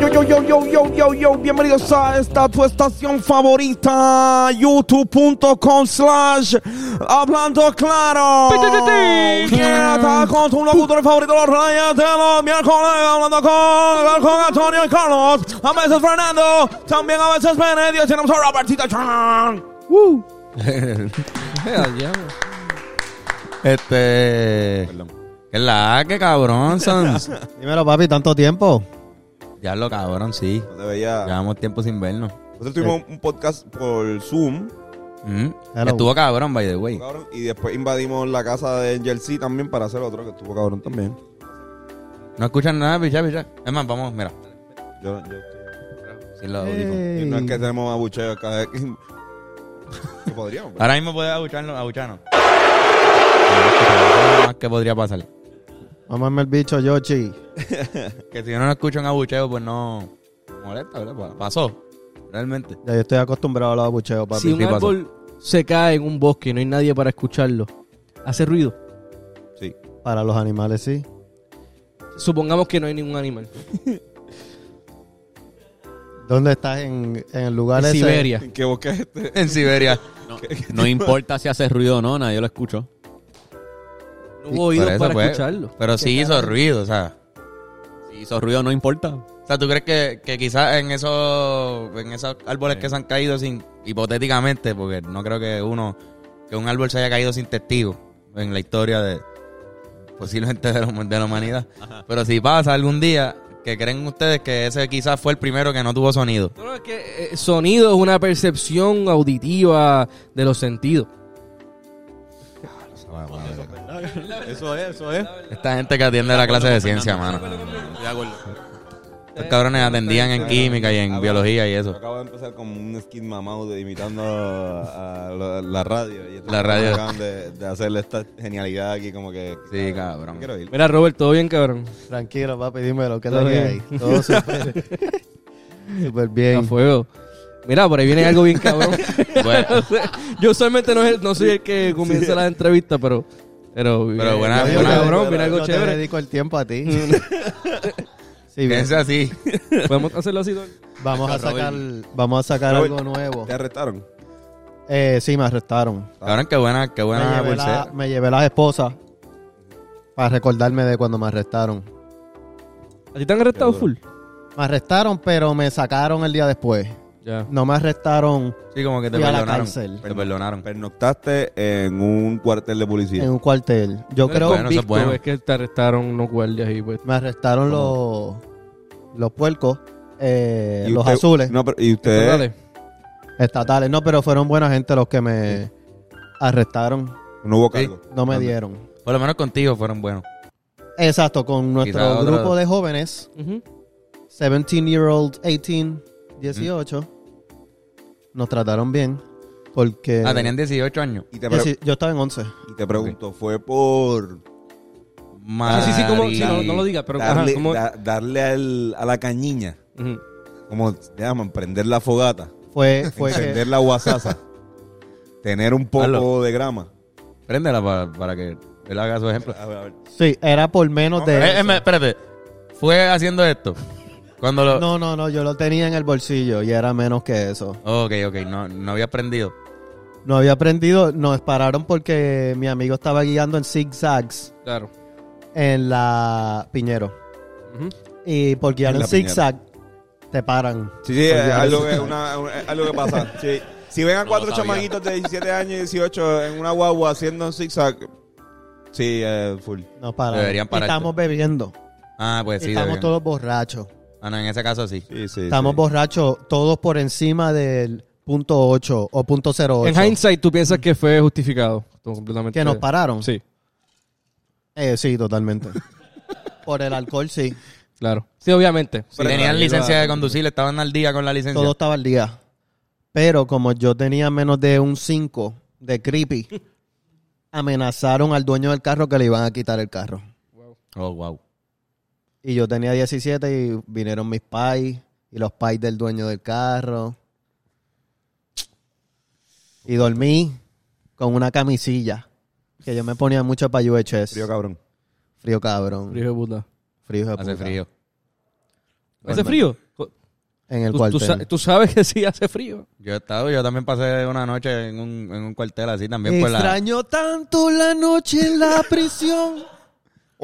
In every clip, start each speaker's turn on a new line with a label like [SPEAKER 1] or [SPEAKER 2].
[SPEAKER 1] yo, yo, yo, yo, bienvenidos a esta tu estación favorita, youtube.com slash hablando claro. Yeah, está con tu locutor favorito, los reyes de los miércoles, hablando con, con Antonio y Carlos, a veces Fernando, también a veces Benedict, y tenemos a Robertita Chan.
[SPEAKER 2] Este. ¿Qué es la que cabrón, Sons?
[SPEAKER 3] Dímelo, papi, tanto tiempo.
[SPEAKER 2] ya lo cabrón, sí.
[SPEAKER 1] No te veía.
[SPEAKER 2] Llevamos tiempo sin vernos. Eh.
[SPEAKER 1] Nosotros tuvimos un podcast por Zoom.
[SPEAKER 2] Mm.
[SPEAKER 3] Hello.
[SPEAKER 2] Estuvo cabrón, by the way.
[SPEAKER 1] Cabrón, y después Pues invadimos la casa de Jersey también para hacer otro que estuvo cabrón también.
[SPEAKER 2] No escuchan nada, picha, picha. Es más, vamos, mira.
[SPEAKER 1] Yo, yo,
[SPEAKER 2] sin
[SPEAKER 4] Eh.
[SPEAKER 2] los audífonos.
[SPEAKER 1] y no es que tenemos abucheo acá. es que- que podríamos. pero-
[SPEAKER 2] Ahora mismo puedes abucharnos, abucharnos. Lo más que podría pasar.
[SPEAKER 3] Mámame el bicho, Yoshi.
[SPEAKER 2] Que si yo no escucho un abucheo, pues no molesta, ¿verdad? Pa- Pasó, realmente.
[SPEAKER 3] Ya yo estoy acostumbrado a los abucheos, papi.
[SPEAKER 4] Si un
[SPEAKER 2] sí pasó.
[SPEAKER 4] árbol se cae en un bosque y no hay nadie para escucharlo, hace ruido.
[SPEAKER 1] Sí.
[SPEAKER 3] Para los animales, sí.
[SPEAKER 4] Supongamos que no hay ningún animal.
[SPEAKER 3] ¿Dónde estás en, en el lugar
[SPEAKER 4] En
[SPEAKER 3] ese?
[SPEAKER 4] Siberia.
[SPEAKER 1] ¿En qué bosque es este?
[SPEAKER 2] En Siberia.
[SPEAKER 5] No importa si hace ruido o no, nadie lo escuchó.
[SPEAKER 4] No hubo oídos
[SPEAKER 2] Por eso,
[SPEAKER 4] para
[SPEAKER 2] pues,
[SPEAKER 4] escucharlo.
[SPEAKER 2] Pero sí hizo ruido, o sea.
[SPEAKER 5] Si hizo ruido, no importa.
[SPEAKER 2] O sea, ¿tú crees que, que quizás en esos, en esos árboles que se han caído sin, hipotéticamente, porque no creo que uno, que un árbol se haya caído sin testigo en la historia de, posiblemente de la, hum- de la humanidad. Pero si pasa algún día, que creen ustedes que ese quizás fue el primero que no tuvo sonido.
[SPEAKER 4] No, no, es que eh, sonido es una percepción auditiva de los sentidos.
[SPEAKER 5] Eso es, eso es.
[SPEAKER 2] Esta gente que atiende la clase de ciencia, mano. Los cabrones atendían en química y en biología y
[SPEAKER 1] Yo
[SPEAKER 2] eso.
[SPEAKER 1] acabo de empezar como un skid mamado de- imitando a, a la, la radio. Y estos
[SPEAKER 2] La radio.
[SPEAKER 1] acaban de, de hacerle esta genialidad aquí como que...
[SPEAKER 2] Sí, cabrón.
[SPEAKER 1] Quiero ir.
[SPEAKER 4] Mira, Robert, ¿todo bien, cabrón?
[SPEAKER 3] Tranquilo, papi, dímelo, ¿qué
[SPEAKER 4] Todo
[SPEAKER 3] tal ahí?
[SPEAKER 4] bien.
[SPEAKER 3] Todo súper súper
[SPEAKER 4] A
[SPEAKER 3] bien.
[SPEAKER 4] fuego. Mira, por ahí viene algo bien cabrón.
[SPEAKER 2] Bueno,
[SPEAKER 4] Yo solamente no, es el- no soy el que comienza las entrevistas, pero... Pero,
[SPEAKER 2] Pero buena-
[SPEAKER 3] Yo
[SPEAKER 4] algo
[SPEAKER 3] te-
[SPEAKER 2] buena-
[SPEAKER 4] cabrón, viene
[SPEAKER 3] yo
[SPEAKER 4] algo
[SPEAKER 3] te
[SPEAKER 4] chévere.
[SPEAKER 3] dedico el tiempo a ti. Sí, bien.
[SPEAKER 2] piensa así.
[SPEAKER 4] Podemos hacerlo así. Don?
[SPEAKER 3] Vamos a sacar, vamos a sacar
[SPEAKER 1] Robert.
[SPEAKER 3] algo nuevo.
[SPEAKER 1] ¿Te arrestaron?
[SPEAKER 3] Eh, sí, me arrestaron.
[SPEAKER 2] Cabrón, qué buena, qué
[SPEAKER 3] Me
[SPEAKER 2] buena
[SPEAKER 3] llevé, la-
[SPEAKER 2] bolsera.
[SPEAKER 3] me llevé las esposas para recordarme de cuando me arrestaron.
[SPEAKER 4] ¿A ti te han arrestado
[SPEAKER 1] Qué
[SPEAKER 4] full?
[SPEAKER 1] duro.
[SPEAKER 3] Me arrestaron, pero me sacaron el día después.
[SPEAKER 4] Ya.
[SPEAKER 3] No me arrestaron
[SPEAKER 2] Sí, como que te
[SPEAKER 3] Fui a la
[SPEAKER 2] perdonaron.
[SPEAKER 3] cárcel.
[SPEAKER 2] Te perdonaron.
[SPEAKER 1] Pernoctaste en un cuartel de policía.
[SPEAKER 3] en un cuartel. Yo
[SPEAKER 4] No eres
[SPEAKER 2] bueno,
[SPEAKER 3] creo
[SPEAKER 2] eso es
[SPEAKER 4] convicto,
[SPEAKER 2] bueno.
[SPEAKER 4] Es que te arrestaron unos guardias y pues...
[SPEAKER 3] me arrestaron los los puercos, eh,
[SPEAKER 1] Y
[SPEAKER 3] los
[SPEAKER 1] usted-
[SPEAKER 3] azules,
[SPEAKER 1] No, pero, y usted...
[SPEAKER 4] Pues Dale.
[SPEAKER 3] estatales. No, pero fueron buena gente los que me arrestaron.
[SPEAKER 1] No hubo
[SPEAKER 2] Sí.
[SPEAKER 1] cargo.
[SPEAKER 3] No me
[SPEAKER 2] Anda.
[SPEAKER 3] dieron.
[SPEAKER 2] Por lo menos contigo fueron buenos.
[SPEAKER 3] Exacto, con nuestro
[SPEAKER 2] otra-
[SPEAKER 3] grupo de jóvenes, 17 year old, 18, 18, nos trataron bien porque
[SPEAKER 2] Ah, tenían 18 años.
[SPEAKER 1] Y te, pre-
[SPEAKER 3] Dieci- yo estaba en 11.
[SPEAKER 1] y te pregunto, ¿fue por
[SPEAKER 4] Ah,
[SPEAKER 2] Madre.
[SPEAKER 4] sí, sí, como, sí, no, no lo digas, pero ajá,
[SPEAKER 1] darle,
[SPEAKER 4] como-
[SPEAKER 1] da- darle al- a la cañiña?
[SPEAKER 4] Ujú.
[SPEAKER 1] Como te llaman, prender la fogata,
[SPEAKER 3] Fue fue que-
[SPEAKER 1] encender la guasaza, tener un poco
[SPEAKER 2] Hazlo.
[SPEAKER 1] de grama.
[SPEAKER 2] Préndela para, para que él haga su ejemplo.
[SPEAKER 1] A ver, a ver.
[SPEAKER 3] sí, era por menos de
[SPEAKER 2] Eh, eh, me- espérate. Fue haciendo esto. Cuando lo.
[SPEAKER 3] No, no, no, yo lo tenía en el bolsillo y era menos que eso.
[SPEAKER 2] Ok, ok, no, no había aprendido.
[SPEAKER 3] No había aprendido, nos pararon porque mi amigo estaba guiando en zigzags
[SPEAKER 4] Claro.
[SPEAKER 3] en la Piñero.
[SPEAKER 4] Ujú.
[SPEAKER 3] Y por guiar en,
[SPEAKER 1] En la Piñero.
[SPEAKER 3] zigzag te paran.
[SPEAKER 1] Sí,
[SPEAKER 4] Pues
[SPEAKER 1] sí, es algo que, una- un- es algo que pasa. Sí. Si ven a
[SPEAKER 5] No
[SPEAKER 1] cuatro
[SPEAKER 5] lo sabía.
[SPEAKER 1] chamaguitos de 17 años y 18 en una guagua haciendo un zigzag, sí, eh, full.
[SPEAKER 3] Nos pararon.
[SPEAKER 2] Deberían
[SPEAKER 3] Y
[SPEAKER 2] pararte.
[SPEAKER 3] Estamos bebiendo.
[SPEAKER 2] Ah, pues sí.
[SPEAKER 3] estamos
[SPEAKER 2] deberían.
[SPEAKER 3] todos borrachos.
[SPEAKER 2] Ah, no, en ese caso sí.
[SPEAKER 1] Sí, sí,
[SPEAKER 3] Estamos
[SPEAKER 1] sí.
[SPEAKER 3] borrachos todos por encima del punto 8 o punto 08.
[SPEAKER 4] En hindsight, tú piensas que fue justificado. Tú completamente.
[SPEAKER 3] que nos pararon.
[SPEAKER 4] Sí,
[SPEAKER 3] Eh, sí, totalmente. por el alcohol, sí.
[SPEAKER 4] claro. Sí, obviamente.
[SPEAKER 2] Si tenían
[SPEAKER 1] Iba-
[SPEAKER 2] licencia de conducir, estaban al día con la licencia.
[SPEAKER 3] Todo estaba al día. Pero como yo tenía menos de un 5 de creepy, amenazaron al dueño del carro que le iban a quitar el carro.
[SPEAKER 2] Oh, wow.
[SPEAKER 3] Y yo tenía 17 y vinieron mis pais y los pais del dueño del carro. Y dormí con una camisilla que yo me ponía mucho para UHS.
[SPEAKER 1] Frío, cabrón.
[SPEAKER 3] Frío cabrón.
[SPEAKER 4] Frío de puta.
[SPEAKER 3] Frío de
[SPEAKER 2] Hace
[SPEAKER 3] puta.
[SPEAKER 2] frío.
[SPEAKER 4] ¿Hace frío? Co-
[SPEAKER 3] en el
[SPEAKER 4] Tú- tú,
[SPEAKER 3] cuartel.
[SPEAKER 4] sa- tú sabes que sí hace frío.
[SPEAKER 2] Yo he estado, yo también pasé una noche en un, en un cuartel así también por la...
[SPEAKER 3] Extraño tanto la noche en la prisión.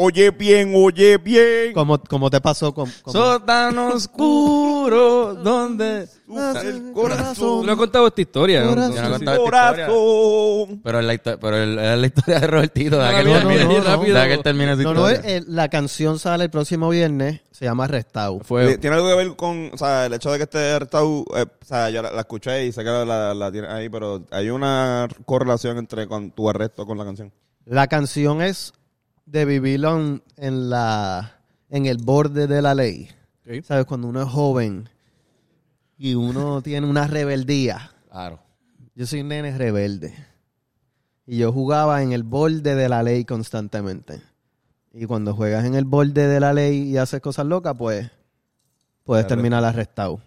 [SPEAKER 1] Oye bien, oye bien.
[SPEAKER 3] ¿Cómo, cómo te pasó con, con-
[SPEAKER 2] Sótano oscuro donde...
[SPEAKER 1] Sufre el
[SPEAKER 4] Tú
[SPEAKER 1] corazón.
[SPEAKER 4] no he contado esta historia. ¿no?
[SPEAKER 3] Corazón.
[SPEAKER 4] Sí,
[SPEAKER 2] Yo no he
[SPEAKER 4] sí.
[SPEAKER 2] contado esta historia.
[SPEAKER 1] Corazón.
[SPEAKER 2] Pero es la, histo- pero el- es la historia de Robertito. De
[SPEAKER 4] No,
[SPEAKER 2] aquel
[SPEAKER 4] no,
[SPEAKER 3] no,
[SPEAKER 2] termine,
[SPEAKER 3] no, no,
[SPEAKER 4] rápido.
[SPEAKER 2] deja que él termine su
[SPEAKER 3] No, no,
[SPEAKER 2] historia.
[SPEAKER 3] eh, la canción sale el próximo viernes, se llama Restau.
[SPEAKER 4] Fue-
[SPEAKER 1] Tiene algo que ver con, o sea, el hecho de que este artau, eh, o sea, yo la, la escuché y sé que la, la, la tiene ahí, pero hay una correlación entre con tu arresto con la canción.
[SPEAKER 3] La canción es de vivirlo en, en la en el borde de la ley.
[SPEAKER 4] Ok.
[SPEAKER 3] ¿Sabes? Cuando uno es joven y uno tiene una rebeldía.
[SPEAKER 2] Claro.
[SPEAKER 3] Yo soy un nene rebelde. Y yo jugaba en el borde de la ley constantemente. Y cuando juegas en el borde de la ley y haces cosas locas, pues puedes terminar arrestado.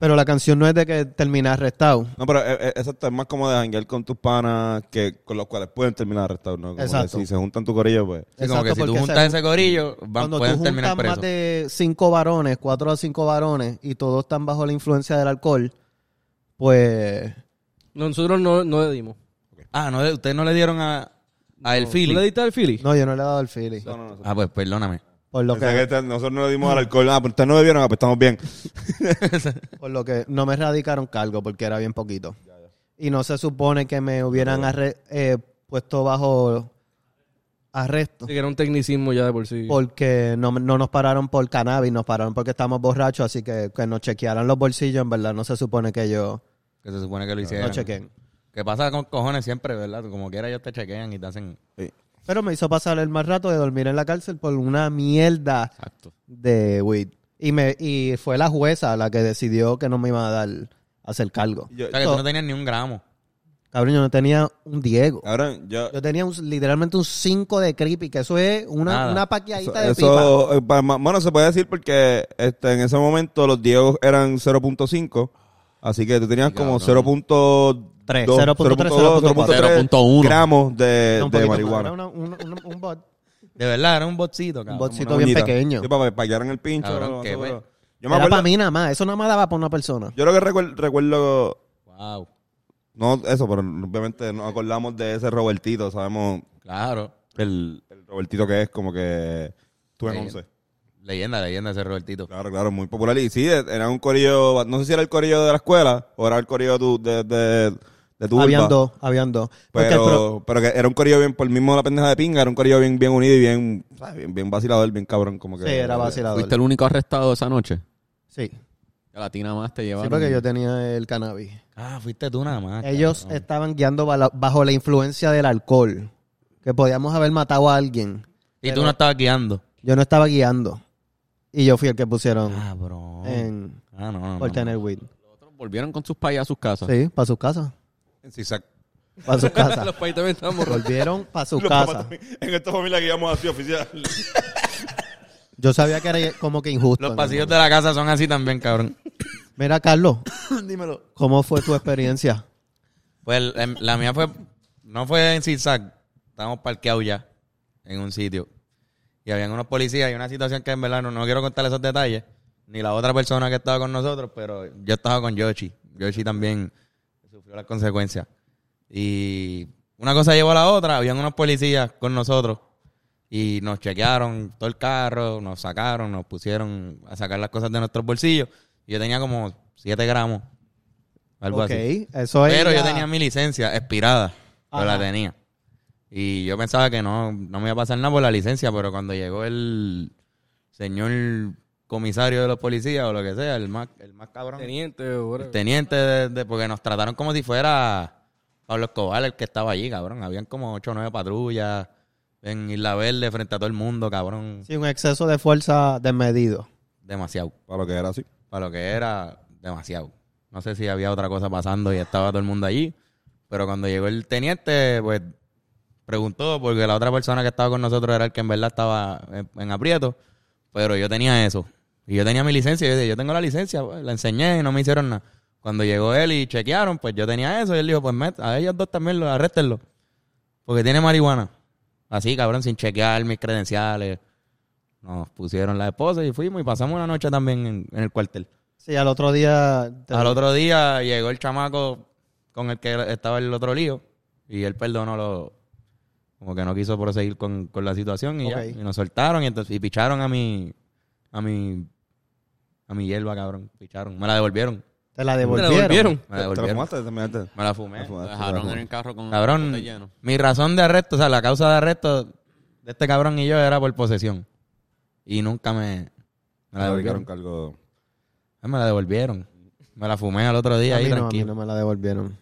[SPEAKER 3] Pero la canción no es de que terminas arrestado.
[SPEAKER 1] No, pero eh, eh, exacto, es más como de janguear con tus panas que con los cuales pueden terminar arrestados, ¿no? Como que
[SPEAKER 3] Exacto.
[SPEAKER 1] si se juntan tu corillo, pues.
[SPEAKER 2] Sí, como que si tú
[SPEAKER 3] porque
[SPEAKER 2] juntas
[SPEAKER 3] se-
[SPEAKER 2] ese corillo, van,
[SPEAKER 3] cuando
[SPEAKER 2] pueden
[SPEAKER 3] tú
[SPEAKER 2] terminar
[SPEAKER 3] juntas más
[SPEAKER 2] presos.
[SPEAKER 3] de cinco varones, cuatro a cinco varones, y todos están bajo la influencia del alcohol, pues
[SPEAKER 4] Nosotros no, no le dimos.
[SPEAKER 2] Ah, no, ustedes no le dieron a, a el
[SPEAKER 4] ¿Tú
[SPEAKER 2] feeling.
[SPEAKER 4] le diste al Philly?
[SPEAKER 3] no, yo no le he dado el feeling.
[SPEAKER 1] No, no, no.
[SPEAKER 2] Ah, pues perdóname.
[SPEAKER 3] Por lo
[SPEAKER 1] O sea, que
[SPEAKER 3] que,
[SPEAKER 1] este- nosotros no le dimos al alcohol. Ah, pero ustedes no bebieron, ah, pues estamos bien.
[SPEAKER 3] por lo que no me erradicaron cargo porque era bien poquito. Y no se supone que me hubieran arre- eh, puesto bajo arresto.
[SPEAKER 4] Sí, que era un tecnicismo ya de por sí.
[SPEAKER 3] Porque no, no nos pararon por cannabis, nos pararon porque estábamos borrachos, así que que nos chequearan los bolsillos, en verdad, no se supone que yo
[SPEAKER 2] Que se supone que lo hicieron.
[SPEAKER 3] no chequen.
[SPEAKER 2] Que pasa con cojones siempre, ¿verdad? Como quiera ellos te chequean y te hacen...
[SPEAKER 3] Pero me hizo pasar el más rato de dormir en la cárcel por una mierda
[SPEAKER 6] Exacto.
[SPEAKER 3] de weed. Y, me, y fue la jueza la que decidió que no me iba a dar hacer cargo.
[SPEAKER 1] Y yo-
[SPEAKER 2] O sea, que tú no tenías ni un gramo.
[SPEAKER 3] Cabrón, yo no tenía un Diego.
[SPEAKER 1] Cabrón, yo.
[SPEAKER 3] Yo tenía un- literalmente un 5 de creepy, que eso es una,
[SPEAKER 2] Nada.
[SPEAKER 3] una paqueadita de pipa.
[SPEAKER 1] Eso, eh, pa- ma- bueno, se puede decir porque este, en ese momento los Diegos eran 0.5, así que tú tenías como 0.2,
[SPEAKER 3] 3, 0.3,
[SPEAKER 1] 0.3
[SPEAKER 6] 0.1.
[SPEAKER 1] gramos de,
[SPEAKER 3] Era un
[SPEAKER 1] de
[SPEAKER 3] poquito más,
[SPEAKER 1] marihuana.
[SPEAKER 3] era una- un- un- un bot.
[SPEAKER 2] De verdad, era un botcito,
[SPEAKER 3] Un
[SPEAKER 2] cabrón.
[SPEAKER 3] botcito
[SPEAKER 1] Una
[SPEAKER 3] bien
[SPEAKER 1] uñita.
[SPEAKER 3] pequeño.
[SPEAKER 1] Sí, para que paquearan el pincho.
[SPEAKER 2] Cabrón,
[SPEAKER 1] no,
[SPEAKER 2] qué
[SPEAKER 1] seguro.
[SPEAKER 2] bueno.
[SPEAKER 1] yo me
[SPEAKER 3] Era
[SPEAKER 1] acuerdo,
[SPEAKER 3] para mí nada más. Eso nada más daba para una persona.
[SPEAKER 1] yo lo que recuer- recuerdo,
[SPEAKER 2] Wow.
[SPEAKER 1] no eso, pero obviamente nos acordamos de ese Robertito, sabemos
[SPEAKER 2] Claro.
[SPEAKER 1] el, el Robertito que es como que tú en
[SPEAKER 2] Sí.
[SPEAKER 1] 11.
[SPEAKER 2] Leyenda, leyenda ese Robertito.
[SPEAKER 1] Claro, claro, muy popular. Y sí, e, era un corillo, no sé si era el corillo de la escuela o era el corillo de tu, de, de, de tu
[SPEAKER 3] Habían
[SPEAKER 1] vulva.
[SPEAKER 3] dos, habían dos. Porque el pro-
[SPEAKER 1] Pero, pero que era un corillo bien, por el mismo la pendeja de pinga, era un corillo bien, bien unido y bien, ¿sabes? bien, bien vacilador, bien cabrón. Como que,
[SPEAKER 3] sí, era vacilador.
[SPEAKER 6] Eh, ¿Fuiste el único arrestado esa noche?
[SPEAKER 3] Sí.
[SPEAKER 6] A la tina más te llevaron.
[SPEAKER 3] Sí, porque yo tenía el cannabis.
[SPEAKER 2] Ah, fuiste tú nada más.
[SPEAKER 3] Ellos
[SPEAKER 2] cabrón.
[SPEAKER 3] estaban guiando bala- bajo la influencia del alcohol. Que podíamos haber matado a alguien.
[SPEAKER 2] Y tú no estabas guiando.
[SPEAKER 3] Yo no estaba guiando. Y yo fui el que pusieron
[SPEAKER 6] Ah,
[SPEAKER 2] Cabrón.
[SPEAKER 3] en,
[SPEAKER 2] Ah, no, no.
[SPEAKER 3] Eh, por
[SPEAKER 2] no.
[SPEAKER 3] tener weed.
[SPEAKER 6] Otros Volvieron con sus payas a sus casas.
[SPEAKER 3] Sí, para sus casas.
[SPEAKER 1] Sí, exacto.
[SPEAKER 3] Para sus casas.
[SPEAKER 4] Los países también estamos
[SPEAKER 3] Volvieron para sus
[SPEAKER 1] Los papás
[SPEAKER 3] casas.
[SPEAKER 1] también. En esta familia que íbamos así oficial.
[SPEAKER 3] Yo sabía que era como que injusto.
[SPEAKER 2] Los
[SPEAKER 3] ¿no?
[SPEAKER 2] pasillos de la casa son así también, cabrón.
[SPEAKER 3] Mira, Carlos. Dímelo. ¿Cómo fue tu experiencia?
[SPEAKER 2] Pues em, la mía fue, no fue en zigzag, estábamos parqueados ya en un sitio. Y habían unos policías y una situación que en verdad no, no quiero contar esos detalles, ni la otra persona que estaba con nosotros, pero yo estaba con Yoshi. Yoshi también sufrió las consecuencias. Y una cosa llevó a la otra, habían unos policías con nosotros y nos chequearon todo el carro, nos sacaron, nos pusieron a sacar las cosas de nuestros bolsillos. Y yo tenía como 7 gramos, algo
[SPEAKER 3] ok,
[SPEAKER 2] así.
[SPEAKER 3] eso es.
[SPEAKER 2] Pero yo
[SPEAKER 3] ya-
[SPEAKER 2] tenía mi licencia expirada, pero
[SPEAKER 3] Ajá.
[SPEAKER 2] la tenía. Y yo pensaba que no, no me iba a pasar nada por la licencia, pero cuando llegó el señor comisario de los policías o lo que sea, el más, el más cabrón,
[SPEAKER 4] Teniente, ahora.
[SPEAKER 2] el teniente, de- de- porque nos trataron como si fuera Pablo Escobar el que estaba allí, cabrón. Habían como ocho o nueve patrullas en Isla Verde frente a todo el mundo, cabrón.
[SPEAKER 3] Sí, un exceso de fuerza desmedido.
[SPEAKER 2] Demasiado.
[SPEAKER 1] Para lo que era así.
[SPEAKER 2] Para lo que era, demasiado. No sé si había otra cosa pasando y estaba todo el mundo allí. Pero cuando llegó el teniente, pues preguntó, porque la otra persona que estaba con nosotros era el que en verdad estaba en, en aprieto. Pero yo tenía eso. Y yo tenía mi licencia. Y yo dije, yo tengo la licencia, pues, la enseñé y no me hicieron nada. Cuando llegó él y chequearon, pues yo tenía eso. Y él dijo, pues met- a ellos dos también los arréstenlo. Porque tiene marihuana. Así, cabrón, sin chequear mis credenciales. Nos pusieron la esposa y fuimos y pasamos una noche también en, en el cuartel.
[SPEAKER 3] Sí, al otro día. te-
[SPEAKER 2] Al otro día llegó el chamaco con el que estaba el otro lío y él perdonó lo... Como que no quiso proseguir con, con la situación y, ya.
[SPEAKER 3] Ok.
[SPEAKER 2] Y nos soltaron y, entonces, y picharon a mi... A mi... A mi hierba, cabrón. Picharon. Me la devolvieron.
[SPEAKER 3] Te la
[SPEAKER 4] Te la
[SPEAKER 3] devolvieron.
[SPEAKER 4] devolvieron.
[SPEAKER 2] Me
[SPEAKER 5] Ah,
[SPEAKER 2] la
[SPEAKER 1] ¿Te- ¿Te la
[SPEAKER 2] devolvieron.
[SPEAKER 1] fumaste? ¿Te measte?
[SPEAKER 2] Me la fumé.
[SPEAKER 1] Te la fumaste, te la
[SPEAKER 5] Eh, Dejaron en
[SPEAKER 1] fumaste.
[SPEAKER 5] el carro con
[SPEAKER 2] Cabrón,
[SPEAKER 5] bote lleno.
[SPEAKER 2] mi razón de arresto, o sea, la causa de arresto de este cabrón y yo era por posesión. Y nunca me, me la
[SPEAKER 1] Me
[SPEAKER 2] devolvieron.
[SPEAKER 1] dedicaron cargo.
[SPEAKER 2] Ah, Me la devolvieron. Me la fumé al otro día
[SPEAKER 3] A mí
[SPEAKER 2] ahí
[SPEAKER 3] no, a mí
[SPEAKER 2] tranquilo.
[SPEAKER 3] no me la devolvieron.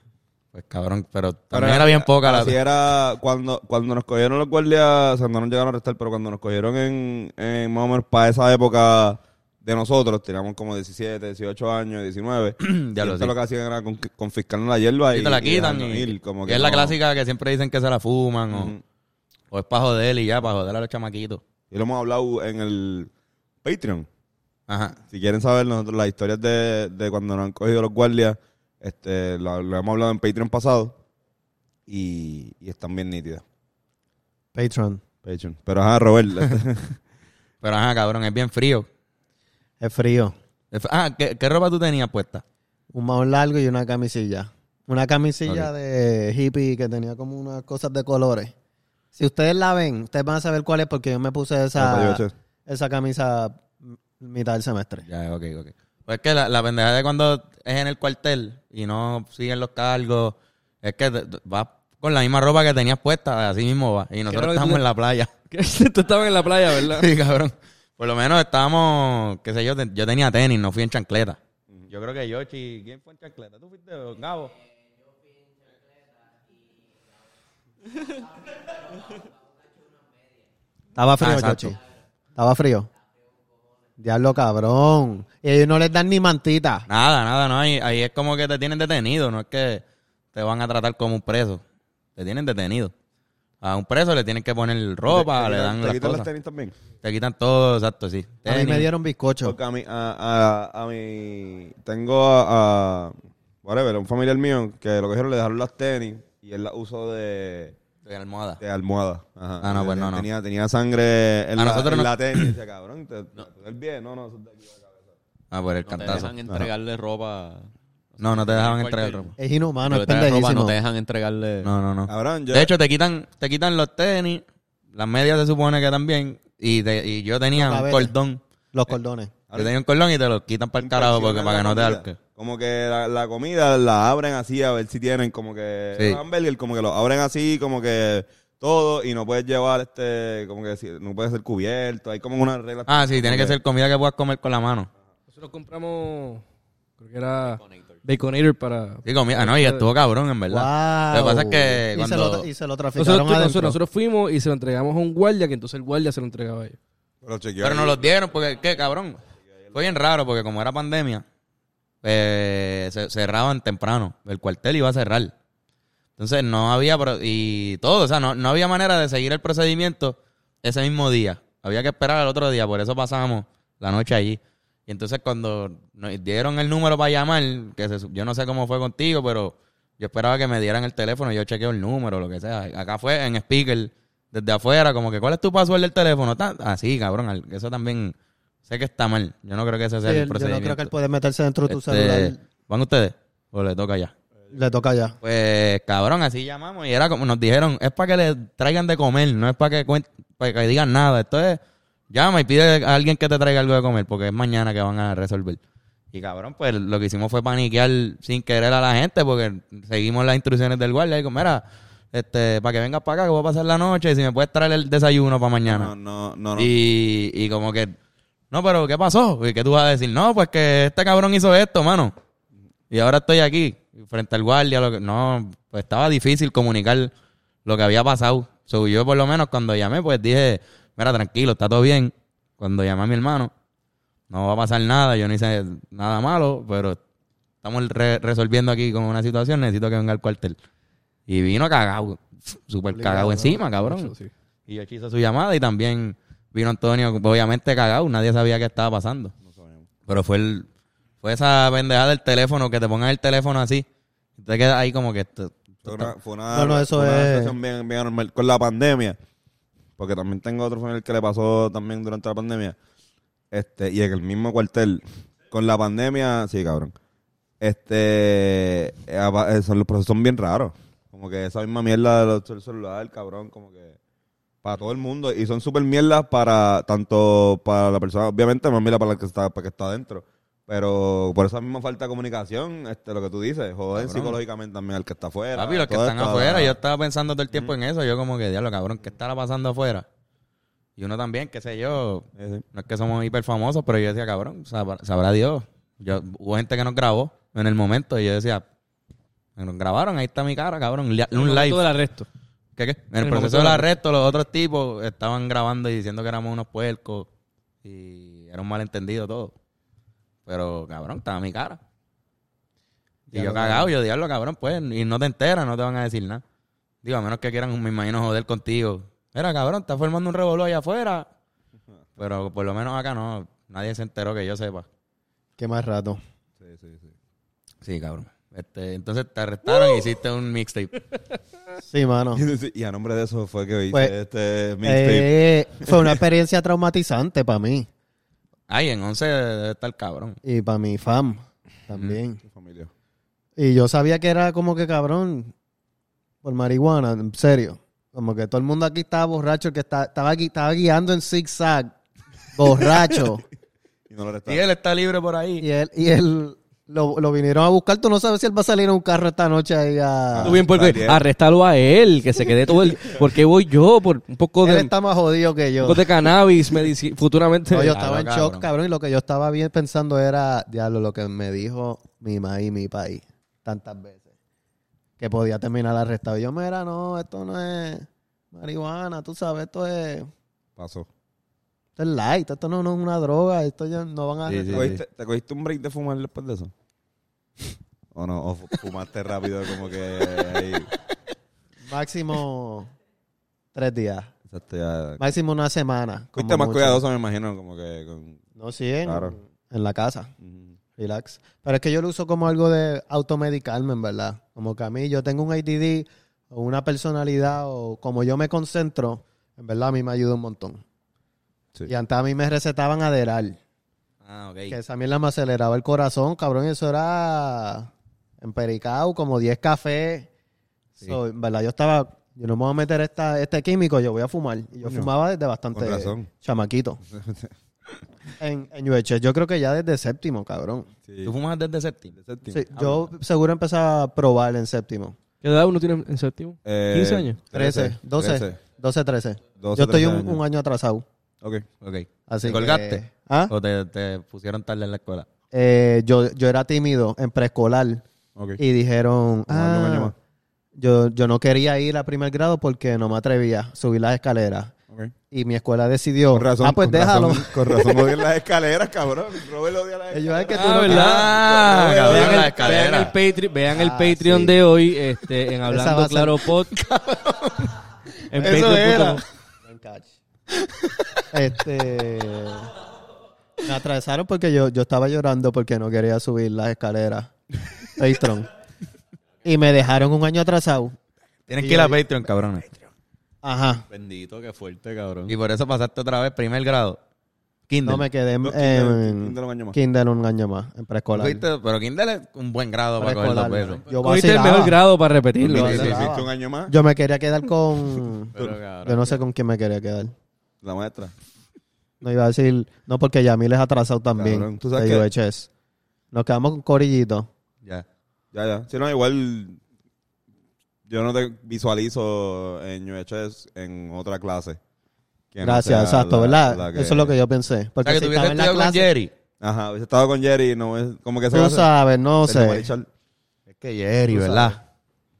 [SPEAKER 2] Pues cabrón, pero también era bien poca la...
[SPEAKER 1] Así era cuando, cuando nos cogieron los guardias, o sea, no nos llegaron a arrestar, pero cuando nos cogieron en, en más o menos para esa época de nosotros, teníamos como 17, 18 años, 19.
[SPEAKER 2] Ya
[SPEAKER 1] y
[SPEAKER 2] lo
[SPEAKER 1] esto
[SPEAKER 2] sé.
[SPEAKER 1] lo que hacían era con- confiscarnos la hierba
[SPEAKER 2] Y
[SPEAKER 1] y,
[SPEAKER 2] te la
[SPEAKER 1] y
[SPEAKER 2] quitan.
[SPEAKER 1] dejarnos
[SPEAKER 2] y-
[SPEAKER 1] ir, como
[SPEAKER 2] que
[SPEAKER 1] que
[SPEAKER 2] es la
[SPEAKER 1] no.
[SPEAKER 2] clásica que siempre dicen que se la fuman o-
[SPEAKER 1] Ujú.
[SPEAKER 2] o, es para joder y ya, para joder a los chamaquitos.
[SPEAKER 1] Y lo hemos hablado en el Patreon.
[SPEAKER 2] Ajá.
[SPEAKER 1] Si quieren saber nosotros las historias de, de cuando nos han cogido los guardias, este, lo, lo hemos hablado en Patreon pasado y, y están bien nítidas.
[SPEAKER 3] Patreon.
[SPEAKER 1] Patreon. Pero ajá, Robert. este,
[SPEAKER 2] Pero ajá, cabrón, es bien frío.
[SPEAKER 3] Es frío.
[SPEAKER 2] Es- Ah, ¿qué, qué ropa tú tenías puesta?
[SPEAKER 3] Un maón largo y una camisilla. Una camisilla de hippie que tenía como unas cosas de colores. Si ustedes la ven, ustedes van a saber cuál es porque yo me puse
[SPEAKER 1] Ah,
[SPEAKER 3] esa,
[SPEAKER 1] pues, yo sé.
[SPEAKER 3] esa camisa m- mitad del semestre.
[SPEAKER 2] Ya, ok, ok. Pues es que la, la pendeja de cuando es en el cuartel y no siguen los cargos, es que te- te- vas con la misma ropa que tenías puesta, así mismo va. Y
[SPEAKER 4] Claro
[SPEAKER 2] nosotros
[SPEAKER 4] que
[SPEAKER 2] estamos
[SPEAKER 4] tú-
[SPEAKER 2] en la playa.
[SPEAKER 4] Tú estabas en la playa, ¿verdad?
[SPEAKER 2] Sí, cabrón. Por lo menos estábamos, qué sé yo, te- yo tenía tenis, no fui en chancleta. Yo creo que Yoshi, ¿quién fue en chancleta? ¿Tú fuiste o Gabo?
[SPEAKER 3] Estaba frío,
[SPEAKER 2] Ah, exacto.
[SPEAKER 3] Chochi. Estaba frío. Diablo cabrón. Y ellos no les dan ni mantita.
[SPEAKER 2] Nada, nada, no. Ahí, ahí es como que te tienen detenido, no es que te van a tratar como un preso. Te tienen detenido. A un preso le tienen que poner ropa,
[SPEAKER 1] ¿Te
[SPEAKER 2] Oh, le
[SPEAKER 1] quitan-
[SPEAKER 2] dan
[SPEAKER 1] ¿Te
[SPEAKER 2] las
[SPEAKER 1] quitan
[SPEAKER 2] cosas.
[SPEAKER 1] los tenis también?
[SPEAKER 2] Te quitan todo, exacto, sí.
[SPEAKER 3] A mí
[SPEAKER 2] Tenis.
[SPEAKER 3] me dieron bizcocho.
[SPEAKER 1] Porque a mí, a, a, a mi, tengo a, a, whatever, un familiar mío que lo que hicieron le dejaron las tenis y él las usó de,
[SPEAKER 2] De almohada.
[SPEAKER 1] de almohada. Ajá.
[SPEAKER 2] Ah, no, pues, no, no.
[SPEAKER 1] Tenía, tenía sangre en,
[SPEAKER 2] A
[SPEAKER 1] la,
[SPEAKER 2] nosotros
[SPEAKER 1] en
[SPEAKER 2] no-
[SPEAKER 1] la tenis. Decía, cabrón, te, no. el bien, no, no, eso es de aquí.
[SPEAKER 2] Ah, por el
[SPEAKER 5] No te
[SPEAKER 2] cantazo.
[SPEAKER 5] dejan entregarle ropa.
[SPEAKER 2] No, no te dejaban
[SPEAKER 5] Cualquier-
[SPEAKER 2] entregar ropa.
[SPEAKER 3] Es
[SPEAKER 5] Lo
[SPEAKER 3] inhumano, es
[SPEAKER 5] que te hagan ropa,
[SPEAKER 3] pendejísimo.
[SPEAKER 5] no te dejan entregarle.
[SPEAKER 2] No, no, no.
[SPEAKER 1] Cabrón, yo,
[SPEAKER 2] De hecho, te quitan, te quitan los tenis, las medias se supone que también, y, te- y yo tenía
[SPEAKER 3] Los
[SPEAKER 2] un
[SPEAKER 3] cabetes.
[SPEAKER 2] cordón.
[SPEAKER 3] Los cordones.
[SPEAKER 2] Yo tenía un cordón y te los quitan para el carajo porque, para que no te alques.
[SPEAKER 1] Como que la, la comida la abren así a ver si tienen como que
[SPEAKER 2] Sí.
[SPEAKER 1] los hamburgues, como que los abren así, como que todo y no puedes llevar este, como que si- no puedes ser cubierto, hay como una regla.
[SPEAKER 2] Ah, sí, tiene que
[SPEAKER 1] Ok.
[SPEAKER 2] ser comida que puedas comer con la mano.
[SPEAKER 4] Nosotros compramos, creo que era Baconator para...
[SPEAKER 2] Sí, comida. Ah, no, y estuvo cabrón, en verdad.
[SPEAKER 3] Wow.
[SPEAKER 2] Lo que pasa es que
[SPEAKER 3] Y se lo,
[SPEAKER 2] cuando...
[SPEAKER 3] tra- y se lo traficaron
[SPEAKER 4] Nosotros, nosotros,
[SPEAKER 3] adentro.
[SPEAKER 4] nosotros fuimos y se lo entregamos a un guardia, que entonces el guardia se lo entregaba a ellos.
[SPEAKER 1] Pero chequeó
[SPEAKER 2] Pero
[SPEAKER 1] ahí.
[SPEAKER 2] nos los dieron porque, ¿qué, cabrón? Fue bien raro porque como era pandemia, eh, se- cerraban temprano. El cuartel iba a cerrar. Entonces no había, pro- y todo, o sea, no, no había manera de seguir el procedimiento ese mismo día. Había que esperar al otro día, por eso pasamos la noche allí. Y entonces cuando nos dieron el número para llamar, que se su- yo no sé cómo fue contigo, pero yo esperaba que me dieran el teléfono, yo chequeo el número, lo que sea. Acá fue en speaker, desde afuera, como que, ¿cuál es tu password del teléfono? Ta- Así, cabrón, al- eso también, sé que está mal. Yo no creo que ese sea
[SPEAKER 3] Sí,
[SPEAKER 2] el
[SPEAKER 3] él- yo no
[SPEAKER 2] procedimiento.
[SPEAKER 3] creo que él puede meterse dentro de tu
[SPEAKER 2] Este,
[SPEAKER 3] celular.
[SPEAKER 2] ¿Van ustedes? ¿O le toca ya?
[SPEAKER 3] Le toca ya.
[SPEAKER 2] Pues cabrón, así llamamos y era como nos dijeron, es para que le traigan de comer, no es para que cuen- para que digan nada. Esto es llama y pide a alguien que te traiga algo de comer porque es mañana que van a resolver. Y cabrón, pues lo que hicimos fue paniquear sin querer a la gente porque seguimos las instrucciones del guardia y digo, mira, este, para que vengas para acá que voy a pasar la noche y si me puedes traer el desayuno para mañana.
[SPEAKER 1] No, no, no. no.
[SPEAKER 2] Y, y como que, no, pero ¿qué pasó? ¿Y qué tú vas a decir? No, pues que este cabrón hizo esto, mano. Y ahora estoy aquí, frente al guardia. Lo que, no, pues estaba difícil comunicar lo que había pasado. So, yo por lo menos cuando llamé, pues dije, mira, tranquilo, está todo bien. Cuando llamé a mi hermano, no va a pasar nada, yo no hice nada malo, pero estamos re- resolviendo aquí con una situación, necesito que venga al cuartel. Y vino cagado, súper cagado encima, cabrón.
[SPEAKER 4] Sí.
[SPEAKER 2] Y yo hizo su llamada y también vino Antonio, obviamente cagado, nadie sabía qué estaba pasando. Pero fue el, fue esa pendejada del teléfono, que te pongan el teléfono así. y Te quedas ahí como que... esto-
[SPEAKER 1] Fue una, fue una-
[SPEAKER 3] No, no, eso
[SPEAKER 1] fue una
[SPEAKER 3] es-
[SPEAKER 1] situación bien, bien normal con la pandemia. Porque también tengo otro familiar que le pasó también durante la pandemia. Este, y en el mismo cuartel. co- Con la pandemia, sí, cabrón. Este. eh, apa- eh, son, los procesos son bien raros. Como que esa misma mierda de los- del celular, cabrón, como que. Para todo el mundo. Y son súper mierdas para. Tanto para la persona, obviamente, más mierda para la que está, para que está adentro. Pero por esa misma falta de comunicación, este, lo que tú dices, joder psicológicamente también al que está afuera.
[SPEAKER 2] Papi, los que
[SPEAKER 1] todo
[SPEAKER 2] están
[SPEAKER 1] esto,
[SPEAKER 2] afuera,
[SPEAKER 1] la-
[SPEAKER 2] yo estaba pensando todo el tiempo en eso. Yo como que, diablo, cabrón, ¿qué estará pasando afuera? Y uno también, qué sé yo,
[SPEAKER 1] Sí, sí.
[SPEAKER 2] no es que somos hiper famosos, pero yo decía, cabrón, sabr- sabrá Dios. Yo, hubo gente que nos grabó en el momento y yo decía, nos grabaron, ahí está mi cara, cabrón, li- un
[SPEAKER 4] Todo el
[SPEAKER 2] live.
[SPEAKER 4] arresto.
[SPEAKER 2] ¿Qué, qué? En el,
[SPEAKER 4] el momento
[SPEAKER 2] proceso
[SPEAKER 4] del
[SPEAKER 2] del arresto, los otros tipos estaban grabando y diciendo que éramos unos puercos y era un malentendido todo. Pero, cabrón, estaba mi cara. Y yo cagado, yo diablo, cabrón, pues, y no te enteras, no te van a decir nada. Digo, a menos que quieran, me imagino, joder contigo. Era, cabrón, está formando un revolú allá afuera. Pero por lo menos acá no, nadie se enteró que yo sepa.
[SPEAKER 3] ¿Qué más rato?
[SPEAKER 1] Sí, sí, sí.
[SPEAKER 2] Sí, cabrón. Este, entonces te arrestaron y hiciste un mixtape.
[SPEAKER 3] Sí, mano.
[SPEAKER 1] Y a nombre de eso fue que hice
[SPEAKER 3] Pues,
[SPEAKER 1] este mixtape.
[SPEAKER 3] Eh, fue una experiencia traumatizante para mí
[SPEAKER 2] Ay, en 11 debe estar cabrón.
[SPEAKER 3] y para mi fam también.
[SPEAKER 1] familia.
[SPEAKER 3] Y yo sabía que era como que cabrón por marihuana, en serio. Como que todo el mundo aquí estaba borracho, el que está- estaba, aquí, estaba guiando en zigzag, borracho.
[SPEAKER 1] Y no
[SPEAKER 2] Y
[SPEAKER 1] lo arrestaron.
[SPEAKER 2] él está libre por ahí.
[SPEAKER 3] y él, y él lo, lo vinieron a buscar. Tú no sabes si él va a salir en un carro esta noche ahí a...
[SPEAKER 4] Tú bien, porque
[SPEAKER 1] Daniel.
[SPEAKER 4] arrestalo a él, que se quede todo el. Porque voy yo por un poco
[SPEAKER 3] Él
[SPEAKER 4] de,
[SPEAKER 3] está más jodido que
[SPEAKER 4] un
[SPEAKER 3] yo.
[SPEAKER 4] poco de cannabis medici- futuramente.
[SPEAKER 3] No, yo
[SPEAKER 2] Ah,
[SPEAKER 3] estaba en
[SPEAKER 2] no,
[SPEAKER 3] shock,
[SPEAKER 2] cabrón.
[SPEAKER 3] cabrón. y lo que yo estaba bien pensando era, diablo, lo que me dijo mi maíz y mi país tantas veces. Que podía terminar arrestado. Y yo, mira, no, esto no es marihuana, tú sabes, esto es, esto
[SPEAKER 1] Pasó.
[SPEAKER 3] es light, esto no, no es una droga, esto ya no van a...
[SPEAKER 2] Sí, sí,
[SPEAKER 1] ¿Te
[SPEAKER 2] sí.
[SPEAKER 1] cogiste, te cogiste un break de fumar después de eso? ¿O no? ¿O fu- fumaste rápido como que ahí?
[SPEAKER 3] Máximo tres días,
[SPEAKER 1] Exacto, ya.
[SPEAKER 3] máximo una semana. como
[SPEAKER 1] Fuiste más
[SPEAKER 3] mucho.
[SPEAKER 1] cuidadoso, me imagino, como que con...
[SPEAKER 3] No, sí, en,
[SPEAKER 1] Claro.
[SPEAKER 3] en la casa.
[SPEAKER 1] Ujú.
[SPEAKER 3] Relax. Pero es que yo lo uso como algo de automedicarme, en verdad. Como que a mí yo tengo un ADD o una personalidad o como yo me concentro, en verdad a mí me ayuda un montón.
[SPEAKER 1] Sí.
[SPEAKER 3] Y antes a mí me recetaban Aderal,
[SPEAKER 2] Ah, ok.
[SPEAKER 3] que esa mierda me aceleraba el corazón, cabrón, y eso era empericado, como 10 cafés. So, en verdad yo estaba, yo no me voy a meter esta, este químico, yo voy a fumar. Y yo
[SPEAKER 1] Coño,
[SPEAKER 3] fumaba desde bastante
[SPEAKER 1] con razón.
[SPEAKER 3] chamaquito. en, en UHS, yo creo que ya desde séptimo, cabrón.
[SPEAKER 1] Sí.
[SPEAKER 2] ¿Tú fumas desde séptimo?
[SPEAKER 1] Séptimo.
[SPEAKER 3] Sí, yo seguro empecé a probar en séptimo.
[SPEAKER 4] ¿Qué edad uno tiene en séptimo?
[SPEAKER 1] Eh,
[SPEAKER 4] 15 años.
[SPEAKER 3] 13, 12, 12, 13.
[SPEAKER 1] 12,
[SPEAKER 3] Yo estoy
[SPEAKER 1] 13
[SPEAKER 3] un,
[SPEAKER 1] años.
[SPEAKER 3] un año atrasado.
[SPEAKER 1] Ok.
[SPEAKER 2] Ok. ¿Te
[SPEAKER 3] Así que-
[SPEAKER 2] colgaste?
[SPEAKER 3] ¿Ah?
[SPEAKER 2] ¿O te, te pusieron tarde en la escuela?
[SPEAKER 3] Eh, yo, yo era tímido en preescolar
[SPEAKER 1] Ok.
[SPEAKER 3] y dijeron,
[SPEAKER 1] Un año, un año
[SPEAKER 3] "Ah,
[SPEAKER 1] más".
[SPEAKER 3] yo, yo no quería ir a primer grado porque no me atrevía a subir las escaleras.
[SPEAKER 1] ok.
[SPEAKER 3] Y mi escuela decidió,
[SPEAKER 1] Con razón.
[SPEAKER 3] ah, pues
[SPEAKER 1] con
[SPEAKER 3] déjalo.
[SPEAKER 1] razón- con razón odian las escaleras, cabrón. Robert odia las
[SPEAKER 3] Ellos,
[SPEAKER 1] escaleras.
[SPEAKER 3] "Es que tú
[SPEAKER 4] Ah,
[SPEAKER 3] no
[SPEAKER 4] ¿verdad?
[SPEAKER 2] Ah,
[SPEAKER 1] cabrón,
[SPEAKER 4] vean,
[SPEAKER 1] en
[SPEAKER 4] el,
[SPEAKER 1] la
[SPEAKER 2] escalera.
[SPEAKER 4] vean el Patreon, vean el
[SPEAKER 3] Ah,
[SPEAKER 4] Patreon
[SPEAKER 3] sí.
[SPEAKER 4] de hoy este, en
[SPEAKER 3] Esa va a
[SPEAKER 4] Hablando
[SPEAKER 3] ser-
[SPEAKER 4] Claro Pod. en
[SPEAKER 2] Eso era.
[SPEAKER 4] patreon.com.
[SPEAKER 3] Buen catch. este. Me atravesaron porque yo, yo estaba llorando porque no quería subir las escaleras. Patreon. Y me dejaron un año atrasado.
[SPEAKER 2] Tienes
[SPEAKER 3] Sí,
[SPEAKER 2] que ir a
[SPEAKER 3] oye.
[SPEAKER 2] Patreon, cabrón.
[SPEAKER 3] Ajá.
[SPEAKER 7] Bendito, qué fuerte, cabrón.
[SPEAKER 2] Y por eso pasaste otra vez primer grado. Kindle.
[SPEAKER 3] No me quedé en,
[SPEAKER 1] No, Kindle-
[SPEAKER 3] en-
[SPEAKER 1] Kindle un año más.
[SPEAKER 3] Kindle un año más, en preescolar.
[SPEAKER 2] Fuiste- Pero Kindle es un buen grado para coger
[SPEAKER 3] Preescolar.
[SPEAKER 2] dos veces.
[SPEAKER 3] Yo
[SPEAKER 4] Cogiste el
[SPEAKER 3] vacilaba.
[SPEAKER 4] mejor grado para repetirlo.
[SPEAKER 1] Mira,
[SPEAKER 2] sí,
[SPEAKER 1] si
[SPEAKER 2] sí.
[SPEAKER 1] fuiste un año más,
[SPEAKER 3] Yo me quería quedar con.
[SPEAKER 7] Pero, cabrón.
[SPEAKER 3] Yo no sé con quién me quería quedar.
[SPEAKER 1] la maestra.
[SPEAKER 3] No iba a decir. No, porque Yamil es atrasado también.
[SPEAKER 1] Cabrón, ¿tú sabes
[SPEAKER 3] de
[SPEAKER 1] qué?
[SPEAKER 3] UHS. Nos quedamos con Corillito.
[SPEAKER 2] Ya.
[SPEAKER 1] Ya, ya. Si no, igual yo no te visualizo en UHS en otra clase. que no
[SPEAKER 3] Gracias,
[SPEAKER 1] sea
[SPEAKER 3] exacto,
[SPEAKER 1] la-
[SPEAKER 3] ¿verdad?
[SPEAKER 1] la
[SPEAKER 3] Eso es lo que yo pensé.
[SPEAKER 2] O
[SPEAKER 3] Porque
[SPEAKER 2] sea, que
[SPEAKER 3] si
[SPEAKER 2] tuviste
[SPEAKER 3] estaba en la
[SPEAKER 2] estudiado con
[SPEAKER 3] clase,
[SPEAKER 2] Jerry.
[SPEAKER 1] Ajá, hubiese estado con Jerry, no es como que se
[SPEAKER 3] tú sabes, no sé.
[SPEAKER 2] Es que Jerry,
[SPEAKER 3] Tú
[SPEAKER 2] ¿verdad?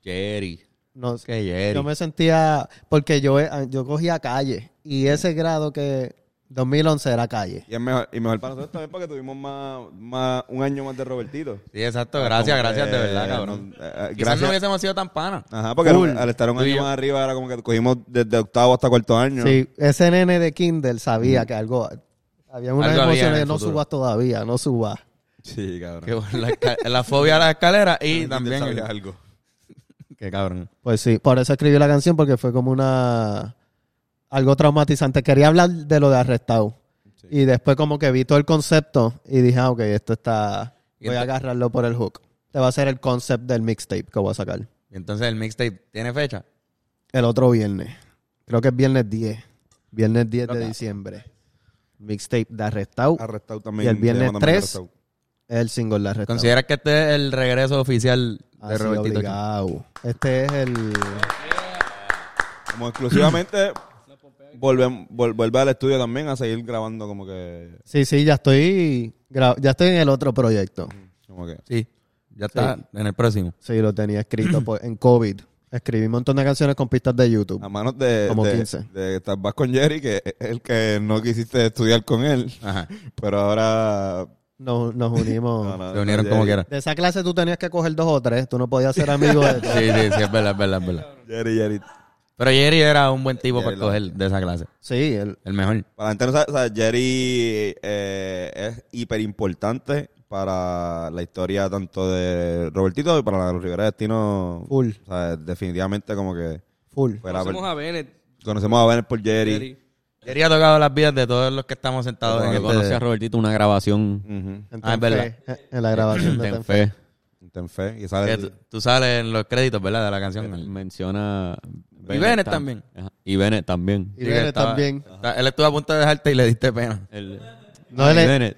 [SPEAKER 2] Jerry.
[SPEAKER 3] No
[SPEAKER 2] Es
[SPEAKER 3] sé.
[SPEAKER 2] que Jerry.
[SPEAKER 3] Yo me sentía, porque yo, eh, yo cogía calle y ese grado que 2011 era calle.
[SPEAKER 1] Y, es mejor, y mejor para nosotros también porque tuvimos más, más un año más de Robertito.
[SPEAKER 2] Sí, exacto. Gracias,
[SPEAKER 1] Como
[SPEAKER 2] gracias, de
[SPEAKER 1] que,
[SPEAKER 2] verdad,
[SPEAKER 1] no,
[SPEAKER 2] cabrón.
[SPEAKER 1] eh, eh,
[SPEAKER 2] Quizás no
[SPEAKER 1] gracias. Ah,
[SPEAKER 2] hubiésemos sido tan panas.
[SPEAKER 1] Ajá, porque
[SPEAKER 2] Full.
[SPEAKER 1] al estar un
[SPEAKER 2] Tú y
[SPEAKER 1] año
[SPEAKER 2] yo.
[SPEAKER 1] más arriba era como que cogimos desde octavo hasta cuarto año.
[SPEAKER 3] Sí, ese nene de Kindle sabía que algo, había una
[SPEAKER 2] Algo había
[SPEAKER 3] emoción
[SPEAKER 2] en
[SPEAKER 3] de
[SPEAKER 2] el
[SPEAKER 3] no
[SPEAKER 2] futuro".
[SPEAKER 3] subas todavía, no subas.
[SPEAKER 1] Sí, cabrón.
[SPEAKER 2] Que bueno, la, esca- la fobia a las escaleras y
[SPEAKER 1] Yo
[SPEAKER 2] también...
[SPEAKER 1] sabía
[SPEAKER 2] el-
[SPEAKER 1] algo.
[SPEAKER 2] Qué cabrón.
[SPEAKER 3] Pues sí, por eso escribí la canción porque fue como una, algo traumatizante. Quería hablar de lo de arrestado. Y después como que vi todo el concepto y dije, ah, ok, esto está...
[SPEAKER 2] Y
[SPEAKER 3] Voy a
[SPEAKER 2] ento-
[SPEAKER 3] agarrarlo por el hook. Te va a ser el concept del mixtape que voy a sacar.
[SPEAKER 2] Y entonces el mixtape tiene fecha.
[SPEAKER 3] El otro viernes. Creo que es viernes 10. Viernes 10
[SPEAKER 2] Ok.
[SPEAKER 3] de diciembre. Mixtape de Arrestado.
[SPEAKER 1] Arrestado también.
[SPEAKER 3] Y el viernes
[SPEAKER 1] le mandan a
[SPEAKER 3] 3,
[SPEAKER 1] Arrestado.
[SPEAKER 3] Es el single de Arrestado.
[SPEAKER 2] ¿Consideras que este es el regreso oficial de
[SPEAKER 3] Así
[SPEAKER 2] Robertito? Chin?
[SPEAKER 3] obligado. Este es el...
[SPEAKER 1] Como exclusivamente volvem- vol- vuelve al estudio también a seguir grabando como que...
[SPEAKER 3] Sí, sí, ya estoy... gra- Ya estoy en el otro proyecto.
[SPEAKER 1] Como que
[SPEAKER 2] Sí, ya está
[SPEAKER 3] Sí.
[SPEAKER 2] en el próximo.
[SPEAKER 3] Sí, lo tenía escrito por- en COVID. Escribí un montón de canciones con pistas de YouTube.
[SPEAKER 1] a manos de,
[SPEAKER 3] Como
[SPEAKER 1] de,
[SPEAKER 3] 15.
[SPEAKER 1] de estar vas con Jerry, que es el que no quisiste estudiar con él,
[SPEAKER 2] Ajá.
[SPEAKER 1] pero ahora...
[SPEAKER 3] Nos, nos unimos.
[SPEAKER 1] no, no,
[SPEAKER 2] Se unieron
[SPEAKER 1] no,
[SPEAKER 2] como
[SPEAKER 1] Jerry-
[SPEAKER 2] quiera.
[SPEAKER 3] De esa clase tú tenías que coger dos o tres. Tú no podías ser amigo de
[SPEAKER 2] Sí, sí, sí, es verdad, es verdad, es verdad.
[SPEAKER 1] Jerry, Jerry.
[SPEAKER 2] Pero Jerry era un buen tipo
[SPEAKER 1] Jerry
[SPEAKER 2] para
[SPEAKER 1] lo-
[SPEAKER 2] coger de esa clase.
[SPEAKER 3] Sí, el-
[SPEAKER 2] El mejor.
[SPEAKER 1] Para la gente no sabe, o sea, Jerry eh, es hiper importante para la historia tanto de Robertito y para la Rivera Destino.
[SPEAKER 3] full,
[SPEAKER 1] O sea, definitivamente como que
[SPEAKER 3] full.
[SPEAKER 2] Ah,
[SPEAKER 1] fue la per-
[SPEAKER 4] a Bennett.
[SPEAKER 1] conocemos a Bennett por Jerry.
[SPEAKER 4] Jerry.
[SPEAKER 2] Jerry ha tocado las vidas de todos los que estamos sentados en
[SPEAKER 5] Cuando conocí a
[SPEAKER 2] este...
[SPEAKER 5] Robertito una grabación
[SPEAKER 1] Ujú.
[SPEAKER 3] En
[SPEAKER 2] Ah, es
[SPEAKER 3] Tenfe,
[SPEAKER 2] verdad.
[SPEAKER 3] eh, En la grabación de
[SPEAKER 5] en
[SPEAKER 3] Tenfe.
[SPEAKER 5] fe.
[SPEAKER 1] Ten fe. Y sale
[SPEAKER 2] que
[SPEAKER 1] el-
[SPEAKER 2] tú, tú sales en los créditos, ¿verdad? De la canción.
[SPEAKER 5] Menciona...
[SPEAKER 2] Bennett
[SPEAKER 5] tam-
[SPEAKER 2] también.
[SPEAKER 5] Ajá. Y Bennett también. Eh.
[SPEAKER 3] Y
[SPEAKER 2] Sí, que
[SPEAKER 3] Bennett
[SPEAKER 2] estaba-
[SPEAKER 3] también.
[SPEAKER 2] está- él estuvo a punto de dejarte y le diste pena.
[SPEAKER 5] El,
[SPEAKER 3] No,
[SPEAKER 5] Ah, y
[SPEAKER 3] él es-
[SPEAKER 5] Bennett.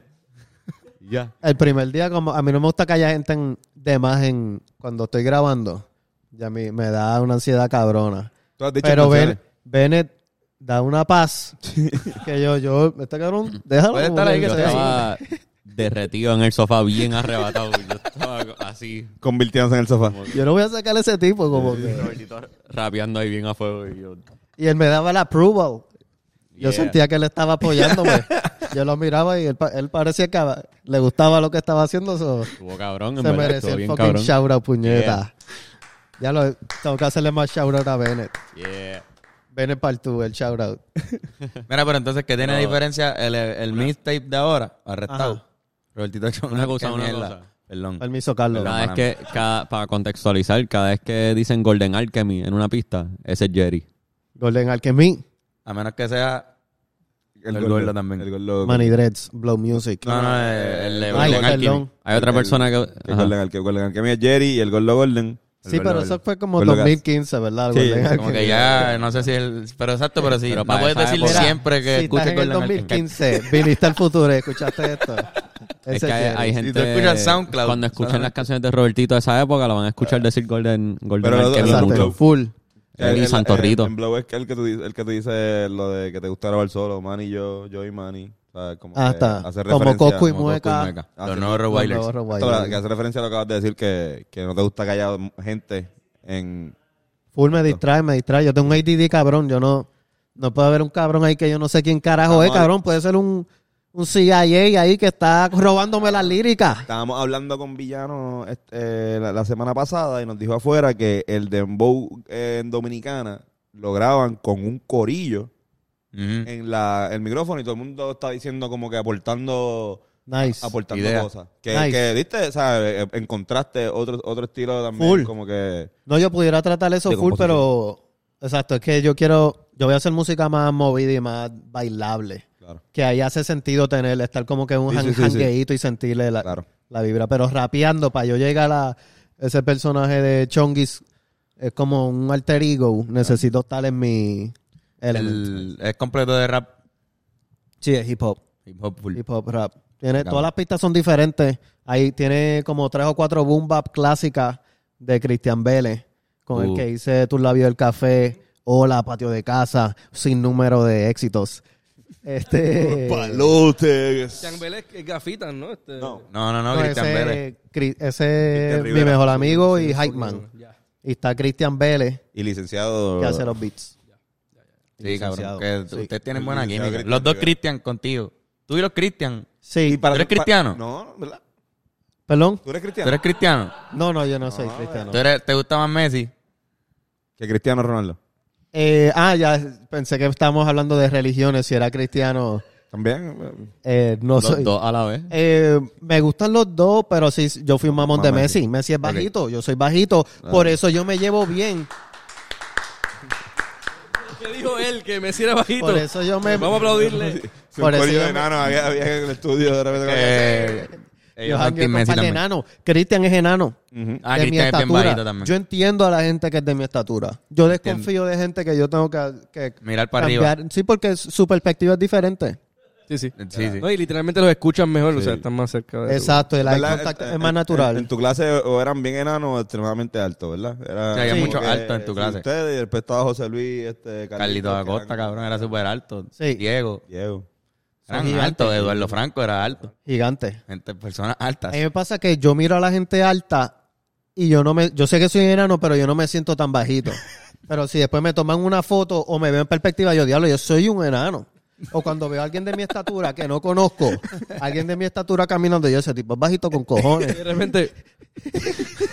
[SPEAKER 5] Ya.
[SPEAKER 3] El primer día, como a mí no me gusta que haya gente en- de más en, cuando estoy grabando. Ya me, me da una ansiedad cabrona.
[SPEAKER 1] tú has dicho
[SPEAKER 3] Pero
[SPEAKER 1] canciones.
[SPEAKER 2] eh.
[SPEAKER 3] Ben- Bennett da una paz que yo, yo, este cabrón, déjalo.
[SPEAKER 2] Puede estar ahí
[SPEAKER 3] como
[SPEAKER 2] que
[SPEAKER 5] Yo
[SPEAKER 2] se-
[SPEAKER 3] sea.
[SPEAKER 5] estaba derretido en el sofá, bien arrebatado. Yo estaba así,
[SPEAKER 1] convirtiéndose en el sofá.
[SPEAKER 3] Yo no voy a sacar a ese tipo como que...
[SPEAKER 5] Robertito rapeando ahí bien a fuego. Y yo,
[SPEAKER 3] Y él me daba el approval. Yo
[SPEAKER 5] Yeah.
[SPEAKER 3] sentía que él estaba apoyándome. yo lo miraba y él, pa- él parecía que le gustaba lo que estaba haciendo. so,
[SPEAKER 5] Estuvo cabrón, en
[SPEAKER 3] Se
[SPEAKER 5] verdad,
[SPEAKER 3] merece
[SPEAKER 5] estuvo
[SPEAKER 3] el
[SPEAKER 5] bien
[SPEAKER 3] fucking
[SPEAKER 5] cabrón.
[SPEAKER 3] shout out, puñeta. Ya lo tengo que hacerle más shout out a Bennett.
[SPEAKER 5] Yeah. Mm.
[SPEAKER 3] Bennett para tú, el shout out.
[SPEAKER 2] Mira, pero entonces, ¿qué tiene
[SPEAKER 5] No.
[SPEAKER 2] diferencia el, el mixtape de ahora? Arrestado.
[SPEAKER 3] Ajá.
[SPEAKER 2] Robertito ha hecho
[SPEAKER 5] Una cosa,
[SPEAKER 2] qué
[SPEAKER 5] una
[SPEAKER 2] mierda.
[SPEAKER 5] cosa.
[SPEAKER 2] Perdón.
[SPEAKER 3] Permiso, Carlos.
[SPEAKER 5] Cada vez que, cada- para contextualizar, cada vez que dicen Golden Alchemy en una pista, ese es Jerry.
[SPEAKER 3] Golden Alchemy,
[SPEAKER 2] A menos que sea. El gordo también.
[SPEAKER 1] El gordo.
[SPEAKER 3] Money Dreads, Blow Music.
[SPEAKER 2] No, no, el, el de
[SPEAKER 3] Ay,
[SPEAKER 2] Golden Alchemy.
[SPEAKER 3] perdón.
[SPEAKER 5] Hay otra
[SPEAKER 1] El-
[SPEAKER 5] persona que...
[SPEAKER 1] El
[SPEAKER 5] ajá.
[SPEAKER 1] Golden, el que Golden, el que mía es Jerry y el gordo Golden. el
[SPEAKER 3] sí,
[SPEAKER 1] gordo
[SPEAKER 3] pero
[SPEAKER 1] Golden.
[SPEAKER 3] eso fue como
[SPEAKER 1] Gordo Gas.
[SPEAKER 3] 2015, ¿verdad? El
[SPEAKER 1] Sí,
[SPEAKER 3] Golden
[SPEAKER 2] Como que
[SPEAKER 3] Alchemy.
[SPEAKER 2] ya, no sé si el. Pero exacto, pero sí.
[SPEAKER 5] Pero
[SPEAKER 2] no
[SPEAKER 5] para
[SPEAKER 2] puedes
[SPEAKER 5] esa
[SPEAKER 2] decir
[SPEAKER 5] época-
[SPEAKER 2] siempre que
[SPEAKER 3] si
[SPEAKER 2] escuches
[SPEAKER 3] estás en el
[SPEAKER 2] Golden Alchemy.
[SPEAKER 3] 2015, viniste al futuro y escuchaste esto. Ese
[SPEAKER 5] Es que hay,
[SPEAKER 3] Jerry.
[SPEAKER 5] hay gente...
[SPEAKER 2] tú escuchas SoundCloud,
[SPEAKER 5] Cuando escuchan las
[SPEAKER 2] solamente.
[SPEAKER 5] canciones de Robertito de esa época, la van a escuchar decir Golden, Golden
[SPEAKER 1] Pero-
[SPEAKER 5] Alchemy
[SPEAKER 1] Exacto.
[SPEAKER 5] mucho.
[SPEAKER 3] Exacto, full.
[SPEAKER 5] Él y Santorrito.
[SPEAKER 1] En Blow es que el que tú dices, el que tú dices lo de que te gusta grabar solo, Manny, yo, yo y Manny. O sea, como que
[SPEAKER 3] Hasta.
[SPEAKER 1] hace
[SPEAKER 3] Ah, Como
[SPEAKER 1] referencia-
[SPEAKER 3] Coscu y
[SPEAKER 1] como
[SPEAKER 3] Mueca.
[SPEAKER 2] Mueca.
[SPEAKER 1] Ah,
[SPEAKER 2] Los
[SPEAKER 1] sí.
[SPEAKER 2] nuevos
[SPEAKER 3] Los
[SPEAKER 2] Rottweilers.
[SPEAKER 3] nuevos
[SPEAKER 1] Esto, la- que
[SPEAKER 3] Rottweilers.
[SPEAKER 1] hace referencia a lo que acabas de decir, que, que no te gusta que haya gente en...
[SPEAKER 3] Full me distrae, me distrae. Yo tengo un ADD cabrón. Yo no. No puede haber un cabrón ahí que yo no sé quién carajo es,
[SPEAKER 1] Vamos a-
[SPEAKER 3] cabrón. Puede ser un, un CIA ahí que está robándome las líricas.
[SPEAKER 1] Estábamos hablando con Villano este, eh, la, la semana pasada y nos dijo afuera que el dembow eh, en Dominicana lo graban con un corillo
[SPEAKER 2] Ujú.
[SPEAKER 1] en la, el micrófono y todo el mundo está diciendo como que aportando...
[SPEAKER 3] Nice.
[SPEAKER 1] aportando
[SPEAKER 2] Idea.
[SPEAKER 1] cosas. Que,
[SPEAKER 3] Nice.
[SPEAKER 1] que, viste, ¿sabes? Eh, Encontraste otro, otro estilo también.
[SPEAKER 3] Full.
[SPEAKER 1] Como que.
[SPEAKER 3] No, yo pudiera tratar eso
[SPEAKER 1] De
[SPEAKER 3] full,
[SPEAKER 1] composición.
[SPEAKER 3] pero. Exacto, es que yo quiero. Yo voy a hacer música más movida y más bailable.
[SPEAKER 1] Claro.
[SPEAKER 3] Que ahí hace sentido tener, estar como que en un
[SPEAKER 1] Sí, sí,
[SPEAKER 3] hang-
[SPEAKER 1] sí, sí.
[SPEAKER 3] hangueíto y sentirle la,
[SPEAKER 1] Claro.
[SPEAKER 3] la vibra. Pero rapeando, para yo llegar a ese personaje de Chongis, es como un alter ego. Necesito estar en mi. element.
[SPEAKER 2] Ah. El- es completo de rap.
[SPEAKER 3] Sí, es hip hop.
[SPEAKER 2] Hip hop full.
[SPEAKER 3] Hip hop rap. Tiene,
[SPEAKER 2] Cabrón.
[SPEAKER 3] todas las pistas son diferentes. Ahí tiene como tres o cuatro boom bap clásicas de Cristian Vélez, con el
[SPEAKER 2] Uh.
[SPEAKER 3] que hice Tus labios del café, Hola, Patio de Casa, sin número de éxitos. Este.
[SPEAKER 1] Palotes.
[SPEAKER 4] Jean Vélez que gafitas, ¿no? Este,
[SPEAKER 1] No.
[SPEAKER 2] No, no, no,
[SPEAKER 3] no,
[SPEAKER 2] Cristian Vélez.
[SPEAKER 3] ese, Cri- ese es mi
[SPEAKER 1] Rivera.
[SPEAKER 3] mejor amigo y Hypeman.
[SPEAKER 4] Man. Ya.
[SPEAKER 3] Y está Cristian Vélez,
[SPEAKER 1] Y licenciado.
[SPEAKER 3] que hace los beats.
[SPEAKER 2] Sí, cabrón.
[SPEAKER 3] licenciado.
[SPEAKER 2] Que
[SPEAKER 3] Sí.
[SPEAKER 2] Ustedes tienen buena
[SPEAKER 1] Licenciado
[SPEAKER 2] química.
[SPEAKER 1] Cristian
[SPEAKER 2] Los dos
[SPEAKER 1] Rivera.
[SPEAKER 2] Cristian contigo. Tú y los Cristian.
[SPEAKER 1] Y
[SPEAKER 3] Sí,
[SPEAKER 1] para-
[SPEAKER 2] ¿Tú eres
[SPEAKER 1] pa-
[SPEAKER 2] cristiano?
[SPEAKER 1] No, ¿verdad?
[SPEAKER 3] perdón.
[SPEAKER 1] ¿Tú eres
[SPEAKER 2] ¿Tú
[SPEAKER 1] cristiano?
[SPEAKER 2] eres cristiano?
[SPEAKER 3] No, no, yo no soy cristiano.
[SPEAKER 2] ¿Tú eres- ¿Te gusta más Messi?
[SPEAKER 1] Que cristiano Ronaldo.
[SPEAKER 3] Eh, ah, ya pensé que estábamos hablando de religiones. Si era cristiano,
[SPEAKER 1] También.
[SPEAKER 3] eh, no
[SPEAKER 5] Los
[SPEAKER 3] soy.
[SPEAKER 5] dos a la vez.
[SPEAKER 3] Eh, me gustan los dos, pero sí, yo fui un mamón
[SPEAKER 1] Más
[SPEAKER 3] de
[SPEAKER 1] Messi.
[SPEAKER 3] Messi. Messi es bajito, yo soy bajito.
[SPEAKER 2] Ah.
[SPEAKER 3] Por eso yo me llevo bien.
[SPEAKER 4] ¿Qué dijo él? Que me hiciera bajito.
[SPEAKER 3] Por eso yo me...
[SPEAKER 4] Vamos a aplaudirle.
[SPEAKER 1] Sí,
[SPEAKER 3] Por
[SPEAKER 1] un
[SPEAKER 3] eso
[SPEAKER 1] corillo
[SPEAKER 3] yo
[SPEAKER 1] de
[SPEAKER 3] me-
[SPEAKER 1] enano había, había en el estudio de repente.
[SPEAKER 2] Eh,
[SPEAKER 3] Yo
[SPEAKER 2] ellos son
[SPEAKER 3] jangueo
[SPEAKER 2] Team
[SPEAKER 3] con
[SPEAKER 2] Messi
[SPEAKER 3] par de
[SPEAKER 2] también.
[SPEAKER 3] enano. Cristian es enano.
[SPEAKER 1] Ujú.
[SPEAKER 2] Ah,
[SPEAKER 3] de mi
[SPEAKER 2] Cristian es bien
[SPEAKER 3] estatura.
[SPEAKER 2] bajito también.
[SPEAKER 3] Yo entiendo a la gente que es de mi estatura. Yo desconfío de gente que yo tengo que, que
[SPEAKER 2] Mirar para arriba.
[SPEAKER 3] cambiar. Sí, porque su perspectiva es diferente.
[SPEAKER 4] Sí, sí.
[SPEAKER 2] Sí, sí.
[SPEAKER 4] No, y literalmente los escuchan mejor, o
[SPEAKER 8] Sí.
[SPEAKER 4] sea, están más cerca de
[SPEAKER 3] Exacto, el eye
[SPEAKER 1] ¿Verdad? Eh,
[SPEAKER 3] contact
[SPEAKER 1] En-
[SPEAKER 3] es
[SPEAKER 1] en-
[SPEAKER 3] más natural.
[SPEAKER 1] En, en tu clase o eran bien enanos o extremadamente altos, ¿verdad? Era
[SPEAKER 2] Sí, había
[SPEAKER 1] como
[SPEAKER 2] muchos
[SPEAKER 1] que
[SPEAKER 2] altos en tu clase.
[SPEAKER 1] Ustedes y después estaba José Luis, este,
[SPEAKER 2] Carlitos Acosta,
[SPEAKER 1] que eran-
[SPEAKER 2] cabrón, era súper alto.
[SPEAKER 3] Sí.
[SPEAKER 2] Diego.
[SPEAKER 1] Diego.
[SPEAKER 2] Eran
[SPEAKER 3] gigantes.
[SPEAKER 2] altos. Eduardo Franco era alto.
[SPEAKER 3] Gigante.
[SPEAKER 2] Gente, personas
[SPEAKER 3] A
[SPEAKER 2] altas.
[SPEAKER 3] mí me pasa que yo miro a la gente alta y yo no me, yo sé que soy enano, pero yo no me siento tan bajito. Pero si después me toman una foto o me veo en perspectiva, yo diablo, yo soy un enano. O cuando veo a alguien de mi estatura que no conozco, alguien de mi estatura caminando, yo ese tipo es bajito con
[SPEAKER 4] Y
[SPEAKER 3] cojones.
[SPEAKER 4] de repente,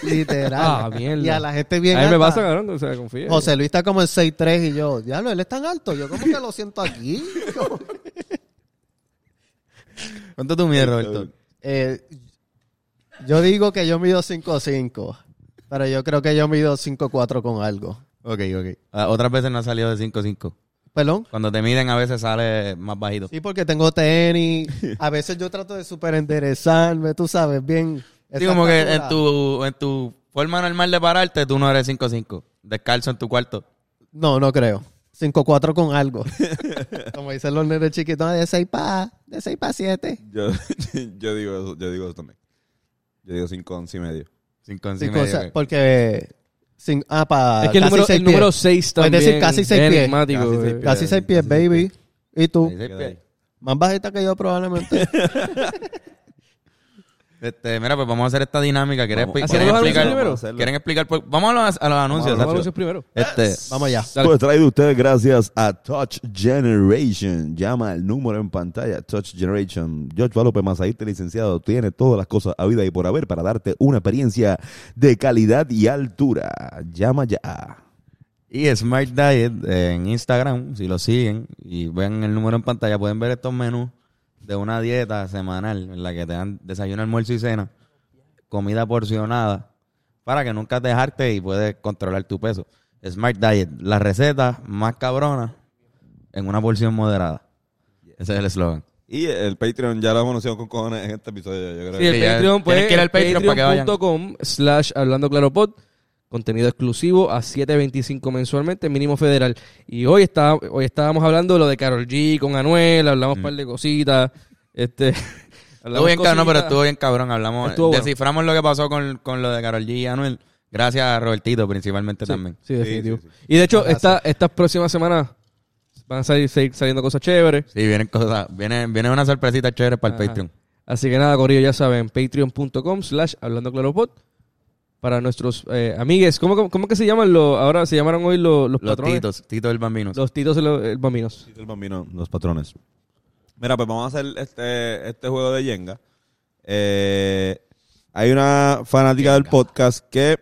[SPEAKER 3] Literal.
[SPEAKER 4] Ah, mierda.
[SPEAKER 3] Y a la gente bien
[SPEAKER 4] a mí me
[SPEAKER 3] alta.
[SPEAKER 4] pasa, cabrón, o sea, confía.
[SPEAKER 3] José Luis está como en 6'3 y yo, diablo, él es tan alto. Yo como que lo siento aquí. Como-
[SPEAKER 2] ¿Cuánto tú mides, Roberto?
[SPEAKER 3] Eh, yo digo que yo mido 5'5, pero yo creo que yo mido 5'4 con algo.
[SPEAKER 2] Ok, ok. Ah, Otras veces no ha salido de 5'5".
[SPEAKER 3] ¿Perdón?
[SPEAKER 2] Cuando te miden a veces sale más bajito.
[SPEAKER 3] Sí, porque tengo tenis. A veces yo trato de superenderezarme, tú sabes, bien.
[SPEAKER 2] Sí, como que en tu, en tu forma normal de pararte, tú no eres 5'5". Descalzo en tu cuarto.
[SPEAKER 3] No, no creo. 5'4 con algo. como dicen los nenes chiquitos, de 6 pa, de 6 pa 7.
[SPEAKER 1] Yo, yo digo eso, yo digo eso también. Yo digo cinco, once y medio.
[SPEAKER 2] 5'5".
[SPEAKER 3] Sí, cosa- porque... sin- ah, pa,
[SPEAKER 4] Es que el
[SPEAKER 3] casi
[SPEAKER 4] número,
[SPEAKER 3] seis
[SPEAKER 4] el número
[SPEAKER 3] pies.
[SPEAKER 4] 6
[SPEAKER 3] Puedes
[SPEAKER 4] también.
[SPEAKER 3] decir casi seis
[SPEAKER 4] es
[SPEAKER 3] pies.
[SPEAKER 4] enigmático,
[SPEAKER 1] Casi seis
[SPEAKER 4] eh.
[SPEAKER 1] pies.
[SPEAKER 3] Casi 6 pies, baby. ¿Y tú?
[SPEAKER 2] pues,
[SPEAKER 3] Más bajita que yo probablemente.
[SPEAKER 2] Este, mira, pues vamos a hacer esta dinámica. ¿Quieres
[SPEAKER 1] Vamos.
[SPEAKER 2] expli-
[SPEAKER 4] ¿Hacemos
[SPEAKER 2] ¿quieren
[SPEAKER 4] los
[SPEAKER 2] explicar?
[SPEAKER 4] anuncios primero?
[SPEAKER 2] Vamos a hacerlo. ¿Quieren explicar? por- Vamos a los, a los
[SPEAKER 4] Vamos
[SPEAKER 2] anuncios.
[SPEAKER 4] a los
[SPEAKER 2] rápido.
[SPEAKER 4] anuncios primero.
[SPEAKER 2] Este,
[SPEAKER 3] Vamos allá.
[SPEAKER 4] Dale.
[SPEAKER 1] Pues traído ustedes gracias a Touch Generation. Llama al número en pantalla, Touch Generation. George López Mazaite, licenciado, tiene todas las cosas a vida y por haber para darte una experiencia de calidad y altura. Llama ya.
[SPEAKER 2] Y Smart Diet eh, en Instagram, si lo siguen y ven el número en pantalla, pueden ver estos menús de una dieta semanal en la que te dan desayuno, almuerzo y cena, comida porcionada, para que nunca te jarte y puedes controlar tu peso. Smart Diet, la receta más cabrona en una porción moderada. Ese es el eslogan.
[SPEAKER 1] Y el Patreon ya lo hemos anunciado con cojones en este episodio, yo creo.
[SPEAKER 4] Sí, el
[SPEAKER 2] Sí, ya-
[SPEAKER 4] Patreon, pues,
[SPEAKER 2] tienes que ir al Patreon para que vayan.
[SPEAKER 4] patreon.com slash hablando claro pod. Contenido exclusivo a 7.25 mensualmente, mínimo federal. Y hoy está, hoy estábamos hablando de lo de Carol G con Anuel, hablamos un par de cositas. Este,
[SPEAKER 2] Mm. Estuvo
[SPEAKER 4] hablamos
[SPEAKER 2] bien cabrón, pero
[SPEAKER 4] cositas.
[SPEAKER 2] estuvo bien cabrón. Hablamos,
[SPEAKER 4] Estuvo bueno.
[SPEAKER 2] desciframos lo que pasó con, con lo de Carol G y Anuel. Gracias a Robertito principalmente también.
[SPEAKER 4] Sí, definitivo. Y de hecho, esta, estas próximas semanas van a salir, seguir saliendo cosas chéveres.
[SPEAKER 2] Sí, vienen cosas, viene, viene una sorpresita chévere para el
[SPEAKER 4] Ajá.
[SPEAKER 2] Patreon.
[SPEAKER 4] Así que nada, Corillo, ya saben, patreon.com slash hablando claro pod. Para nuestros eh, amigues, ¿cómo, cómo, cómo que se llaman? los ahora se llamaron hoy los, los,
[SPEAKER 2] Los
[SPEAKER 4] patrones.
[SPEAKER 2] titos, Tito el Bambino.
[SPEAKER 4] Los titos y los eh, bambinos.
[SPEAKER 1] Sí, del bambino, los patrones. Mira, pues vamos a hacer este, este juego de Jenga. Eh, hay una fanática del podcast que.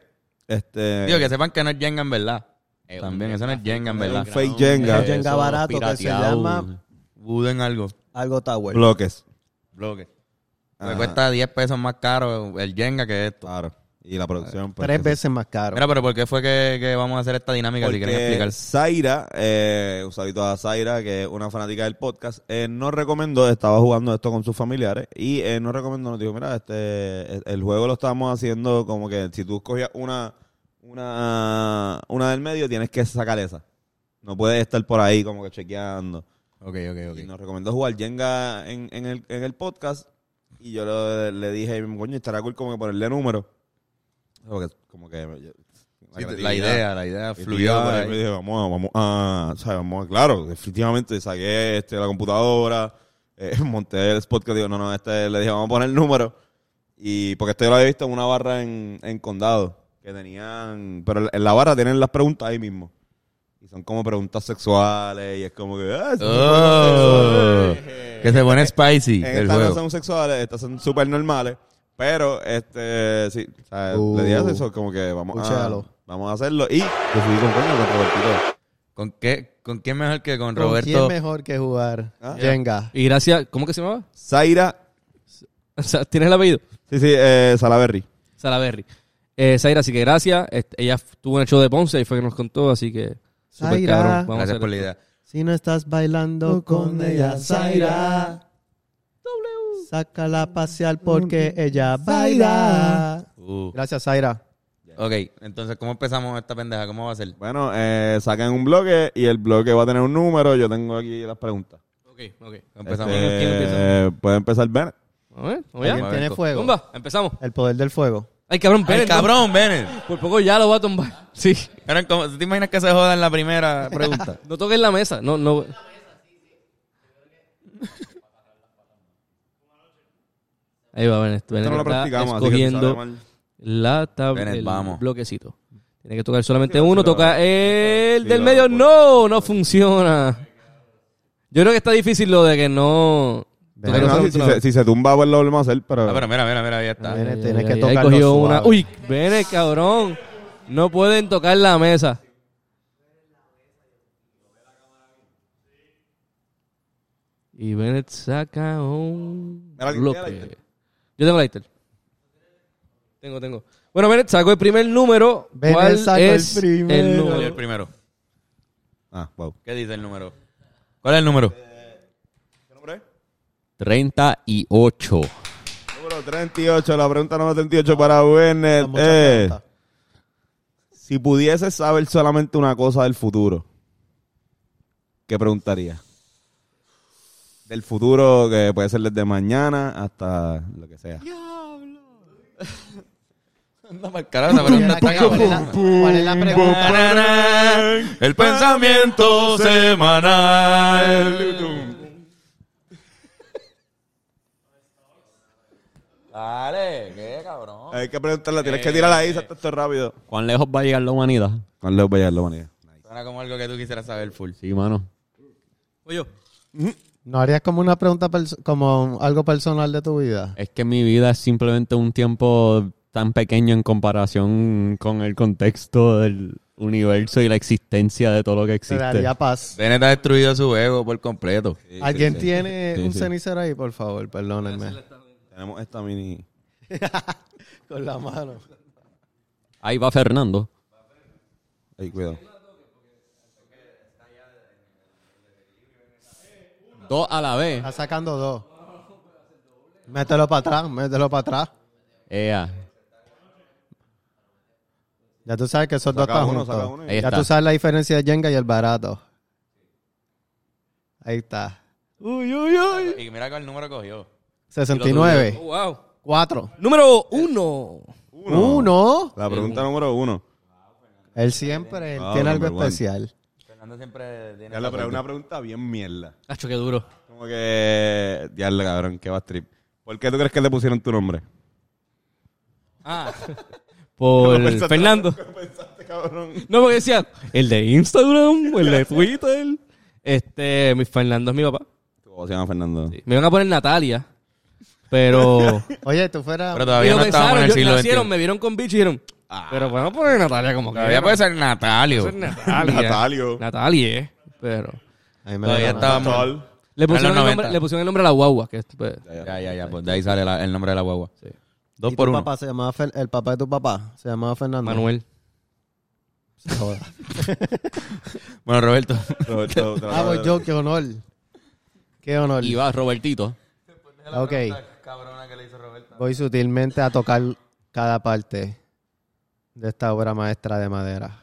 [SPEAKER 1] Este,
[SPEAKER 2] Digo, que sepan que no es Jenga en verdad. También, eso no es Jenga en
[SPEAKER 1] es un
[SPEAKER 2] verdad.
[SPEAKER 1] fake Jenga.
[SPEAKER 3] Es Jenga
[SPEAKER 8] Eso,
[SPEAKER 3] barato que se
[SPEAKER 8] pirateado.
[SPEAKER 3] llama-
[SPEAKER 2] Buden algo.
[SPEAKER 3] Algo está bueno.
[SPEAKER 1] bloques.
[SPEAKER 2] Bloque. Me
[SPEAKER 1] Ajá.
[SPEAKER 2] cuesta 10 pesos más caro el Jenga que esto.
[SPEAKER 1] Claro. Y la producción. pues,
[SPEAKER 3] Tres
[SPEAKER 1] que-
[SPEAKER 3] veces más caro.
[SPEAKER 2] Mira, pero ¿por qué fue que, que vamos a hacer esta dinámica? Si quieren
[SPEAKER 1] Porque
[SPEAKER 2] explicar.
[SPEAKER 1] Zaira, eh, un saludo a Zaira, que es una fanática del podcast, eh, nos recomendó, estaba jugando esto con sus familiares, y eh, nos recomendó, nos dijo, mira, este, el juego lo estábamos haciendo como que si tú escogías una, una, una del medio, tienes que sacar esa. No puedes estar por ahí como que chequeando.
[SPEAKER 2] Ok, ok, ok.
[SPEAKER 1] Y nos recomendó jugar Jenga en, en el, en el podcast. Y yo lo- le dije, coño, estará cool como que ponerle número. Como que... como que-
[SPEAKER 2] Sí, te- la
[SPEAKER 1] creatividad.
[SPEAKER 2] idea, la idea
[SPEAKER 1] Y
[SPEAKER 2] fluyó.
[SPEAKER 1] tía,
[SPEAKER 2] por
[SPEAKER 1] y me
[SPEAKER 2] ahí.
[SPEAKER 1] dije, vamos, a- vamos, a- ¿sabes? vamos, a- claro, definitivamente saqué este, la computadora, eh, monté el spot que digo, no, no, este, le dije, vamos a poner el número. Y porque este yo lo había visto en una barra en, en Condado, que tenían, pero en la barra tienen las preguntas ahí mismo. Y son como preguntas sexuales, y es como que, ah, son
[SPEAKER 2] Oh,
[SPEAKER 1] preguntas sexuales.
[SPEAKER 2] que se pone spicy
[SPEAKER 1] En
[SPEAKER 2] el
[SPEAKER 1] estas no
[SPEAKER 2] juego.
[SPEAKER 1] son sexuales, estas son súper normales. Pero, este, sí, o sea,
[SPEAKER 3] Uh.
[SPEAKER 1] le dije "Ah, eso, como que vamos a,
[SPEAKER 3] Escúchalo.
[SPEAKER 1] vamos a hacerlo. Y decidí con coño con Robertito.
[SPEAKER 2] ¿Con, qué, ¿Con quién mejor que con,
[SPEAKER 3] ¿Con
[SPEAKER 2] Roberto?
[SPEAKER 3] ¿Quién mejor que jugar?
[SPEAKER 1] Ah.
[SPEAKER 3] Jenga.
[SPEAKER 4] Y gracias, ¿cómo que se llamaba?
[SPEAKER 1] Zaira,
[SPEAKER 4] O sea, ¿Tienes el apellido?
[SPEAKER 1] sí, sí, eh, Salaberry.
[SPEAKER 4] Salaberry. Eh, Zaira, así que gracias. Este, ella f- tuvo en el show de Ponce y fue que nos contó, así que. súper
[SPEAKER 3] Zaira.
[SPEAKER 4] cabrón. Vamos a
[SPEAKER 2] Gracias
[SPEAKER 4] hacer
[SPEAKER 2] por la
[SPEAKER 4] esto.
[SPEAKER 2] idea.
[SPEAKER 3] Si no estás bailando con ella, Zaira. Sácala a pasear porque ella baila.
[SPEAKER 2] Uh.
[SPEAKER 3] Gracias, Zaira.
[SPEAKER 2] Ok, entonces, ¿cómo empezamos esta pendeja? ¿Cómo va a ser?
[SPEAKER 1] Bueno, eh, sacan un bloque y el bloque va a tener un número. Yo tengo aquí las preguntas.
[SPEAKER 4] Ok, ok.
[SPEAKER 2] Empezamos.
[SPEAKER 1] Este,
[SPEAKER 4] ¿Quién empieza?
[SPEAKER 1] eh, puede empezar Bennett.
[SPEAKER 4] A ver, ¿cómo
[SPEAKER 3] ¿Alguien
[SPEAKER 4] ya?
[SPEAKER 3] tiene
[SPEAKER 2] Marco.
[SPEAKER 3] fuego?
[SPEAKER 4] Zumba, empezamos.
[SPEAKER 3] El poder del fuego.
[SPEAKER 4] Ay, cabrón,
[SPEAKER 2] ¡El
[SPEAKER 4] Bennett, no.
[SPEAKER 2] cabrón, Bennett!
[SPEAKER 4] Por poco ya lo va a tumbar. Sí.
[SPEAKER 2] Cabrón, ¿cómo- ¿Tú te imaginas que se joda en la primera pregunta?
[SPEAKER 4] No toques la mesa. No, no. Ahí va, Bennett. Bennett
[SPEAKER 1] Esto no lo
[SPEAKER 4] está
[SPEAKER 1] practicamos, así que te sale
[SPEAKER 4] escogiendo
[SPEAKER 1] mal.
[SPEAKER 4] la tabla,
[SPEAKER 2] Bennett,
[SPEAKER 4] el
[SPEAKER 2] vamos.
[SPEAKER 4] bloquecito. Tiene que tocar solamente uno. Toca el
[SPEAKER 1] sí,
[SPEAKER 4] del
[SPEAKER 1] lo-
[SPEAKER 4] medio. No, no funciona. Yo creo que está difícil lo de que no... tocar
[SPEAKER 1] Bueno,
[SPEAKER 4] los
[SPEAKER 1] si, si
[SPEAKER 4] otros.
[SPEAKER 1] se, si se tumba, pues lo volvemos a hacer, pero...
[SPEAKER 2] Ah, pero mira, mira, mira, ya está.
[SPEAKER 3] Bennett,
[SPEAKER 4] Ay,
[SPEAKER 3] tienes
[SPEAKER 4] ay,
[SPEAKER 3] que
[SPEAKER 4] ay,
[SPEAKER 3] tocarlo
[SPEAKER 4] cogió
[SPEAKER 3] suave.
[SPEAKER 4] una. Uy, Bennett, cabrón. No pueden tocar la mesa. Y Bennett saca un
[SPEAKER 1] Mira, ¿alguien tiene
[SPEAKER 4] bloque.
[SPEAKER 1] lighter?
[SPEAKER 4] Yo tengo lighter. Tengo, tengo. Bueno, Bennett sacó el primer número.
[SPEAKER 3] Bennett
[SPEAKER 4] ¿Cuál
[SPEAKER 3] sacó el
[SPEAKER 4] es el,
[SPEAKER 3] primero.
[SPEAKER 2] Salió
[SPEAKER 4] número?
[SPEAKER 2] el primero.
[SPEAKER 1] Ah, wow.
[SPEAKER 2] ¿Qué dice el número? ¿Cuál es el número?
[SPEAKER 5] 38.
[SPEAKER 1] Número 38, la pregunta número 38 para Bennett
[SPEAKER 3] Son muchas
[SPEAKER 1] es...
[SPEAKER 3] preguntas.
[SPEAKER 1] Si pudieses saber solamente una cosa del futuro, ¿qué preguntaría? Del futuro, que puede ser desde mañana hasta lo que sea.
[SPEAKER 2] Anda mal carajo, esa pregunta está
[SPEAKER 3] ¿Cuál es
[SPEAKER 2] cabrona.
[SPEAKER 3] la- ¿Cuál es la pregunta?
[SPEAKER 2] El pensamiento semanal. Dale, qué cabrón.
[SPEAKER 1] Hay que preguntarla, tienes que tirarla ahí, salta esto rápido.
[SPEAKER 5] ¿Cuán lejos va a llegar la humanidad?
[SPEAKER 1] Con Leo Bellardo, manía.
[SPEAKER 2] Suena como algo que tú quisieras saber full.
[SPEAKER 5] Sí, mano.
[SPEAKER 4] Oye,
[SPEAKER 3] ¿No harías como una pregunta, perso- como algo personal de tu vida?
[SPEAKER 5] Es que mi vida es simplemente un tiempo tan pequeño en comparación con el contexto del universo y la existencia de todo lo que
[SPEAKER 3] Te
[SPEAKER 5] existe.
[SPEAKER 3] daría paz.
[SPEAKER 2] Bennett ha destruido su ego por completo.
[SPEAKER 3] ¿Alguien tiene
[SPEAKER 5] Sí,
[SPEAKER 3] un
[SPEAKER 5] sí.
[SPEAKER 3] cenicero ahí, por favor? Perdónenme.
[SPEAKER 1] Tenemos esta mini...
[SPEAKER 3] Con la mano.
[SPEAKER 5] Ahí va Fernando.
[SPEAKER 1] Ey, cuidado.
[SPEAKER 5] Dos a la vez.
[SPEAKER 3] Está sacando dos. Mételo para atrás, mételo para atrás.
[SPEAKER 5] Ea.
[SPEAKER 3] Ya tú sabes que esos dos
[SPEAKER 1] Saca
[SPEAKER 3] están
[SPEAKER 1] uno, saca
[SPEAKER 3] juntos.
[SPEAKER 1] uno.
[SPEAKER 5] Ahí
[SPEAKER 3] Ya
[SPEAKER 5] está.
[SPEAKER 3] tú sabes la diferencia de Jenga y el barato. Ahí está. Uy, uy, uy.
[SPEAKER 2] Y mira cuál número cogió.
[SPEAKER 4] oh,
[SPEAKER 3] 69.
[SPEAKER 4] wow.
[SPEAKER 3] 4.
[SPEAKER 4] Número uno.
[SPEAKER 3] 1.
[SPEAKER 1] La pregunta número uno.
[SPEAKER 3] Él siempre él
[SPEAKER 1] Wow,
[SPEAKER 3] tiene algo
[SPEAKER 1] Ah, number one.
[SPEAKER 3] especial.
[SPEAKER 2] Fernando siempre tiene.
[SPEAKER 1] Ya la pre- una pregunta bien mierda.
[SPEAKER 4] Hacho, qué duro.
[SPEAKER 1] Como que... Diablo, cabrón, qué va trip. ¿Por qué tú crees que le pusieron tu nombre?
[SPEAKER 4] Ah. Por
[SPEAKER 1] No pensaste-
[SPEAKER 4] Fernando.
[SPEAKER 1] pensaste, cabrón?
[SPEAKER 4] No, porque decía, el de Instagram, el de Twitter. Este, mi Fernando es mi papá.
[SPEAKER 1] ¿Cómo se llama Fernando?
[SPEAKER 4] Sí, Me iban a poner Natalia. Pero.
[SPEAKER 3] Oye, tú fueras.
[SPEAKER 2] Pero
[SPEAKER 4] Y
[SPEAKER 2] todavía
[SPEAKER 4] lo
[SPEAKER 2] no estábamos en el
[SPEAKER 4] yo-
[SPEAKER 2] siglo XXI.
[SPEAKER 4] nacieron, me vieron con bicho y dijeron, pero podemos poner Natalia como que.
[SPEAKER 2] Todavía puede ser Natalio.
[SPEAKER 4] ser Natalia.
[SPEAKER 1] Natalio.
[SPEAKER 4] Natalia, eh, pero.
[SPEAKER 3] A mí me
[SPEAKER 2] Todavía
[SPEAKER 3] da-
[SPEAKER 2] estábamos.
[SPEAKER 1] Tal.
[SPEAKER 4] Le
[SPEAKER 2] Pero en los
[SPEAKER 4] pusieron, el
[SPEAKER 2] 90.
[SPEAKER 4] nombre, le pusieron el nombre a la guagua. Que, es, pues,
[SPEAKER 2] Ya, ya, ya. Pues de ahí sale la- el nombre de la guagua. Dos
[SPEAKER 3] ¿Y
[SPEAKER 2] por
[SPEAKER 3] tu
[SPEAKER 2] uno.
[SPEAKER 3] papá se llamaba Fer- el papá de tu papá se llamaba Fernando.
[SPEAKER 4] Manuel.
[SPEAKER 3] Se joda.
[SPEAKER 2] Bueno, Roberto.
[SPEAKER 1] Roberto, te la-
[SPEAKER 3] Ah, pues yo, qué honor. Qué honor.
[SPEAKER 5] Y va Robertito.
[SPEAKER 3] Ok. Voy sutilmente a tocar cada parte de esta obra maestra de madera.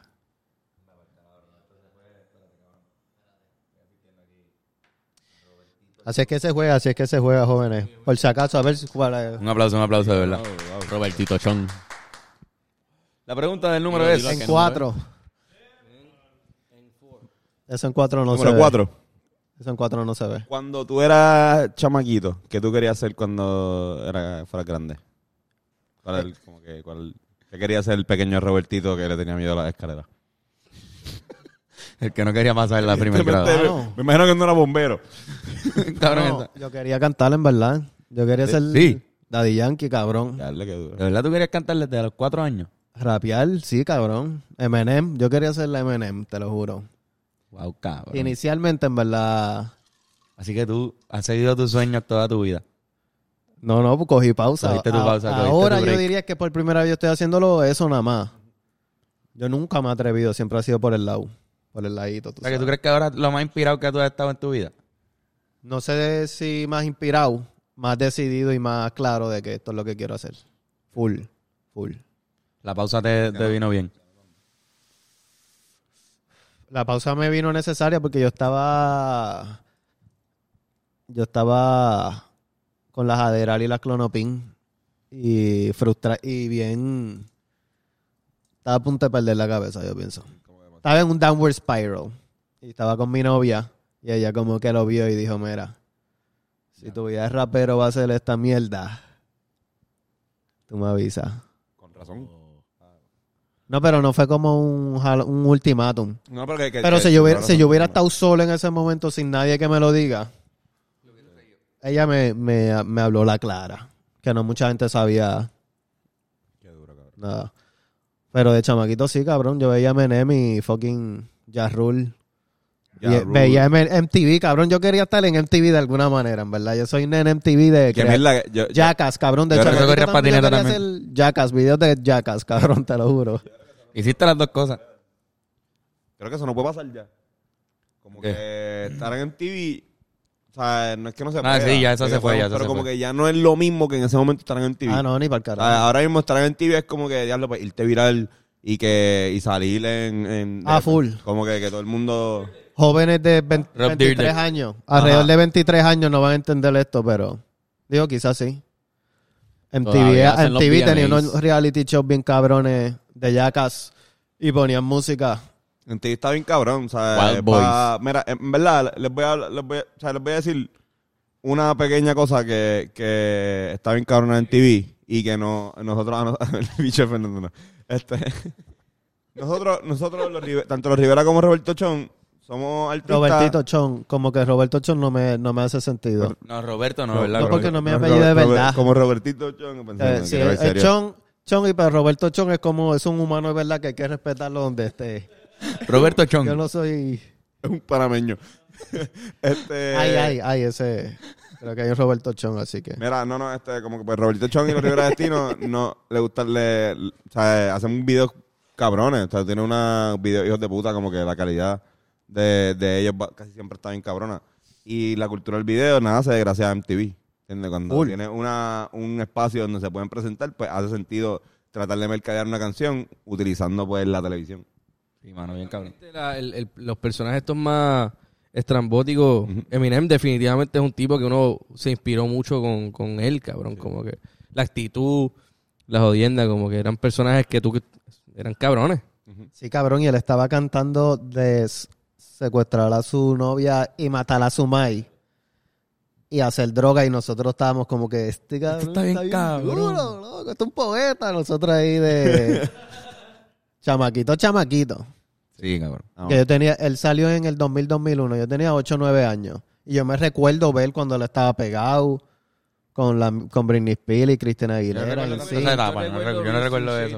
[SPEAKER 3] Así es que se juega, así es que se juega, jóvenes. Por si acaso, a ver si cuál es.
[SPEAKER 2] Un aplauso, un aplauso, de verdad.
[SPEAKER 5] Robertito Chon.
[SPEAKER 2] La pregunta del número
[SPEAKER 5] Dilo,
[SPEAKER 2] es.
[SPEAKER 5] dilo.
[SPEAKER 3] En cuatro. Eso en cuatro no se
[SPEAKER 1] Número
[SPEAKER 3] ve.
[SPEAKER 1] cuatro.
[SPEAKER 3] Eso en cuatro no se ve.
[SPEAKER 1] Cuando tú eras chamaquito, ¿qué tú querías hacer cuando era, fueras grande? ¿Cuál era el- como que, cuál- ¿Qué quería hacer el pequeño Robertito que le tenía miedo a las escaleras?
[SPEAKER 2] El que no quería pasar en la primera
[SPEAKER 1] Simplemente,
[SPEAKER 2] grado.
[SPEAKER 3] grado.
[SPEAKER 1] Me imagino que no era bombero.
[SPEAKER 2] Cabrón,
[SPEAKER 3] No,
[SPEAKER 2] esa-
[SPEAKER 3] yo quería cantar en verdad. Yo quería ser
[SPEAKER 2] Sí.
[SPEAKER 3] Daddy Yankee, cabrón.
[SPEAKER 1] Dale, qué duro.
[SPEAKER 2] ¿De verdad tú querías cantar desde los cuatro años?
[SPEAKER 3] Rapear, sí, cabrón. Eminem, yo quería ser la Eminem, te lo juro.
[SPEAKER 2] Wow, cabrón.
[SPEAKER 3] Inicialmente, en verdad,
[SPEAKER 2] Así que tú has seguido tus sueños toda tu vida.
[SPEAKER 3] no, no, pues cogí pausa.
[SPEAKER 2] Cogiste tu
[SPEAKER 3] A-
[SPEAKER 2] pausa, cogiste
[SPEAKER 3] ahora
[SPEAKER 2] tu
[SPEAKER 3] yo
[SPEAKER 2] break.
[SPEAKER 3] diría que por primera vez yo estoy haciéndolo eso nada más. Yo nunca me he atrevido, siempre ha sido por el lado. por el ladito.
[SPEAKER 2] O
[SPEAKER 3] tú
[SPEAKER 2] sea, que tú
[SPEAKER 3] sabes.
[SPEAKER 2] crees que ahora lo más inspirado que tú has estado en tu vida.
[SPEAKER 3] No sé de si más inspirado, más decidido y más claro de que esto es lo que quiero hacer. Full, full.
[SPEAKER 2] La pausa te, te vino bien.
[SPEAKER 3] La pausa me vino necesaria porque yo estaba. Yo estaba con las Aderal y las Clonopin. Y frustra y bien. Estaba a punto de perder la cabeza, yo pienso. Estaba en un downward spiral. Y estaba con mi novia. Y ella como que lo vio y dijo, mira, si tu vida es rapero va a ser esta mierda. Tú me avisas.
[SPEAKER 1] Con razón.
[SPEAKER 3] No, pero no fue como un, jalo- un ultimátum.
[SPEAKER 1] No, pero que, que-
[SPEAKER 3] Pero
[SPEAKER 1] que-
[SPEAKER 3] si yo hubiera,
[SPEAKER 1] no,
[SPEAKER 3] si
[SPEAKER 1] no,
[SPEAKER 3] yo
[SPEAKER 1] no,
[SPEAKER 3] hubiera
[SPEAKER 1] no.
[SPEAKER 3] estado solo en ese momento sin nadie que me lo diga, ella me, me, me habló la clara, que no mucha gente sabía
[SPEAKER 1] Qué duro, cabrón.
[SPEAKER 3] nada. Pero de chamaquito sí, cabrón, yo veía Menem y fucking Jarrul.
[SPEAKER 1] Ya, Rule.
[SPEAKER 3] Veía M- MTV, cabrón, yo quería estar en MTV de alguna manera, en verdad. Yo soy nene MTV de...
[SPEAKER 1] Que
[SPEAKER 3] crea-
[SPEAKER 1] mierda, yo- yo-
[SPEAKER 3] Jackass, cabrón, de
[SPEAKER 2] Yo
[SPEAKER 3] chamaquito
[SPEAKER 2] recorría
[SPEAKER 3] también yo
[SPEAKER 2] patineta
[SPEAKER 3] quería hacer Jackass, videos de Jackass, cabrón, te lo juro.
[SPEAKER 2] Hiciste las dos cosas.
[SPEAKER 1] Creo que eso no puede pasar ya. Como
[SPEAKER 2] ¿Qué?
[SPEAKER 1] que estar en MTV. O sea, no es que no se
[SPEAKER 2] Ah,
[SPEAKER 1] pueda,
[SPEAKER 2] sí, ya esa
[SPEAKER 1] que
[SPEAKER 2] se fue, ya esa
[SPEAKER 1] Pero
[SPEAKER 2] se
[SPEAKER 1] como
[SPEAKER 2] fue.
[SPEAKER 1] que ya no es lo mismo que en ese momento estar en MTV.
[SPEAKER 3] Ah, no, ni para el carajo.
[SPEAKER 1] Ah, Ahora mismo estar en MTV es como que diablo, pues, irte viral y que y salir en, en-
[SPEAKER 3] Ah, full.
[SPEAKER 1] Como que, que todo el mundo
[SPEAKER 3] jóvenes de 20
[SPEAKER 2] Rob
[SPEAKER 3] 23
[SPEAKER 2] Dyrdek.
[SPEAKER 3] años, alrededor de 23 años no van a entender esto, pero digo, quizás sí. MTV,
[SPEAKER 5] Todavía hacen los
[SPEAKER 3] MTV tenía
[SPEAKER 5] VMAs.
[SPEAKER 3] unos reality shows bien cabrones de yacas y ponían música.
[SPEAKER 1] en MTV está bien cabrón, o sea,
[SPEAKER 5] Wild
[SPEAKER 1] es pa- mira, en verdad les voy a les voy a, o sea, les voy a decir una pequeña cosa que, que está bien cabrón en MTV y que no nosotros a nos- el bicho Fernando no. Este nosotros nosotros los Rive- tanto los Rivera como Roberto Chon somos artistas
[SPEAKER 3] Robertito Chon, como que Roberto Chon no me, no me hace sentido.
[SPEAKER 2] No, Roberto no,
[SPEAKER 1] No,
[SPEAKER 2] ¿verdad?
[SPEAKER 3] no,
[SPEAKER 2] Roberto?
[SPEAKER 3] porque no me
[SPEAKER 1] Robert-
[SPEAKER 3] apellido de
[SPEAKER 1] Robert-
[SPEAKER 3] verdad.
[SPEAKER 1] Como Robertito Chon, pensé,
[SPEAKER 3] Eh,
[SPEAKER 1] no,
[SPEAKER 3] sí,
[SPEAKER 1] quiero ver
[SPEAKER 3] eh,
[SPEAKER 1] serio.
[SPEAKER 3] Chon, Chon y pero Roberto Chon es como, es un humano de verdad que hay que respetarlo donde esté.
[SPEAKER 2] Roberto Chong.
[SPEAKER 3] Yo no soy...
[SPEAKER 1] Es un panameño. este.
[SPEAKER 3] Ay, ay, ay, ese... Creo que hay un Roberto Chon, así que...
[SPEAKER 1] Mira, no, no, este, como que pues Roberto Chong y los Rivera Destino no le gustan, le, o sea, hacen un video cabrones, o sea, tiene una video hijos de puta, como que la calidad de, de ellos va- casi siempre está bien cabrona. Y la cultura del video, nada, se desgracia a MTV, ¿entiendes? Cuando
[SPEAKER 3] Full.
[SPEAKER 1] tiene una, un espacio donde se pueden presentar, pues hace sentido tratar de mercadear una canción utilizando pues la televisión.
[SPEAKER 2] Sí, mano, bien cabrón.
[SPEAKER 4] La- el- el- los personajes estos más estrambóticos, Eminem definitivamente es un tipo que uno se inspiró mucho con, con él, cabrón. Como que la actitud, la jodienda, como que eran personajes que tú... que- Eran cabrones.
[SPEAKER 3] Sí, cabrón, y él estaba cantando de s- secuestrar a su novia y matar a su mai y hacer droga y nosotros estábamos como que este cabrón
[SPEAKER 4] está bien cabrón.
[SPEAKER 3] duro, loco, este es un poeta, nosotros ahí de chamaquito, chamaquito.
[SPEAKER 2] Sí, cabrón.
[SPEAKER 1] Ah,
[SPEAKER 3] Que yo tenía, él salió en el 2000, 2001, yo tenía 8, 9 años y yo me recuerdo ver cuando él estaba pegado con la con Britney Spears y Cristina Aguilera. y sí.
[SPEAKER 2] esa etapa, no recuerdo- yo no recuerdo eso.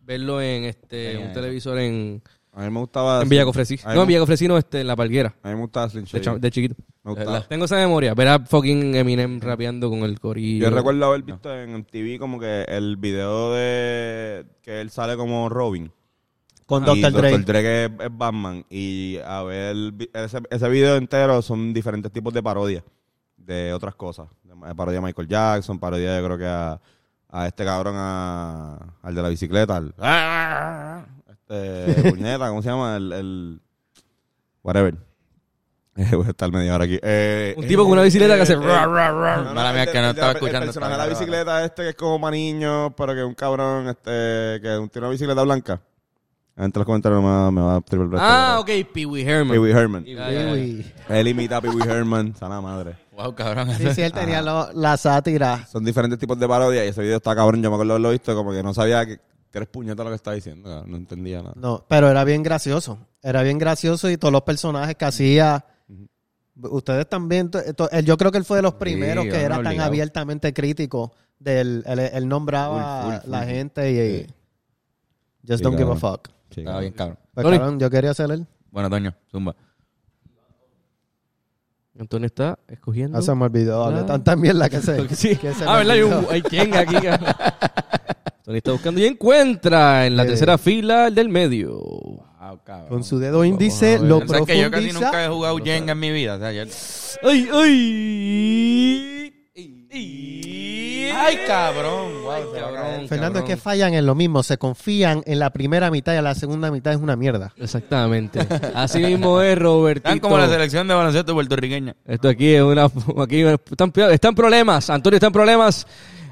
[SPEAKER 4] Verlo en este
[SPEAKER 2] Sí,
[SPEAKER 4] un
[SPEAKER 2] eh.
[SPEAKER 4] televisor en,
[SPEAKER 1] A mí me gustaba.
[SPEAKER 4] en Villa Cofresí.
[SPEAKER 1] A mí
[SPEAKER 4] No,
[SPEAKER 1] me-
[SPEAKER 4] en Villa Cofresí, no, este, en La Palguera,
[SPEAKER 1] A mí me gustaba Slim
[SPEAKER 4] de,
[SPEAKER 1] Shady.
[SPEAKER 4] cha- de chiquito.
[SPEAKER 1] Me gustaba.
[SPEAKER 4] ¿Verdad? Tengo esa memoria, ver a fucking Eminem rapeando con el corillo.
[SPEAKER 1] Yo recuerdo haber visto en TV como que el video de que él sale como Robin.
[SPEAKER 3] Con
[SPEAKER 1] y
[SPEAKER 3] Dr. Dre.
[SPEAKER 1] Dr. Dre es, es Batman. Y a ver, vi- ese, ese video entero son diferentes tipos de parodias de otras cosas. De ma- parodia a Michael Jackson, parodia yo creo que a, a este cabrón, a- al de la bicicleta. al- ¡Ah! este, puñeta, ¿cómo se llama? El, el- whatever. Voy a estar media hora aquí. Eh,
[SPEAKER 4] Un tipo con una bicicleta que hace ra, ra,
[SPEAKER 1] no, no,
[SPEAKER 2] Ah, Mala mía,
[SPEAKER 1] el-
[SPEAKER 2] que no
[SPEAKER 1] el-
[SPEAKER 2] estaba
[SPEAKER 1] el-
[SPEAKER 2] escuchando,
[SPEAKER 1] El personaje de
[SPEAKER 2] estaba
[SPEAKER 1] la bicicleta este que es como maniño, pero que es un cabrón, este, que es un- tiene una bicicleta blanca. Entre los comentarios me va, me va a triple
[SPEAKER 4] Ah, ok, Pee Wee Herman.
[SPEAKER 1] Pee Wee Herman.
[SPEAKER 4] Ya, ya, ya.
[SPEAKER 3] Uy.
[SPEAKER 1] Él imita a Pee Wee Herman, sana madre.
[SPEAKER 2] Wow, cabrón.
[SPEAKER 3] Sí, sí, él tenía lo- la sátira.
[SPEAKER 1] Son diferentes tipos de parodias y ese video está cabrón. Yo me acuerdo de haberlo visto, como que no sabía que, que eres puñeta lo que está diciendo. cabrón. No entendía nada.
[SPEAKER 3] No, pero era bien gracioso. Era bien gracioso y todos los personajes que hacía. Ustedes también. to- to- él- Yo creo que él fue de los primeros que
[SPEAKER 2] cabrón,
[SPEAKER 3] era tan
[SPEAKER 2] obligado.
[SPEAKER 3] abiertamente crítico. Del, él, él nombraba
[SPEAKER 1] Full, full, full,
[SPEAKER 3] la
[SPEAKER 1] full.
[SPEAKER 3] gente y. y-
[SPEAKER 1] Sí.
[SPEAKER 3] Just
[SPEAKER 1] Sí,
[SPEAKER 3] don't give a
[SPEAKER 1] cabrón.
[SPEAKER 3] fuck.
[SPEAKER 1] Sí,
[SPEAKER 2] Estaba bien cabrón.
[SPEAKER 3] Pues,
[SPEAKER 4] Tony.
[SPEAKER 3] cabrón, yo quería ser él.
[SPEAKER 2] Bueno, Toño, zumba.
[SPEAKER 4] Antonio está escogiendo.
[SPEAKER 3] Ah, se me olvidó. Hablé
[SPEAKER 4] Ah.
[SPEAKER 3] tanta mierda que se.
[SPEAKER 4] Porque sí.
[SPEAKER 3] que se me
[SPEAKER 4] Ah, ¿verdad? Hay, un,
[SPEAKER 3] olvidó.
[SPEAKER 4] hay quien aquí. cabrón. Antonio está buscando y encuentra en la
[SPEAKER 3] Sí.
[SPEAKER 4] tercera fila el del medio.
[SPEAKER 2] Wow, Wow, cabrón.
[SPEAKER 3] Con su dedo índice lo
[SPEAKER 2] O sea, es que yo casi
[SPEAKER 3] profundiza.
[SPEAKER 2] nunca he jugado Jenga en mi vida. O sea, yo-
[SPEAKER 4] ¡Ay, ay!
[SPEAKER 2] ¡Ay, cabrón! Wow, se va a caer.
[SPEAKER 3] Fernando, es que
[SPEAKER 4] cabrón.
[SPEAKER 3] fallan en lo mismo. Se confían en la primera mitad y a la segunda mitad es una mierda.
[SPEAKER 4] Exactamente. Así mismo es, Robert.
[SPEAKER 2] Están como la selección de baloncesto puertorriqueña.
[SPEAKER 4] Esto aquí es una. Aquí están, peor- están problemas. Antonio está en problemas.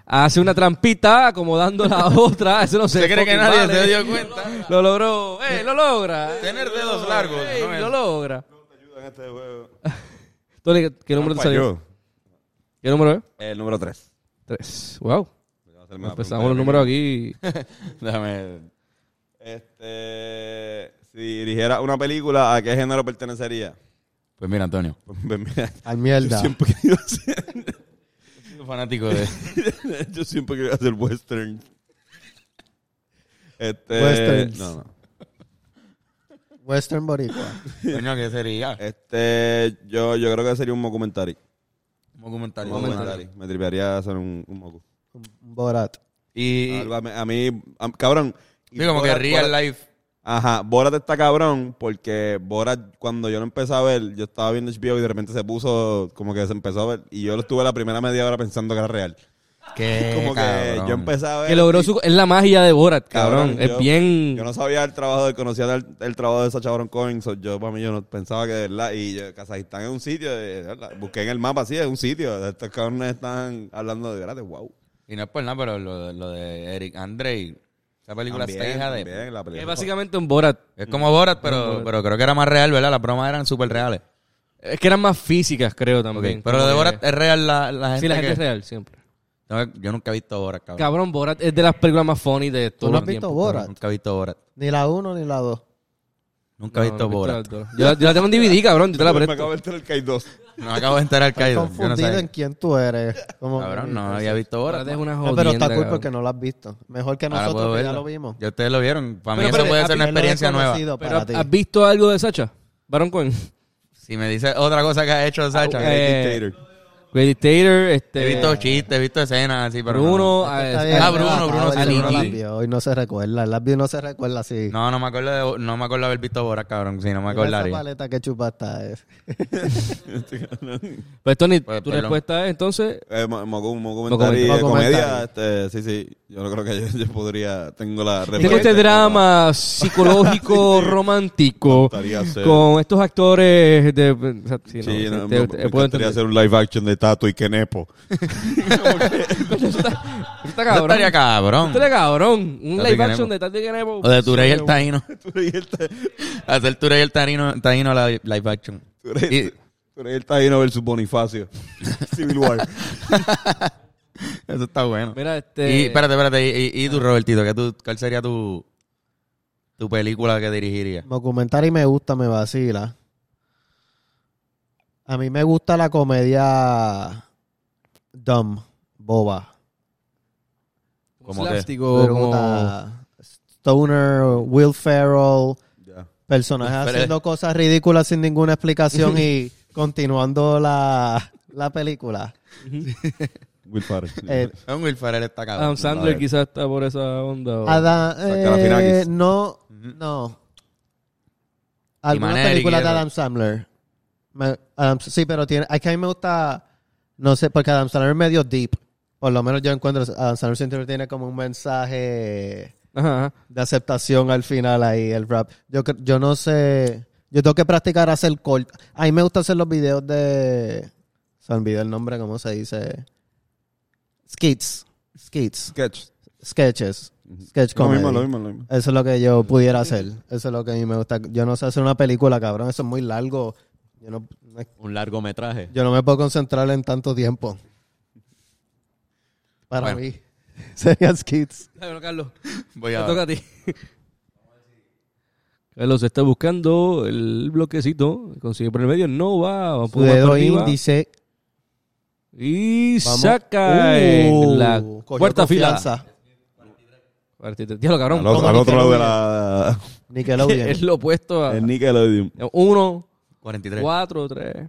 [SPEAKER 4] Hace una trampita acomodando la otra. Eso no se
[SPEAKER 2] ¿Usted cree que
[SPEAKER 4] fucking
[SPEAKER 2] nadie
[SPEAKER 4] vale.
[SPEAKER 2] se dio cuenta?
[SPEAKER 4] Lo logró. ¡Eh, lo logra!
[SPEAKER 2] Tener
[SPEAKER 4] Lo
[SPEAKER 2] dedos
[SPEAKER 4] logra.
[SPEAKER 2] largos,
[SPEAKER 4] Ey,
[SPEAKER 2] no es-
[SPEAKER 4] lo logra.
[SPEAKER 1] este
[SPEAKER 4] Tony, ¿qué número te salió? ¿Qué número es?
[SPEAKER 1] El número 3.
[SPEAKER 4] Tres. ¡Wow! Empezamos los números aquí.
[SPEAKER 1] Déjame. Este. Si dirigiera una película, ¿a qué género pertenecería?
[SPEAKER 2] Pues mira, Antonio.
[SPEAKER 1] Pues mira,
[SPEAKER 3] Ay,
[SPEAKER 1] yo
[SPEAKER 3] mierda.
[SPEAKER 1] siempre he querido hacer,
[SPEAKER 2] Yo soy un fanático de...
[SPEAKER 1] yo siempre he querido hacer western. Este,
[SPEAKER 3] Westerns.
[SPEAKER 1] No, no.
[SPEAKER 3] Western Boricua.
[SPEAKER 2] Coño, ¿qué sería?
[SPEAKER 1] Este, yo, yo creo que sería un documentary.
[SPEAKER 2] Un comentario.
[SPEAKER 1] Me tripearía hacer un, un mocu.
[SPEAKER 3] Un Borat.
[SPEAKER 2] Y...
[SPEAKER 1] Algo a mí, a mí- a- cabrón. y
[SPEAKER 2] Sí, como que
[SPEAKER 1] Borat-
[SPEAKER 2] real
[SPEAKER 1] Borat-
[SPEAKER 2] life.
[SPEAKER 1] Ajá, Borat está cabrón porque Borat, cuando yo lo empecé a ver, yo estaba viendo HBO y de repente se puso, como que se empezó a ver. Y yo lo estuve la primera media hora pensando que era real.
[SPEAKER 2] Qué
[SPEAKER 1] como que
[SPEAKER 2] Eh, cabrón.
[SPEAKER 1] yo empecé a ver.
[SPEAKER 4] Que logró su. Es la magia de Borat, cabrón.
[SPEAKER 1] Cabrón,
[SPEAKER 4] es
[SPEAKER 1] yo-
[SPEAKER 4] bien.
[SPEAKER 1] Yo no sabía el trabajo, de, conocía el, el trabajo de Sacha Baron Cohen, so yo para mí yo no pensaba que de verdad, y yo, Kazajistán es un sitio, de verdad, busqué en el mapa, sí, es un sitio, estos cabrones están hablando de gratis, wow.
[SPEAKER 2] Y no es por nada, pero lo, de- lo de Eric Andre, esa película está
[SPEAKER 1] También,
[SPEAKER 2] hija de...
[SPEAKER 1] también, la
[SPEAKER 4] Es
[SPEAKER 1] película.
[SPEAKER 4] Eh, básicamente un Borat.
[SPEAKER 2] Es como Borat, pero, pero creo que era más real, ¿verdad? Las bromas eran súper reales.
[SPEAKER 4] Es que eran más físicas, creo también.
[SPEAKER 2] Ok, Pero lo de
[SPEAKER 4] Como
[SPEAKER 2] Borat
[SPEAKER 4] que-
[SPEAKER 2] es real la, la gente
[SPEAKER 4] Sí, la gente
[SPEAKER 2] que-
[SPEAKER 4] es real, siempre.
[SPEAKER 2] No, yo nunca he visto Borat, cabrón.
[SPEAKER 4] Cabrón, Borat es de las películas más funny de
[SPEAKER 3] ¿Tú
[SPEAKER 4] todos
[SPEAKER 3] no has
[SPEAKER 4] los
[SPEAKER 3] visto
[SPEAKER 4] tiempos.
[SPEAKER 3] Borat?
[SPEAKER 2] Nunca he visto Borat.
[SPEAKER 3] Ni la uno ni la dos.
[SPEAKER 2] Nunca he
[SPEAKER 4] No,
[SPEAKER 2] visto
[SPEAKER 4] no he
[SPEAKER 2] Borat.
[SPEAKER 4] visto las dos. Yo, la- yo la tengo en DVD, cabrón. Yo te la
[SPEAKER 1] Me acabo
[SPEAKER 4] presto.
[SPEAKER 1] de entrar el Kai 2.
[SPEAKER 2] No acabo de enterar,
[SPEAKER 3] Estás
[SPEAKER 2] Caído. Yo no
[SPEAKER 3] confundido en
[SPEAKER 2] sé.
[SPEAKER 3] quién tú eres. Como-
[SPEAKER 2] Cabrón, no había visto Borat.
[SPEAKER 4] Borat es una
[SPEAKER 3] No,
[SPEAKER 4] jodienda.
[SPEAKER 3] pero está cool
[SPEAKER 4] cabrón.
[SPEAKER 3] porque no lo has visto. Mejor que
[SPEAKER 2] Ahora puedo
[SPEAKER 3] nosotros que ya
[SPEAKER 2] verla.
[SPEAKER 3] lo vimos.
[SPEAKER 2] Ya ustedes lo vieron. Para mí eso
[SPEAKER 4] Pero, pero,
[SPEAKER 2] puede
[SPEAKER 4] a
[SPEAKER 2] ser una
[SPEAKER 3] Él lo
[SPEAKER 2] experiencia
[SPEAKER 3] he
[SPEAKER 2] nueva.
[SPEAKER 3] conocido
[SPEAKER 4] Pero,
[SPEAKER 3] para ti.
[SPEAKER 4] ¿Has visto algo de Sacha? Baron Cohen.
[SPEAKER 2] Si me dice otra cosa que ha hecho Sacha.
[SPEAKER 4] Ah, eh,
[SPEAKER 1] Dictator.
[SPEAKER 4] Great Dictator, este...
[SPEAKER 2] he visto chistes, he visto escenas así, pero.
[SPEAKER 4] Bruno...
[SPEAKER 2] no.
[SPEAKER 4] ah,
[SPEAKER 3] Está
[SPEAKER 4] es-
[SPEAKER 3] bien,
[SPEAKER 2] Ah, Bruno,
[SPEAKER 3] relatado,
[SPEAKER 2] Bruno,
[SPEAKER 3] y
[SPEAKER 2] sí,
[SPEAKER 3] seguro
[SPEAKER 2] Bruno,
[SPEAKER 3] las
[SPEAKER 2] sí.
[SPEAKER 3] vio y no se recuerda. Las vio y no se recuerda, sí.
[SPEAKER 2] No, no me acuerdo de, no me acuerdo de haber visto Borat, cabrón. Si no me
[SPEAKER 3] Mira Esa
[SPEAKER 2] acordaría.
[SPEAKER 3] paleta que chupa está es.
[SPEAKER 4] Pues, Tony,
[SPEAKER 2] Pues,
[SPEAKER 4] tu
[SPEAKER 2] perdón.
[SPEAKER 4] respuesta es, entonces...
[SPEAKER 1] Este Eh, mo- mocu- un
[SPEAKER 4] Documental.
[SPEAKER 1] documentary de comedia,
[SPEAKER 3] Documental.
[SPEAKER 1] este, sí, sí, yo no creo que yo, yo podría, tengo la
[SPEAKER 4] Tengo este drama psicológico, romántico,
[SPEAKER 1] gustaría hacer.
[SPEAKER 4] con estos actores de... o sea, sí, no, este,
[SPEAKER 1] Sí, no,
[SPEAKER 4] te-
[SPEAKER 1] me,
[SPEAKER 4] te-
[SPEAKER 1] me encantaría
[SPEAKER 4] puedo entender.
[SPEAKER 1] hacer un live action de Tato y Kenepo.
[SPEAKER 4] Eso Está
[SPEAKER 2] Eso
[SPEAKER 4] cabrón.
[SPEAKER 2] estaría cabrón.
[SPEAKER 4] Esto era cabrón. Un
[SPEAKER 2] Tati
[SPEAKER 4] live
[SPEAKER 2] Kenepo.
[SPEAKER 4] action de Tati Kenepo.
[SPEAKER 2] O de Turey el Taíno. Hacer Turey el Taíno, Taíno la live action.
[SPEAKER 1] Tú eres,
[SPEAKER 2] Y-
[SPEAKER 1] tú eres el Taino versus Bonifacio. Civil War.
[SPEAKER 2] Eso está bueno.
[SPEAKER 4] Mira, este...
[SPEAKER 2] Y espérate, espérate. Y, y- y tú, Robertito, ¿qué tú- ¿cuál sería tu, tu película que dirigirías?
[SPEAKER 3] Documentar y me gusta, me vacila. A mí me gusta la comedia dumb, boba.
[SPEAKER 2] ¿Cómo qué?
[SPEAKER 4] slapstick o
[SPEAKER 3] Pero
[SPEAKER 4] como-
[SPEAKER 3] una Stoner, Will Ferrell,
[SPEAKER 1] Ya.
[SPEAKER 3] personajes
[SPEAKER 2] Ferrell.
[SPEAKER 3] haciendo cosas ridículas sin ninguna explicación y continuando la, la película.
[SPEAKER 1] Will Ferrell.
[SPEAKER 3] Eh,
[SPEAKER 2] Ah, Un Will Ferrell está cabrón.
[SPEAKER 4] Adam Sandler quizás está por esa onda. o-
[SPEAKER 3] Adam, eh,
[SPEAKER 1] Galifianakis.
[SPEAKER 3] no, no. Alguna
[SPEAKER 2] Maneri,
[SPEAKER 3] película de
[SPEAKER 2] Guillermo.
[SPEAKER 3] Adam Sandler. Me- Adam- sí, pero tiene. Es que a mí me gusta. No sé, porque Adam Sandler es medio deep. Por lo menos yo encuentro. Adam Sandler siempre tiene como un mensaje
[SPEAKER 4] Ajá, ajá.
[SPEAKER 3] de aceptación al final ahí, el rap. Yo, cre- yo no sé. Yo tengo que practicar hacer corto. A mí me gusta hacer los videos de. Se me olvidó el nombre, ¿cómo se dice? Skits. Skits.
[SPEAKER 1] Sketch.
[SPEAKER 3] Sketches. Sketch
[SPEAKER 1] Lo
[SPEAKER 3] comedy.
[SPEAKER 1] mismo, lo mismo, lo mismo.
[SPEAKER 3] Eso es lo que yo pudiera hacer. Eso es lo que a mí me gusta. Yo no sé hacer una película, cabrón. Eso es muy largo. Yo no, no es-
[SPEAKER 5] Un largometraje.
[SPEAKER 3] yo no me puedo concentrar en tanto tiempo. Para
[SPEAKER 2] Bueno.
[SPEAKER 3] mí. Serían skits.
[SPEAKER 4] Dale, bueno, Carlos,
[SPEAKER 2] Voy
[SPEAKER 4] te
[SPEAKER 2] a
[SPEAKER 4] toca a ti. Carlos está buscando el bloquecito. Consigue por el medio. No va. va
[SPEAKER 3] Su
[SPEAKER 4] por más
[SPEAKER 3] dedo
[SPEAKER 4] arriba.
[SPEAKER 3] índice.
[SPEAKER 4] Y
[SPEAKER 3] Vamos.
[SPEAKER 4] saca en la
[SPEAKER 3] Uh, cogió
[SPEAKER 4] cuarta fila.
[SPEAKER 3] confianza.
[SPEAKER 4] Cuarta y tres. Diablo, cabrón.
[SPEAKER 1] Al, otro- al
[SPEAKER 3] Como
[SPEAKER 1] otro lado de la...
[SPEAKER 3] Nickelodeon.
[SPEAKER 4] Es lo opuesto a...
[SPEAKER 1] el Nickelodeon.
[SPEAKER 4] Uno,
[SPEAKER 2] 43.
[SPEAKER 4] cuatro, tres.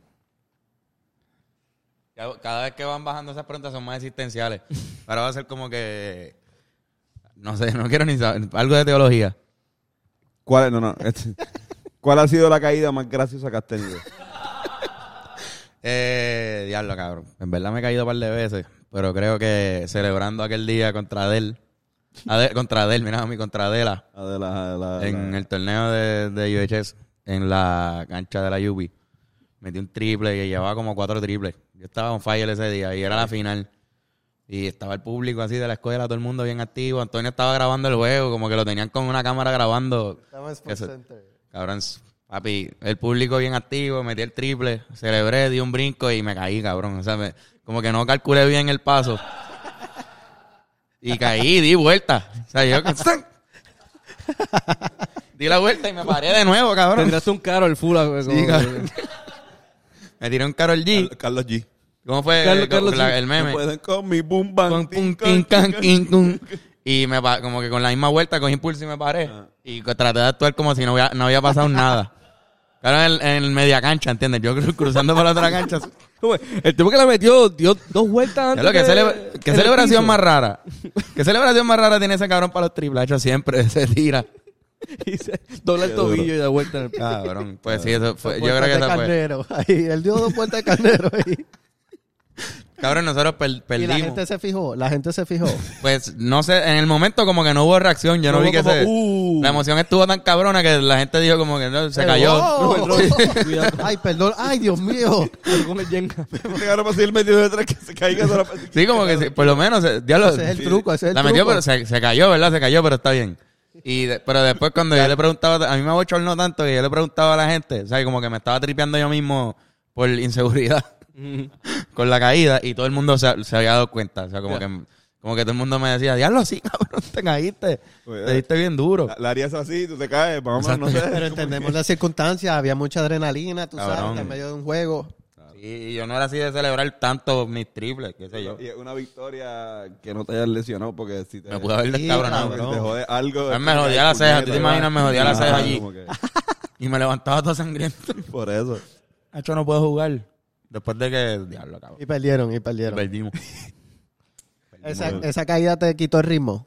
[SPEAKER 2] Ya, Cada vez que van bajando esas preguntas son más existenciales. Ahora va a ser como que. No sé, no quiero ni saber. Algo de teología.
[SPEAKER 1] ¿Cuál, no, no, este- ¿Cuál ha sido la caída más graciosa que has tenido?
[SPEAKER 2] Eh, diablo, cabrón. En verdad me he caído un par de veces, pero creo que celebrando aquel día contra Adel, Adel- contra Adel, mira, mi contra Adela,
[SPEAKER 1] La de la- de la- de
[SPEAKER 2] en
[SPEAKER 1] la-
[SPEAKER 2] el torneo de, de UHS, en la cancha de la UB. Metí un triple y llevaba como cuatro triples. Yo estaba on fire ese día y era la final. Y estaba el público así de la escuela, todo el mundo bien activo. Antonio estaba grabando el juego, como que lo tenían con una cámara grabando.
[SPEAKER 3] Estaba en Sports
[SPEAKER 2] Eso-
[SPEAKER 3] Center.
[SPEAKER 2] Cabrón, s- papi, el público bien activo, metí el triple, celebré, di un brinco y me caí, cabrón. O sea, me- como que no calculé bien el paso. Y caí, di vuelta. O sea, yo ¡zan! di la vuelta y me paré de nuevo, cabrón.
[SPEAKER 4] Tendrás un caro el full. eh, como-
[SPEAKER 2] cabrón. Me tiré un Carol G.
[SPEAKER 1] Carlos G.
[SPEAKER 2] ¿Cómo fue
[SPEAKER 4] Carlos-
[SPEAKER 2] eh, con
[SPEAKER 4] Carlos
[SPEAKER 2] la-
[SPEAKER 4] G.
[SPEAKER 2] el meme?
[SPEAKER 1] No pueden con mi boom bang,
[SPEAKER 2] Con pum,
[SPEAKER 1] tin, con,
[SPEAKER 2] quin, can,
[SPEAKER 1] tin, con.
[SPEAKER 2] quin, cum. Y me pa- como que con la misma vuelta cogí impulso y me paré. Y co- traté de actuar como si no había, no había pasado nada. Claro, en, en media cancha, ¿entiendes? Yo cru- cruzando por la otra cancha.
[SPEAKER 4] Güey, El tipo que la metió dio dos vueltas
[SPEAKER 2] Ya
[SPEAKER 4] antes.
[SPEAKER 2] lo que
[SPEAKER 4] de-
[SPEAKER 2] celebra- ¿Qué
[SPEAKER 4] en el
[SPEAKER 2] celebración
[SPEAKER 4] piso.
[SPEAKER 2] más rara? ¿Qué celebración más rara tiene ese cabrón para los triples? Ha hecho siempre, se tira.
[SPEAKER 4] Y se- Dobla el
[SPEAKER 1] Qué duro.
[SPEAKER 4] tobillo y da vuelta en el piso.
[SPEAKER 2] Cabrón. Pues sí, eso fue. Yo creo
[SPEAKER 3] Puertas
[SPEAKER 2] que
[SPEAKER 3] de
[SPEAKER 2] esa fue.
[SPEAKER 3] carnero. Ahí, él dio dos puertas de carnero ahí.
[SPEAKER 2] Cabrón, nosotros per-
[SPEAKER 3] Y la
[SPEAKER 2] perdimos.
[SPEAKER 3] gente se fijó, la gente se fijó.
[SPEAKER 2] Pues no sé, en el momento como que no hubo reacción. Yo no,
[SPEAKER 4] Hubo
[SPEAKER 2] vi que
[SPEAKER 4] como,
[SPEAKER 2] se.
[SPEAKER 4] "Uh".
[SPEAKER 2] La emoción estuvo tan cabrona que la gente dijo como que no, se cayó.
[SPEAKER 3] ¡Oh!
[SPEAKER 4] Sí. Cuidado.
[SPEAKER 3] Ay, perdón. Ay, Dios mío.
[SPEAKER 4] Con el Jenga.
[SPEAKER 1] Este cabrón para seguir metido detrás que se caiga se la-
[SPEAKER 2] Sí, como que sí, por lo menos, eh, diablo,
[SPEAKER 3] Ese es el truco, ese es el
[SPEAKER 2] la metió,
[SPEAKER 3] truco.
[SPEAKER 2] pero se, se cayó, ¿verdad? Se cayó, pero está bien. Y de- pero después cuando yo le preguntaba, a mí me abochornó tanto que yo le preguntaba a la gente, o sea, como que me estaba tripeando yo mismo por inseguridad con la caída y todo el mundo se, se había dado cuenta, o sea, como que como que todo el mundo me decía, diablo, sí, cabrón, te caíste,
[SPEAKER 1] Oye,
[SPEAKER 3] Pues,
[SPEAKER 2] te diste bien duro.
[SPEAKER 1] La, la harías así, tú te caes, vamos,
[SPEAKER 2] Exacto.
[SPEAKER 1] no sé.
[SPEAKER 3] Pero entendemos las circunstancias. Había mucha adrenalina, tú sabes,
[SPEAKER 2] Cabrón.
[SPEAKER 3] en medio de un juego.
[SPEAKER 2] Sí, y yo no era así de celebrar tanto mis triples, qué sé yo.
[SPEAKER 1] Y es una victoria que no te hayas lesionado porque si te,
[SPEAKER 2] Me pude haber
[SPEAKER 3] Sí,
[SPEAKER 2] descabronado.
[SPEAKER 3] cabrón.
[SPEAKER 1] si te jode algo.
[SPEAKER 2] Ah, me jodía la ceja, ¿tú te
[SPEAKER 1] puñeta,
[SPEAKER 2] imaginas? Me jodía la
[SPEAKER 1] ah,
[SPEAKER 2] ceja allí.
[SPEAKER 1] como que-
[SPEAKER 2] Y me levantaba todo sangriento.
[SPEAKER 1] Por eso.
[SPEAKER 2] Hacho, no puedo jugar. Después de que. Diablo, cabrón.
[SPEAKER 3] Y perdieron, y perdieron.
[SPEAKER 2] Perdimos.
[SPEAKER 3] Esa, esa caída te quitó el ritmo.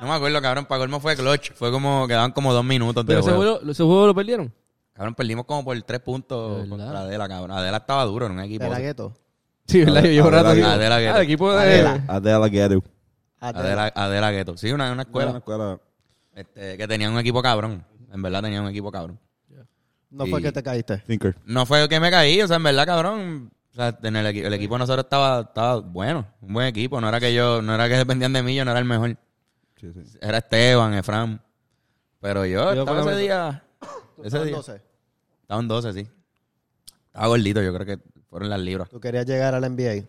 [SPEAKER 2] No me acuerdo, cabrón. Para colmo fue clutch. Fue como. Quedaban como dos minutos de
[SPEAKER 4] Pero ese
[SPEAKER 2] juego.
[SPEAKER 4] juego, ese juego lo perdieron.
[SPEAKER 2] Cabrón, perdimos como por tres puntos
[SPEAKER 4] ¿De verdad?
[SPEAKER 2] contra Adela, cabrón. Adela estaba duro en un equipo.
[SPEAKER 3] Era gueto.
[SPEAKER 4] Sí, ¿verdad? Yo llevo rato.
[SPEAKER 1] Adela-
[SPEAKER 4] aquí.
[SPEAKER 2] Adela Guerra.
[SPEAKER 4] Ah, el equipo de.
[SPEAKER 3] Adela.
[SPEAKER 1] Adela Guerrero.
[SPEAKER 3] Ah,
[SPEAKER 2] Adela, Adela Gueto. Sí, una, una escuela.
[SPEAKER 1] Una escuela.
[SPEAKER 2] Este, que tenía un equipo cabrón. En verdad tenía un equipo cabrón.
[SPEAKER 3] No fue
[SPEAKER 2] Y-
[SPEAKER 3] que te caíste.
[SPEAKER 1] Thinker.
[SPEAKER 2] No fue que me caí, o sea, en verdad, cabrón. O sea, en el, equi- el equipo de nosotros estaba, estaba bueno, un buen equipo. No era que yo, no era que dependían de mí, yo no era el mejor.
[SPEAKER 1] Sí, sí.
[SPEAKER 2] Era Esteban, Efram. Pero yo,
[SPEAKER 4] Yo
[SPEAKER 2] estaba
[SPEAKER 4] con la-
[SPEAKER 2] ese día. Ese
[SPEAKER 3] Estaban
[SPEAKER 2] día.
[SPEAKER 3] 12.
[SPEAKER 2] Estaban 12, sí. Estaba gordito, yo creo que fueron las libras.
[SPEAKER 3] Tú querías llegar al NBA.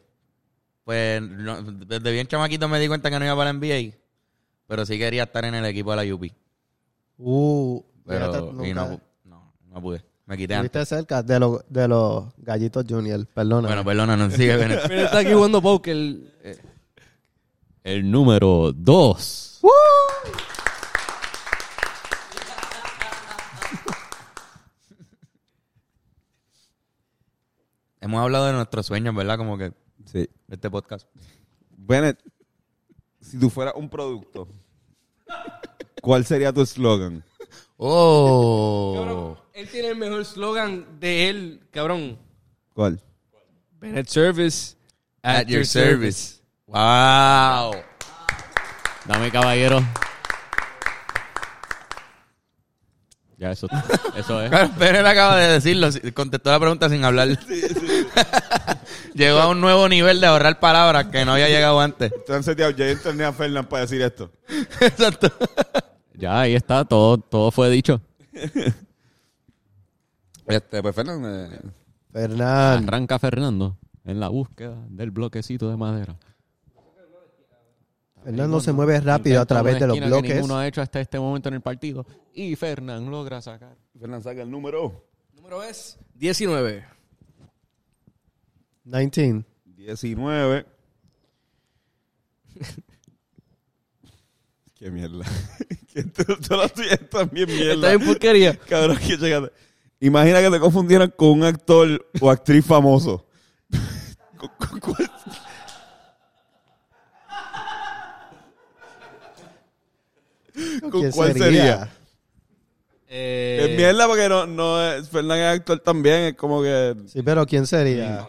[SPEAKER 2] Pues no, desde bien chamaquito me di cuenta que no iba para la NBA. Pero sí quería estar en el equipo de la UP.
[SPEAKER 3] Uh,
[SPEAKER 2] Pero
[SPEAKER 3] fíjate,
[SPEAKER 2] y
[SPEAKER 3] nunca-
[SPEAKER 2] no, pu- no, no pude. Me quité antes.
[SPEAKER 3] Estuviste cerca de, los de los gallitos junior, perdona.
[SPEAKER 2] Bueno, pues, perdona, no sigue con eso.
[SPEAKER 4] Mira, está aquí jugando poker. Eh,
[SPEAKER 5] El número 2.
[SPEAKER 3] Uh.
[SPEAKER 2] Hemos hablado de nuestros sueños, ¿verdad? Como que
[SPEAKER 1] Sí.
[SPEAKER 2] este podcast.
[SPEAKER 1] Bennett, si tú fueras un producto, ¿cuál sería tu eslogan?
[SPEAKER 2] ¡Oh!
[SPEAKER 4] Él tiene el mejor slogan de él, cabrón.
[SPEAKER 1] ¿Cuál?
[SPEAKER 4] Bennett Service.
[SPEAKER 2] At, your service. ¡Wow!
[SPEAKER 5] Dame, caballero. Ya, eso, eso es.
[SPEAKER 2] Claro, pero él acaba de decirlo, si- contestó la pregunta sin hablar. Llegó a un nuevo nivel de ahorrar palabras que no había llegado antes.
[SPEAKER 1] Entonces, ya yo interné a Fernán para decir esto.
[SPEAKER 2] Exacto.
[SPEAKER 5] Ya, ahí está. Todo, todo fue dicho.
[SPEAKER 1] Este, pues Fernán, eh,
[SPEAKER 3] Fernán,
[SPEAKER 5] Arranca Fernando en la búsqueda del bloquecito de madera.
[SPEAKER 3] Fernando se mueve rápido a
[SPEAKER 5] Intenta
[SPEAKER 3] través
[SPEAKER 5] una
[SPEAKER 3] de los
[SPEAKER 5] esquina que
[SPEAKER 3] bloques.
[SPEAKER 5] ninguno ha hecho hasta este momento en el partido. Y Fernán logra sacar.
[SPEAKER 1] Fernán saca el número
[SPEAKER 4] Número es 19.
[SPEAKER 3] 19.
[SPEAKER 1] 19. Qué mierda. que tú- todas las tuyas están bien
[SPEAKER 4] Está
[SPEAKER 1] mierda.
[SPEAKER 4] en porquería.
[SPEAKER 1] Cabrón, que llegaste. Imagina que te confundieran con un actor o actriz famoso. ¿Cu- cu- cuál- ¿Con cuál sería?
[SPEAKER 4] Eh,
[SPEAKER 1] Es mierda porque no, no es, Fernan es actor también, es como que...
[SPEAKER 3] Sí, pero ¿quién sería?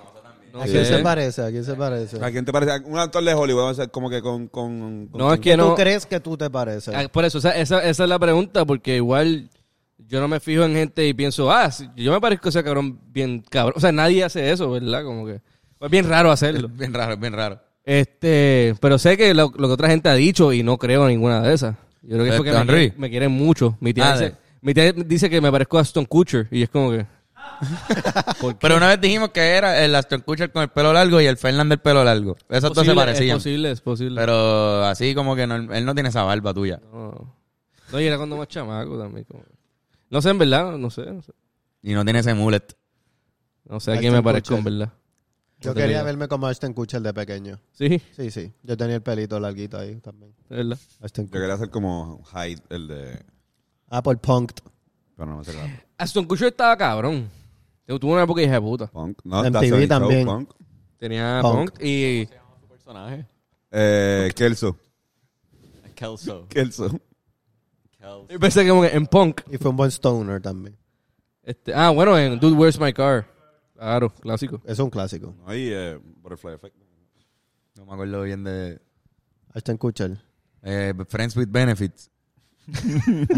[SPEAKER 4] No
[SPEAKER 3] ¿A
[SPEAKER 4] sé.
[SPEAKER 3] quién se parece? ¿A quién se parece?
[SPEAKER 1] ¿A quién te parece? Un actor de Hollywood, vamos a hacer como que con... con, con-
[SPEAKER 4] No, es que
[SPEAKER 3] ¿Qué tú
[SPEAKER 4] no.
[SPEAKER 3] crees que tú te pareces?
[SPEAKER 4] Ah, Por eso, o sea, esa, esa es la pregunta, porque igual yo no me fijo en gente y pienso, ah, si- yo me parezco a ese cabrón bien cabrón. O sea, nadie hace eso, ¿verdad? Como que es bien raro hacerlo.
[SPEAKER 2] Bien raro, bien raro.
[SPEAKER 4] Este, pero sé que lo, lo que otra gente ha dicho y no creo en ninguna de esas. Yo creo que es porque
[SPEAKER 2] Este,
[SPEAKER 4] me,
[SPEAKER 2] Henry.
[SPEAKER 4] quieren- me quieren mucho. Mi
[SPEAKER 2] Ah,
[SPEAKER 4] tía, dice,
[SPEAKER 2] de-
[SPEAKER 4] mi tía dice que me parezco a Aston Kutcher y es como que
[SPEAKER 2] Pero una vez dijimos que era el Aston Kutcher con el pelo largo y el Fernández del pelo largo. Esos dos se
[SPEAKER 4] posible,
[SPEAKER 2] parecían.
[SPEAKER 4] Es posible, es posible.
[SPEAKER 2] Pero así como que no- él no tiene esa barba tuya.
[SPEAKER 4] No. No, y era cuando más chamaco también. como- No sé, en verdad, no sé. No sé,
[SPEAKER 2] Y no tiene ese mullet.
[SPEAKER 4] No sé a quién me
[SPEAKER 3] Ashton
[SPEAKER 4] parezco, en
[SPEAKER 3] Kutcher.
[SPEAKER 4] verdad.
[SPEAKER 3] Yo quería verme como Ashton Kutcher de pequeño.
[SPEAKER 4] Sí,
[SPEAKER 3] Sí, sí. Yo tenía el pelito larguito ahí también.
[SPEAKER 4] es verdad.
[SPEAKER 3] Ashton Ah,
[SPEAKER 1] Yo
[SPEAKER 3] Kutcher.
[SPEAKER 1] quería hacer como Hyde, el de...
[SPEAKER 3] Apple Punked.
[SPEAKER 1] Pero no me sale la-
[SPEAKER 4] Aston Kutcher estaba cabrón. Tuvo una época hija de puta.
[SPEAKER 1] Punk. No,
[SPEAKER 3] En
[SPEAKER 1] That's
[SPEAKER 3] TV
[SPEAKER 1] a Show,
[SPEAKER 3] también.
[SPEAKER 1] Punk.
[SPEAKER 4] Tenía
[SPEAKER 3] Punk.
[SPEAKER 4] punk, y...
[SPEAKER 5] personaje.
[SPEAKER 1] Eh, Kelso.
[SPEAKER 5] Kelso.
[SPEAKER 1] Kelso.
[SPEAKER 5] Kelso.
[SPEAKER 4] Yo pensé que como que en punk.
[SPEAKER 3] Y fue un buen stoner también.
[SPEAKER 4] Este, ah, bueno, en Dude, Where's My Car. Claro, clásico.
[SPEAKER 3] Es un clásico.
[SPEAKER 1] Ahí, eh, Butterfly Effect.
[SPEAKER 2] No me acuerdo bien de...
[SPEAKER 3] Ashton Kutcher.
[SPEAKER 2] eh, Friends with Benefits.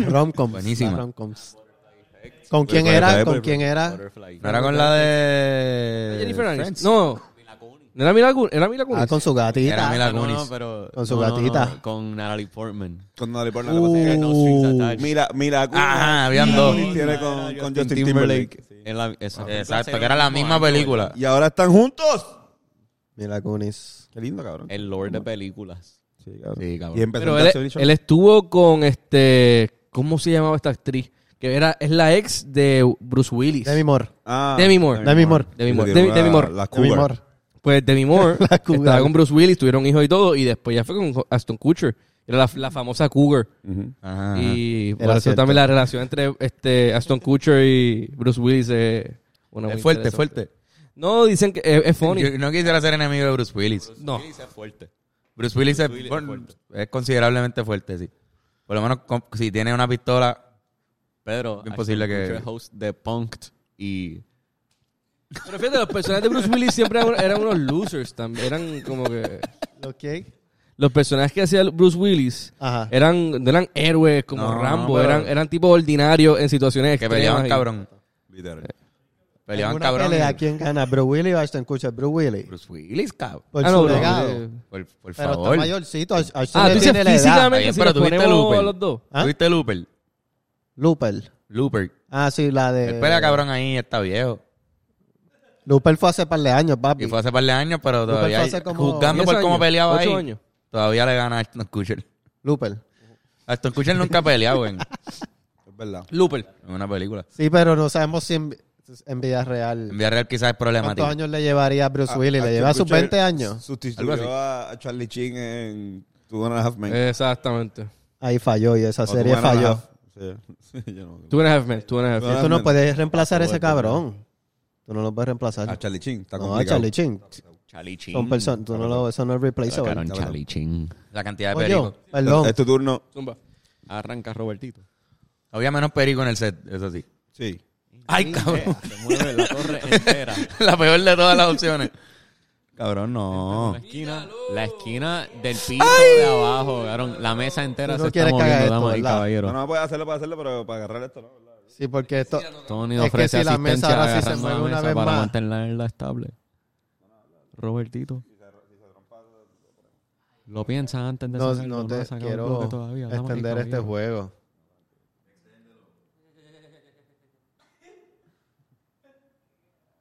[SPEAKER 3] Romcoms.
[SPEAKER 2] Buenísima.
[SPEAKER 3] Las romcoms. ¿Con quién
[SPEAKER 1] Pues,
[SPEAKER 3] era? ¿Con quién era? Ah,
[SPEAKER 5] Butterfly.
[SPEAKER 2] ¿No era con la de...
[SPEAKER 4] Jennifer
[SPEAKER 2] Friends?
[SPEAKER 4] Aniston. No. ¿No era Mila Kun- ¿Era Mila Kunis?
[SPEAKER 3] Eh, Ah, con su gatita.
[SPEAKER 2] Era Mila
[SPEAKER 5] Ah, no,
[SPEAKER 2] Kunis.
[SPEAKER 5] no, pero-
[SPEAKER 3] Con su
[SPEAKER 5] no, no, no,
[SPEAKER 3] gatita.
[SPEAKER 5] con Natalie Portman.
[SPEAKER 1] Con Natalie Portman.
[SPEAKER 5] Lo que pasa es que no strings
[SPEAKER 3] Uh.
[SPEAKER 5] attached.
[SPEAKER 1] Mira, mira.
[SPEAKER 2] Ajá, habían dos.
[SPEAKER 1] Kunis tiene con, con Justin, Timberlake.
[SPEAKER 5] En la- esa película
[SPEAKER 2] Exacto,
[SPEAKER 5] salió
[SPEAKER 2] que era la
[SPEAKER 5] el mismo
[SPEAKER 2] misma
[SPEAKER 5] año,
[SPEAKER 2] película.
[SPEAKER 1] Y ahora están juntos.
[SPEAKER 3] Mila Kunis.
[SPEAKER 1] Qué lindo, cabrón.
[SPEAKER 5] El Lord de películas.
[SPEAKER 1] Sí, cabrón.
[SPEAKER 2] Sí,
[SPEAKER 1] Y
[SPEAKER 2] cabrón.
[SPEAKER 1] empezó
[SPEAKER 4] Pero
[SPEAKER 1] en
[SPEAKER 4] él,
[SPEAKER 1] Taxi Edition.
[SPEAKER 4] él estuvo con este... ¿Cómo se llamaba esta actriz? Que era, es la ex de Bruce Willis.
[SPEAKER 3] Demi Moore.
[SPEAKER 1] Ah,
[SPEAKER 4] Demi Moore.
[SPEAKER 3] Demi Moore.
[SPEAKER 4] Demi
[SPEAKER 1] Y le
[SPEAKER 4] Moore.
[SPEAKER 1] dieron
[SPEAKER 4] Demi- Demi
[SPEAKER 1] la-
[SPEAKER 4] Moore.
[SPEAKER 1] la
[SPEAKER 3] Demi
[SPEAKER 1] Cougar.
[SPEAKER 3] Moore.
[SPEAKER 4] Pues Demi Moore
[SPEAKER 3] La cougar.
[SPEAKER 4] estaba con Bruce Willis, tuvieron hijos y todo, y después ya fue con Aston Kutcher. Era la, la famosa Cougar.
[SPEAKER 2] Ajá, ajá.
[SPEAKER 4] Y por
[SPEAKER 3] Era
[SPEAKER 4] eso
[SPEAKER 3] cierto.
[SPEAKER 4] también la relación entre este Aston Kutcher y Bruce Willis es una muy
[SPEAKER 2] Es fuerte,
[SPEAKER 4] interesante.
[SPEAKER 2] fuerte.
[SPEAKER 4] No, dicen que es, es funny.
[SPEAKER 2] Yo no quisiera ser enemigo de Bruce Willis.
[SPEAKER 4] no.
[SPEAKER 5] Esa es fuerte.
[SPEAKER 2] Bruce Willis, es,
[SPEAKER 5] Willis es
[SPEAKER 2] bueno,
[SPEAKER 5] fuerte.
[SPEAKER 2] es considerablemente fuerte, sí. Por lo menos con- si tiene una pistola...
[SPEAKER 5] Pedro,
[SPEAKER 2] Bien posible
[SPEAKER 5] Ashton
[SPEAKER 2] que-
[SPEAKER 5] Kutcher host de Punked y
[SPEAKER 4] Pero fíjate, los personajes de Bruce Willis siempre eran, eran unos losers también. Eran como que.
[SPEAKER 3] ¿Lo qué?
[SPEAKER 4] Los personajes que hacía Bruce Willis
[SPEAKER 3] Ajá.
[SPEAKER 4] eran, no eran héroes como
[SPEAKER 2] Ah. No,
[SPEAKER 4] Rambo,
[SPEAKER 2] pero-
[SPEAKER 4] eran, eran tipo ordinarios en situaciones
[SPEAKER 2] Que
[SPEAKER 4] extremas
[SPEAKER 2] peleaban
[SPEAKER 4] y-
[SPEAKER 2] cabrón. Eh,
[SPEAKER 1] Literal.
[SPEAKER 2] Peleaban
[SPEAKER 3] ¿Alguna
[SPEAKER 2] cabrón.
[SPEAKER 3] pelea, ¿Quién gana? ¿Bruce Willis o Ashton Kutcher? Bruce Willis.
[SPEAKER 2] Bruce Willis, cabrón.
[SPEAKER 3] Por
[SPEAKER 4] Ah, no,
[SPEAKER 3] su
[SPEAKER 4] Bruce
[SPEAKER 3] legado.
[SPEAKER 4] Willis.
[SPEAKER 2] Por, por
[SPEAKER 3] Pero
[SPEAKER 2] favor.
[SPEAKER 3] está mayorcito. Ash- Ashton
[SPEAKER 4] Ah,
[SPEAKER 3] le
[SPEAKER 4] tú
[SPEAKER 3] tiene la
[SPEAKER 4] dices
[SPEAKER 3] edad.
[SPEAKER 4] físicamente,
[SPEAKER 2] Oye,
[SPEAKER 4] si
[SPEAKER 2] pero
[SPEAKER 4] nos
[SPEAKER 2] tuviste
[SPEAKER 4] ponemos
[SPEAKER 2] Looper.
[SPEAKER 4] a los dos.
[SPEAKER 3] ¿Ah?
[SPEAKER 2] ¿Viste Looper?
[SPEAKER 3] Looper.
[SPEAKER 2] Looper.
[SPEAKER 3] Ah, sí, la de...
[SPEAKER 2] Él pelea cabrón ahí, está viejo.
[SPEAKER 3] Looper fue hace par de años, papi.
[SPEAKER 2] Y fue hace par de años, pero
[SPEAKER 3] Looper
[SPEAKER 2] todavía.
[SPEAKER 3] fue hace como-
[SPEAKER 2] Juzgando
[SPEAKER 4] Diez
[SPEAKER 2] por cómo
[SPEAKER 4] años,
[SPEAKER 2] peleaba
[SPEAKER 4] ocho
[SPEAKER 2] ahí.
[SPEAKER 4] años.
[SPEAKER 2] Todavía le gana a Aston Kutcher.
[SPEAKER 3] Looper.
[SPEAKER 2] Aston Kutcher nunca ha peleado en,
[SPEAKER 1] Es verdad.
[SPEAKER 4] Looper.
[SPEAKER 2] en una película.
[SPEAKER 3] Sí, pero no sabemos si en, en vida
[SPEAKER 2] En Ah,
[SPEAKER 3] real...
[SPEAKER 2] vía real quizás es
[SPEAKER 3] ¿Cuántos
[SPEAKER 2] problemático.
[SPEAKER 3] años le llevaría a Bruce Willis? ¿Le
[SPEAKER 1] Ashton
[SPEAKER 3] lleva sus
[SPEAKER 1] Kutcher
[SPEAKER 3] 20 años?
[SPEAKER 2] Algo
[SPEAKER 1] Ah, Sustituyó a, a Charlie Chin en Two and a Half
[SPEAKER 4] Eh,
[SPEAKER 1] Men.
[SPEAKER 4] Exactamente.
[SPEAKER 3] Ahí falló y esa
[SPEAKER 1] O Two
[SPEAKER 3] serie
[SPEAKER 1] and a
[SPEAKER 3] falló.
[SPEAKER 1] Half. Sí. Yo no-
[SPEAKER 4] Two and a half men, two and a half men.
[SPEAKER 3] Tú no
[SPEAKER 1] Ah,
[SPEAKER 3] puedes reemplazar a ese cabrón. Tú no lo puedes reemplazar.
[SPEAKER 1] A
[SPEAKER 2] Ah,
[SPEAKER 1] Charlie Chin. Está
[SPEAKER 3] No, a
[SPEAKER 1] complicado.
[SPEAKER 3] Charlie Chin.
[SPEAKER 5] Charlie Chin.
[SPEAKER 3] Son personas. Tú no lo... Eso no es replaceable.
[SPEAKER 5] Sacaron Charlie Chin.
[SPEAKER 2] La cantidad de
[SPEAKER 3] Oye,
[SPEAKER 2] pericos.
[SPEAKER 3] perdón.
[SPEAKER 1] Es tu turno.
[SPEAKER 4] Zumba.
[SPEAKER 5] Arranca Robertito.
[SPEAKER 2] Había menos perico en el set, eso sí.
[SPEAKER 1] Sí.
[SPEAKER 2] Ay, cabrón.
[SPEAKER 5] Se mueve la torre entera.
[SPEAKER 2] La peor de todas las opciones.
[SPEAKER 1] Cabrón, no.
[SPEAKER 5] La esquina, la esquina del piso de abajo, cabrón. La mesa entera
[SPEAKER 3] Tú no
[SPEAKER 5] se está
[SPEAKER 3] quieres que
[SPEAKER 5] moviendo,
[SPEAKER 3] haga esto,
[SPEAKER 5] damas y
[SPEAKER 3] ¿verdad?
[SPEAKER 1] No,
[SPEAKER 5] caballeros.
[SPEAKER 1] no, puedes hacerlo, puedes hacerlo, pero para agarrar esto, ¿no?
[SPEAKER 3] Sí, porque esto...
[SPEAKER 5] Tony
[SPEAKER 3] Es que
[SPEAKER 5] ofrece
[SPEAKER 3] si la mesa
[SPEAKER 5] asistencia
[SPEAKER 3] ahora sí se
[SPEAKER 5] agarrando
[SPEAKER 3] mueve
[SPEAKER 5] la
[SPEAKER 3] una
[SPEAKER 5] mesa
[SPEAKER 3] vez
[SPEAKER 5] para
[SPEAKER 3] más.
[SPEAKER 5] mantenerla en la estable. Robertito. Lo piensas antes de
[SPEAKER 3] No,
[SPEAKER 5] sacarlo,
[SPEAKER 3] no
[SPEAKER 5] has
[SPEAKER 3] te
[SPEAKER 5] sacado el
[SPEAKER 3] quiero
[SPEAKER 5] bloque todavía, damas y
[SPEAKER 3] extender este
[SPEAKER 5] caballeros.
[SPEAKER 3] juego.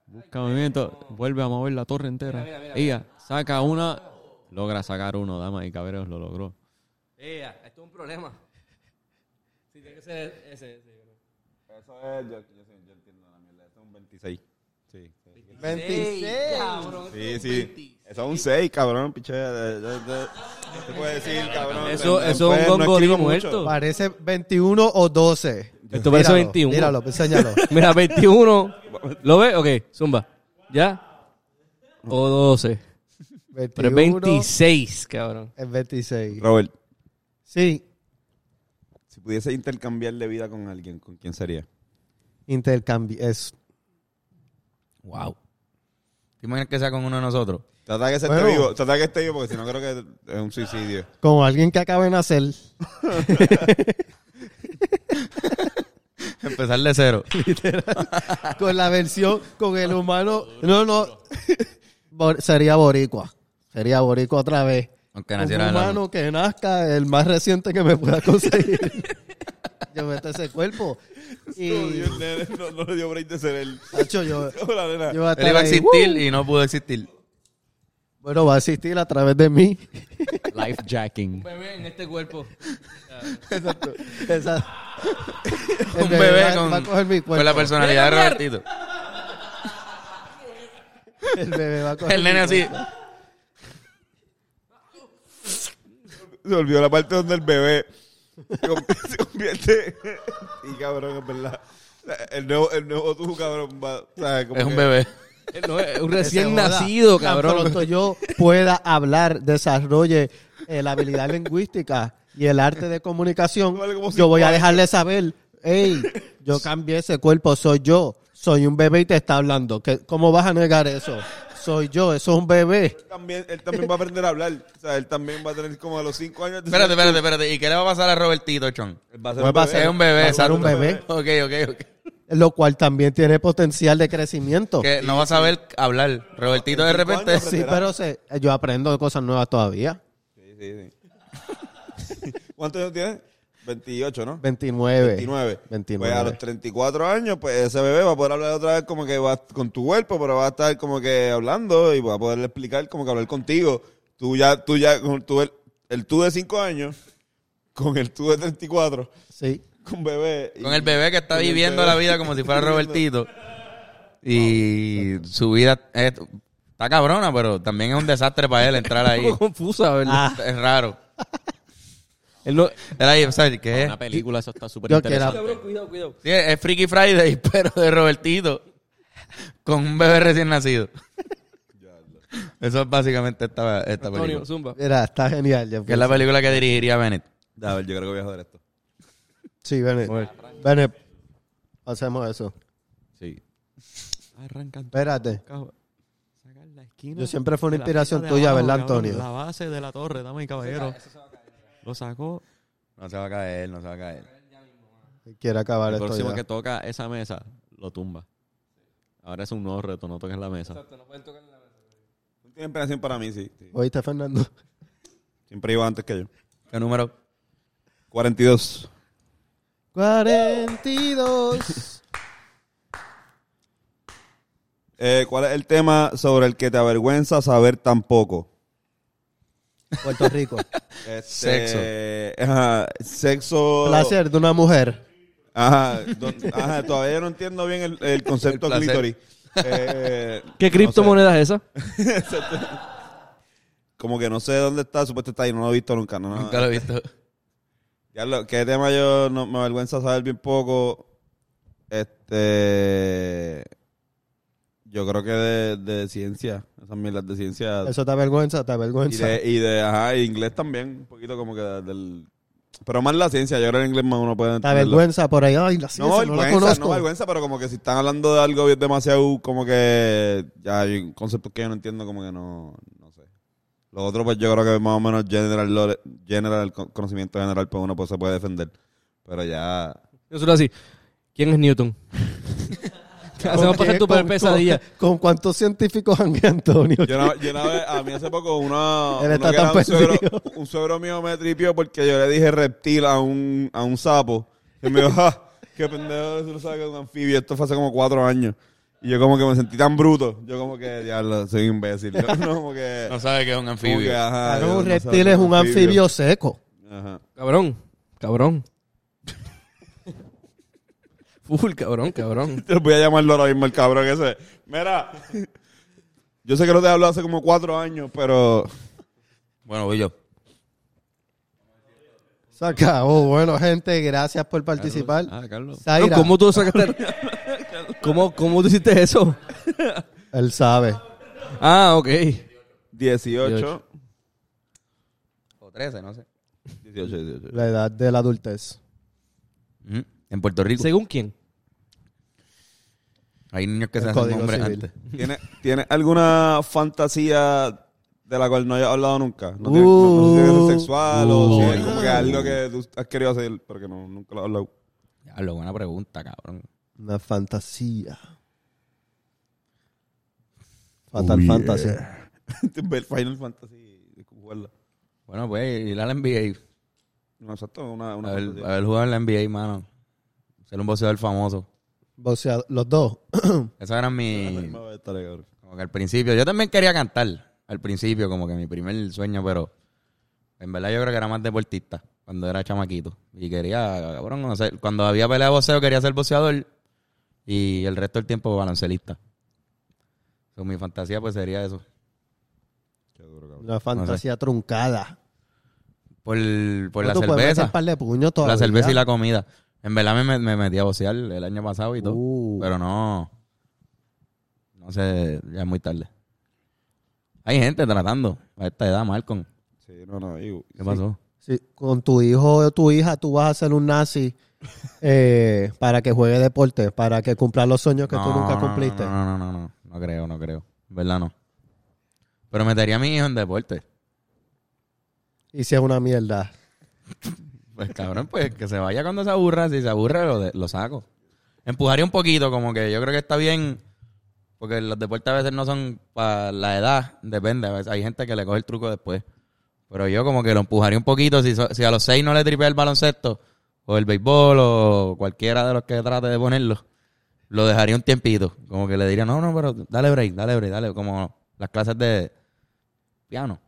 [SPEAKER 5] Busca movimiento, vuelve a mover la torre entera. Ella saca una, logra sacar uno, damas y caballeros, lo logró.
[SPEAKER 4] Ea, esto es un problema. Sí, tiene que ser ese. ese.
[SPEAKER 1] Eso es, yo, yo, sí, yo entiendo la mierda. Eso es un 26. Sí. Sí,
[SPEAKER 3] 26.
[SPEAKER 1] sí. Eso es un 6, cabrón, piche. de- de- de- ¿Qué te puedo decir, cabrón?
[SPEAKER 4] Eso,
[SPEAKER 1] Fernan,
[SPEAKER 4] eso es
[SPEAKER 1] pues,
[SPEAKER 4] un
[SPEAKER 1] no
[SPEAKER 4] gongolí
[SPEAKER 1] escribo
[SPEAKER 4] muerto.
[SPEAKER 3] Parece 21 o 12.
[SPEAKER 4] Esto parece
[SPEAKER 3] Míralo,
[SPEAKER 4] 21.
[SPEAKER 3] Míralo, enséñalo.
[SPEAKER 4] Mira, 21. ¿Lo ves? Ok, zumba. ¿Ya? O 12.
[SPEAKER 3] 21,
[SPEAKER 4] Pero es 26, cabrón.
[SPEAKER 3] Es 26.
[SPEAKER 1] Robert,
[SPEAKER 3] Sí.
[SPEAKER 1] Si pudiese intercambiar de vida con alguien, ¿con quién sería?
[SPEAKER 3] Intercambio. Es,
[SPEAKER 2] Wow. ¿Te imaginas que sea con uno de nosotros?
[SPEAKER 1] Trata que se
[SPEAKER 3] Bueno.
[SPEAKER 1] esté vivo, trata que esté vivo, porque si no creo que es un suicidio.
[SPEAKER 3] como alguien que acaba de nacer.
[SPEAKER 2] Empezar de cero.
[SPEAKER 3] con la versión con el humano. No, no. Bor- sería boricua. Sería boricua otra vez.
[SPEAKER 2] Aunque
[SPEAKER 3] un
[SPEAKER 2] naciera
[SPEAKER 3] humano que nazca, el más reciente que me pueda conseguir. yo meto ese cuerpo. Y,
[SPEAKER 1] no, no le dio break de ser él.
[SPEAKER 3] Tacho, yo, yo
[SPEAKER 1] Hola, nena.
[SPEAKER 3] voy
[SPEAKER 2] Él
[SPEAKER 3] a estar
[SPEAKER 2] iba a
[SPEAKER 3] ahí.
[SPEAKER 2] existir y no pudo existir.
[SPEAKER 3] Bueno, va a existir a través de mí.
[SPEAKER 5] Life jacking.
[SPEAKER 4] Bebé en este cuerpo.
[SPEAKER 3] Exacto. Esa- El
[SPEAKER 2] Un bebé
[SPEAKER 3] va-
[SPEAKER 2] con,
[SPEAKER 3] va a coger mi
[SPEAKER 2] con la
[SPEAKER 3] cuerpo.
[SPEAKER 2] personalidad de Robertito.
[SPEAKER 3] El bebé va a coger
[SPEAKER 2] El nene
[SPEAKER 3] mi
[SPEAKER 2] así.
[SPEAKER 1] Se olvidó la parte donde el bebé se conv- se convierte. y cabrón, es verdad. El nuevo, el nuevo tú, cabrón, va- o sea, como
[SPEAKER 2] Es un
[SPEAKER 1] que-
[SPEAKER 2] bebé.
[SPEAKER 4] Eh, No, es un
[SPEAKER 3] Que
[SPEAKER 4] recién
[SPEAKER 3] se joda.
[SPEAKER 4] nacido,
[SPEAKER 3] Tan
[SPEAKER 4] cabrón.
[SPEAKER 3] pronto yo pueda hablar, desarrolle eh, la habilidad lingüística y el arte de comunicación,
[SPEAKER 1] Vale, como si
[SPEAKER 3] yo voy a
[SPEAKER 1] fuera-
[SPEAKER 3] dejarle saber, hey, yo cambié ese cuerpo, soy yo, soy un bebé y te está hablando. ¿Qué- ¿Cómo vas a negar eso? Soy yo, eso es un bebé.
[SPEAKER 1] También, él también va a aprender a hablar. O sea, él también va a tener como a los 5 años.
[SPEAKER 2] Espérate, espérate, espérate. ¿Y qué le va a pasar a Robertito, Chon?
[SPEAKER 1] Va a ser
[SPEAKER 3] Va
[SPEAKER 1] un
[SPEAKER 3] a
[SPEAKER 1] bebé.
[SPEAKER 3] ser-
[SPEAKER 2] Es un bebé,
[SPEAKER 3] va a ser
[SPEAKER 2] exacto.
[SPEAKER 3] un bebé.
[SPEAKER 2] Ok, ok, ok.
[SPEAKER 3] Lo cual también tiene potencial de crecimiento.
[SPEAKER 2] Que no va a saber hablar. Robertito de
[SPEAKER 1] Cinco
[SPEAKER 2] repente.
[SPEAKER 1] años,
[SPEAKER 3] Sí, pero se- yo aprendo cosas nuevas todavía.
[SPEAKER 1] Sí, sí, sí. ¿Cuántos años tienes? 28, ¿no?
[SPEAKER 3] 29.
[SPEAKER 1] 29.
[SPEAKER 3] 29.
[SPEAKER 1] Pues a los 34 años, pues ese bebé va a poder hablar otra vez como que va con tu cuerpo, pero va a estar como que hablando y va a poder explicar como que hablar contigo. Tú ya, tú ya, con tú el, el tú de 5 años, con el tú de 34,
[SPEAKER 3] Sí.
[SPEAKER 1] con bebé. y-
[SPEAKER 2] Con el bebé que está
[SPEAKER 1] con el
[SPEAKER 2] viviendo
[SPEAKER 1] bebé.
[SPEAKER 2] la vida como si fuera Robertito. Y su vida es- está cabrona, pero también es un desastre para él entrar
[SPEAKER 4] Un
[SPEAKER 2] ahí.
[SPEAKER 4] poco confusa, ¿verdad?
[SPEAKER 2] Ah. Es raro.
[SPEAKER 4] Él no-
[SPEAKER 2] Él ahí, ¿sabes qué es?
[SPEAKER 5] Una película, eso está súper
[SPEAKER 3] Yo quiero-
[SPEAKER 5] interesante.
[SPEAKER 4] Cabrón, cuidado, cuidado.
[SPEAKER 2] Sí, es Freaky Friday, pero de Robertito. Con un bebé recién nacido. Eso es básicamente esta, esta película.
[SPEAKER 4] Antonio, zumba.
[SPEAKER 3] Mira, está genial. yo
[SPEAKER 2] Que es la
[SPEAKER 3] pienso.
[SPEAKER 2] película que dirigiría Bennett.
[SPEAKER 1] A ver, yo creo que voy a joder esto.
[SPEAKER 3] Sí, Bene. Bene, hacemos eso.
[SPEAKER 1] Sí.
[SPEAKER 5] Arranca
[SPEAKER 3] Espérate.
[SPEAKER 5] sacar la esquina.
[SPEAKER 3] Yo siempre fue una
[SPEAKER 5] de la
[SPEAKER 3] inspiración
[SPEAKER 5] esquina de
[SPEAKER 3] tuya,
[SPEAKER 5] abajo,
[SPEAKER 3] ¿verdad,
[SPEAKER 5] cabrón?
[SPEAKER 3] Antonio?
[SPEAKER 5] La base de la torre, dame caballero. Lo sacó.
[SPEAKER 2] No se va a caer, no se va a caer.
[SPEAKER 3] Quiero acabar
[SPEAKER 5] El
[SPEAKER 3] esto
[SPEAKER 5] próximo
[SPEAKER 3] ya.
[SPEAKER 5] que toca esa mesa, lo tumba. Ahora es un nuevo reto, no toques la mesa.
[SPEAKER 1] Tiene inspiración para mí, sí. sí.
[SPEAKER 3] ¿Oíste, Fernando?
[SPEAKER 1] Siempre iba antes que yo.
[SPEAKER 2] ¿Qué número?
[SPEAKER 1] 42.
[SPEAKER 3] 42.
[SPEAKER 1] Eh, ¿Cuál es el tema sobre el que te avergüenza saber tan poco?
[SPEAKER 3] Puerto Rico.
[SPEAKER 1] Este,
[SPEAKER 2] Sexo.
[SPEAKER 1] Ajá, sexo.
[SPEAKER 3] Placer de una mujer.
[SPEAKER 1] Ajá, do- ajá, todavía no entiendo bien el, el concepto
[SPEAKER 2] El placer.
[SPEAKER 1] clítoris. Eh,
[SPEAKER 4] ¿Qué
[SPEAKER 1] no
[SPEAKER 4] criptomoneda es esa?
[SPEAKER 1] sé, como que no sé dónde está, supuesto está ahí, no lo he visto nunca. No, no.
[SPEAKER 2] Nunca lo he visto.
[SPEAKER 1] Ya lo- ¿Qué tema yo no, me avergüenza saber bien poco? Este. Yo creo que de, de ciencia. Esas mierdas de ciencia.
[SPEAKER 3] Eso te avergüenza, te
[SPEAKER 1] Y
[SPEAKER 3] avergüenza.
[SPEAKER 1] de, y de, ajá, y inglés también, un poquito como que del... Pero más la ciencia, yo creo que en inglés más uno puede
[SPEAKER 3] Te
[SPEAKER 1] entenderlo.
[SPEAKER 3] avergüenza por ahí. Ay, la
[SPEAKER 1] No,
[SPEAKER 3] ciencia, no, la
[SPEAKER 1] vergüenza, no
[SPEAKER 3] conozco.
[SPEAKER 1] vergüenza, pero como que si están hablando de algo bien demasiado, como que ya hay conceptos que yo no entiendo, como que no, no sé. Lo otro, pues yo creo que más o menos general, knowledge- general el con- conocimiento general, pues uno pues, se puede defender. Pero ya...
[SPEAKER 4] Nosotros así. ¿Quién es Newton? Hacemos
[SPEAKER 3] ¿Con
[SPEAKER 4] pasar
[SPEAKER 3] qué-
[SPEAKER 4] tu peor
[SPEAKER 3] con-
[SPEAKER 4] pesadilla.
[SPEAKER 3] Con, con cuántos científicos hangué, Antonio?
[SPEAKER 1] Yo una, yo una vez, a mí hace poco, uno,
[SPEAKER 3] Él
[SPEAKER 1] uno
[SPEAKER 3] está
[SPEAKER 1] que
[SPEAKER 3] tan
[SPEAKER 1] era un, suegro,
[SPEAKER 3] perdido.
[SPEAKER 1] un suegro mío me tripió porque yo le dije reptil a un, a un sapo. Y me dijo, "Ja, qué pendejo, tú lo sabes que es un anfibio. Esto fue hace como cuatro años. Y yo como que me sentí tan bruto. Yo como que, diablo, soy un imbécil. No, no, como que...
[SPEAKER 2] No sabe que es un
[SPEAKER 1] como que,
[SPEAKER 2] anfibio.
[SPEAKER 1] ajá,
[SPEAKER 3] Claro,
[SPEAKER 1] yo
[SPEAKER 3] Ah, un
[SPEAKER 1] no sé,
[SPEAKER 3] reptil
[SPEAKER 1] soy
[SPEAKER 3] es un anfibio seco.
[SPEAKER 1] Ajá.
[SPEAKER 4] Cabrón. Cabrón. Full, cabrón, cabrón.
[SPEAKER 1] Yo voy a llamarlo ahora mismo el cabrón ese. Mira, yo sé que no te hablo hace como cuatro años, pero...
[SPEAKER 2] Bueno, voy yo.
[SPEAKER 3] Se acabó. Bueno, gente, gracias por participar.
[SPEAKER 5] Ah, Carlos.
[SPEAKER 4] No,
[SPEAKER 3] Zaira,
[SPEAKER 4] ¿Cómo tú sacaste? ¿Cómo, ¿Cómo tú hiciste eso?
[SPEAKER 3] él sabe.
[SPEAKER 4] Ah, ok.
[SPEAKER 1] 18.
[SPEAKER 2] 13, no sé.
[SPEAKER 1] 18, 18.
[SPEAKER 3] La edad de la adultez.
[SPEAKER 2] Ujú. En Puerto Rico.
[SPEAKER 4] ¿Según quién?
[SPEAKER 2] Hay niños que se
[SPEAKER 3] El
[SPEAKER 2] hacen
[SPEAKER 3] Código
[SPEAKER 2] nombres
[SPEAKER 3] Civil.
[SPEAKER 2] antes.
[SPEAKER 1] ¿Tienes tiene alguna fantasía de la cual no hayas hablado nunca? No,
[SPEAKER 3] Uh.
[SPEAKER 1] tiene- no- no sé si es sexual o
[SPEAKER 5] Uh.
[SPEAKER 1] si es como que algo que tú has querido hacer, pero que no, nunca lo has hablado.
[SPEAKER 2] Diablo, buena pregunta, cabrón.
[SPEAKER 3] Una fantasía. Fatal Fantasy.
[SPEAKER 2] eh.
[SPEAKER 1] Ver Este Final Fantasy, jugarla.
[SPEAKER 2] Bueno, pues ir a la NBA.
[SPEAKER 1] No, exacto, una, una
[SPEAKER 2] A ver,
[SPEAKER 1] fantasía.
[SPEAKER 2] a ver jugar en la NBA, mano. Ser un boxeador famoso.
[SPEAKER 3] Boxeado- los dos.
[SPEAKER 2] Esa era
[SPEAKER 1] La
[SPEAKER 2] mi.
[SPEAKER 1] misma vez estaré, cabrón.
[SPEAKER 2] Como que al principio. Yo también quería cantar. Al principio, como que mi primer sueño, pero. En verdad, yo creo que era más deportista. Cuando era chamaquito. Y quería, cabrón, no sé, Cuando había pelea de boxeo, quería ser boxeador. Y el resto del tiempo, baloncelista. So, mi fantasía, pues sería eso.
[SPEAKER 1] Qué duro, cabrón.
[SPEAKER 3] Una fantasía truncada.
[SPEAKER 2] Por, por
[SPEAKER 3] No,
[SPEAKER 2] Pues la
[SPEAKER 3] tú puedes meter
[SPEAKER 2] cerveza.
[SPEAKER 3] par de puños todavía.
[SPEAKER 2] La cerveza y la comida. En verdad me, me- me metí a bocear el año pasado y todo.
[SPEAKER 3] Uh.
[SPEAKER 2] Pero no. No sé, ya es muy tarde. Hay gente tratando a esta edad, Malcolm.
[SPEAKER 1] Sí, no, no. y-
[SPEAKER 2] ¿Qué pasó?
[SPEAKER 3] Sí, con tu hijo o tu hija tú vas a ser un nazi eh, para que juegue deporte, para que cumpla los sueños que tú
[SPEAKER 2] No,
[SPEAKER 3] nunca
[SPEAKER 2] no,
[SPEAKER 3] cumpliste.
[SPEAKER 2] No, no, no, no, no. No creo, no creo. En verdad no. Pero metería a mi hijo en deporte.
[SPEAKER 3] Y si es una mierda.
[SPEAKER 2] Pues cabrón, pues que se vaya cuando se aburra. Si se aburre, lo, de- lo saco. Empujaría un poquito, como que yo creo que está bien. Porque los deportes a veces no son para la edad, depende. A veces hay gente que le coge el truco después. Pero yo como que lo empujaría un poquito. Si, so- si a los seis no le tripea el baloncesto, o el béisbol, o cualquiera de los que trate de ponerlo, lo dejaría un tiempito. Como que le diría, no, no, pero dale break, dale break, dale. Como las clases de piano.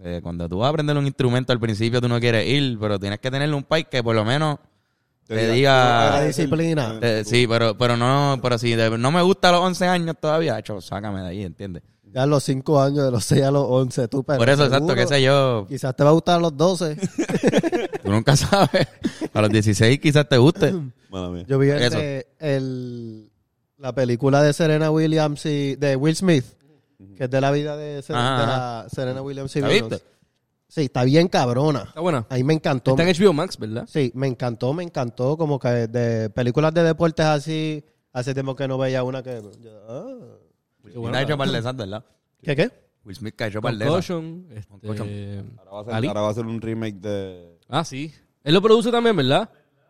[SPEAKER 2] Eh, cuando tú vas a aprender un instrumento al principio, tú no quieres ir, pero tienes que tenerle un país que por lo menos te
[SPEAKER 3] La
[SPEAKER 2] diga...
[SPEAKER 3] disciplina.
[SPEAKER 2] Eh, sí, pero, pero no, pero si de- no me gusta a los 11 años todavía, hecho, sácame de ahí, ¿entiendes?
[SPEAKER 3] Ya a los 5 años, de los 6 a los 11, tú pero
[SPEAKER 2] Por eso, exacto,
[SPEAKER 3] seguro,
[SPEAKER 2] qué sé yo,
[SPEAKER 3] Quizás te va a gustar a los 12.
[SPEAKER 2] tú nunca sabes. A los 16 quizás te guste.
[SPEAKER 1] Mala mía.
[SPEAKER 3] Yo vi el,
[SPEAKER 2] Eso.
[SPEAKER 3] de- el- la película de Serena Williams y de Will Smith, que es de la vida de, Ser-
[SPEAKER 2] Ajá,
[SPEAKER 3] de la Serena Williams y
[SPEAKER 2] ¿La
[SPEAKER 3] Venus.
[SPEAKER 2] viste?
[SPEAKER 3] Sí, está bien cabrona.
[SPEAKER 4] Está buena.
[SPEAKER 3] A mí me encantó.
[SPEAKER 4] Está en HBO Max, ¿verdad?
[SPEAKER 3] Sí, me encantó, me encantó. Como que de películas de deportes así, hace tiempo que no veía una que. yo, ah.
[SPEAKER 2] Will ha hecho par de esas, ¿verdad?
[SPEAKER 3] ¿Qué qué?
[SPEAKER 2] Will Smith que ha hecho par de esas.
[SPEAKER 4] Concussion. Este...
[SPEAKER 1] Ahora va, a
[SPEAKER 4] Ali.
[SPEAKER 1] ser, ahora va a ser un remake de...
[SPEAKER 4] Ah, sí. Él lo produce también, ¿verdad?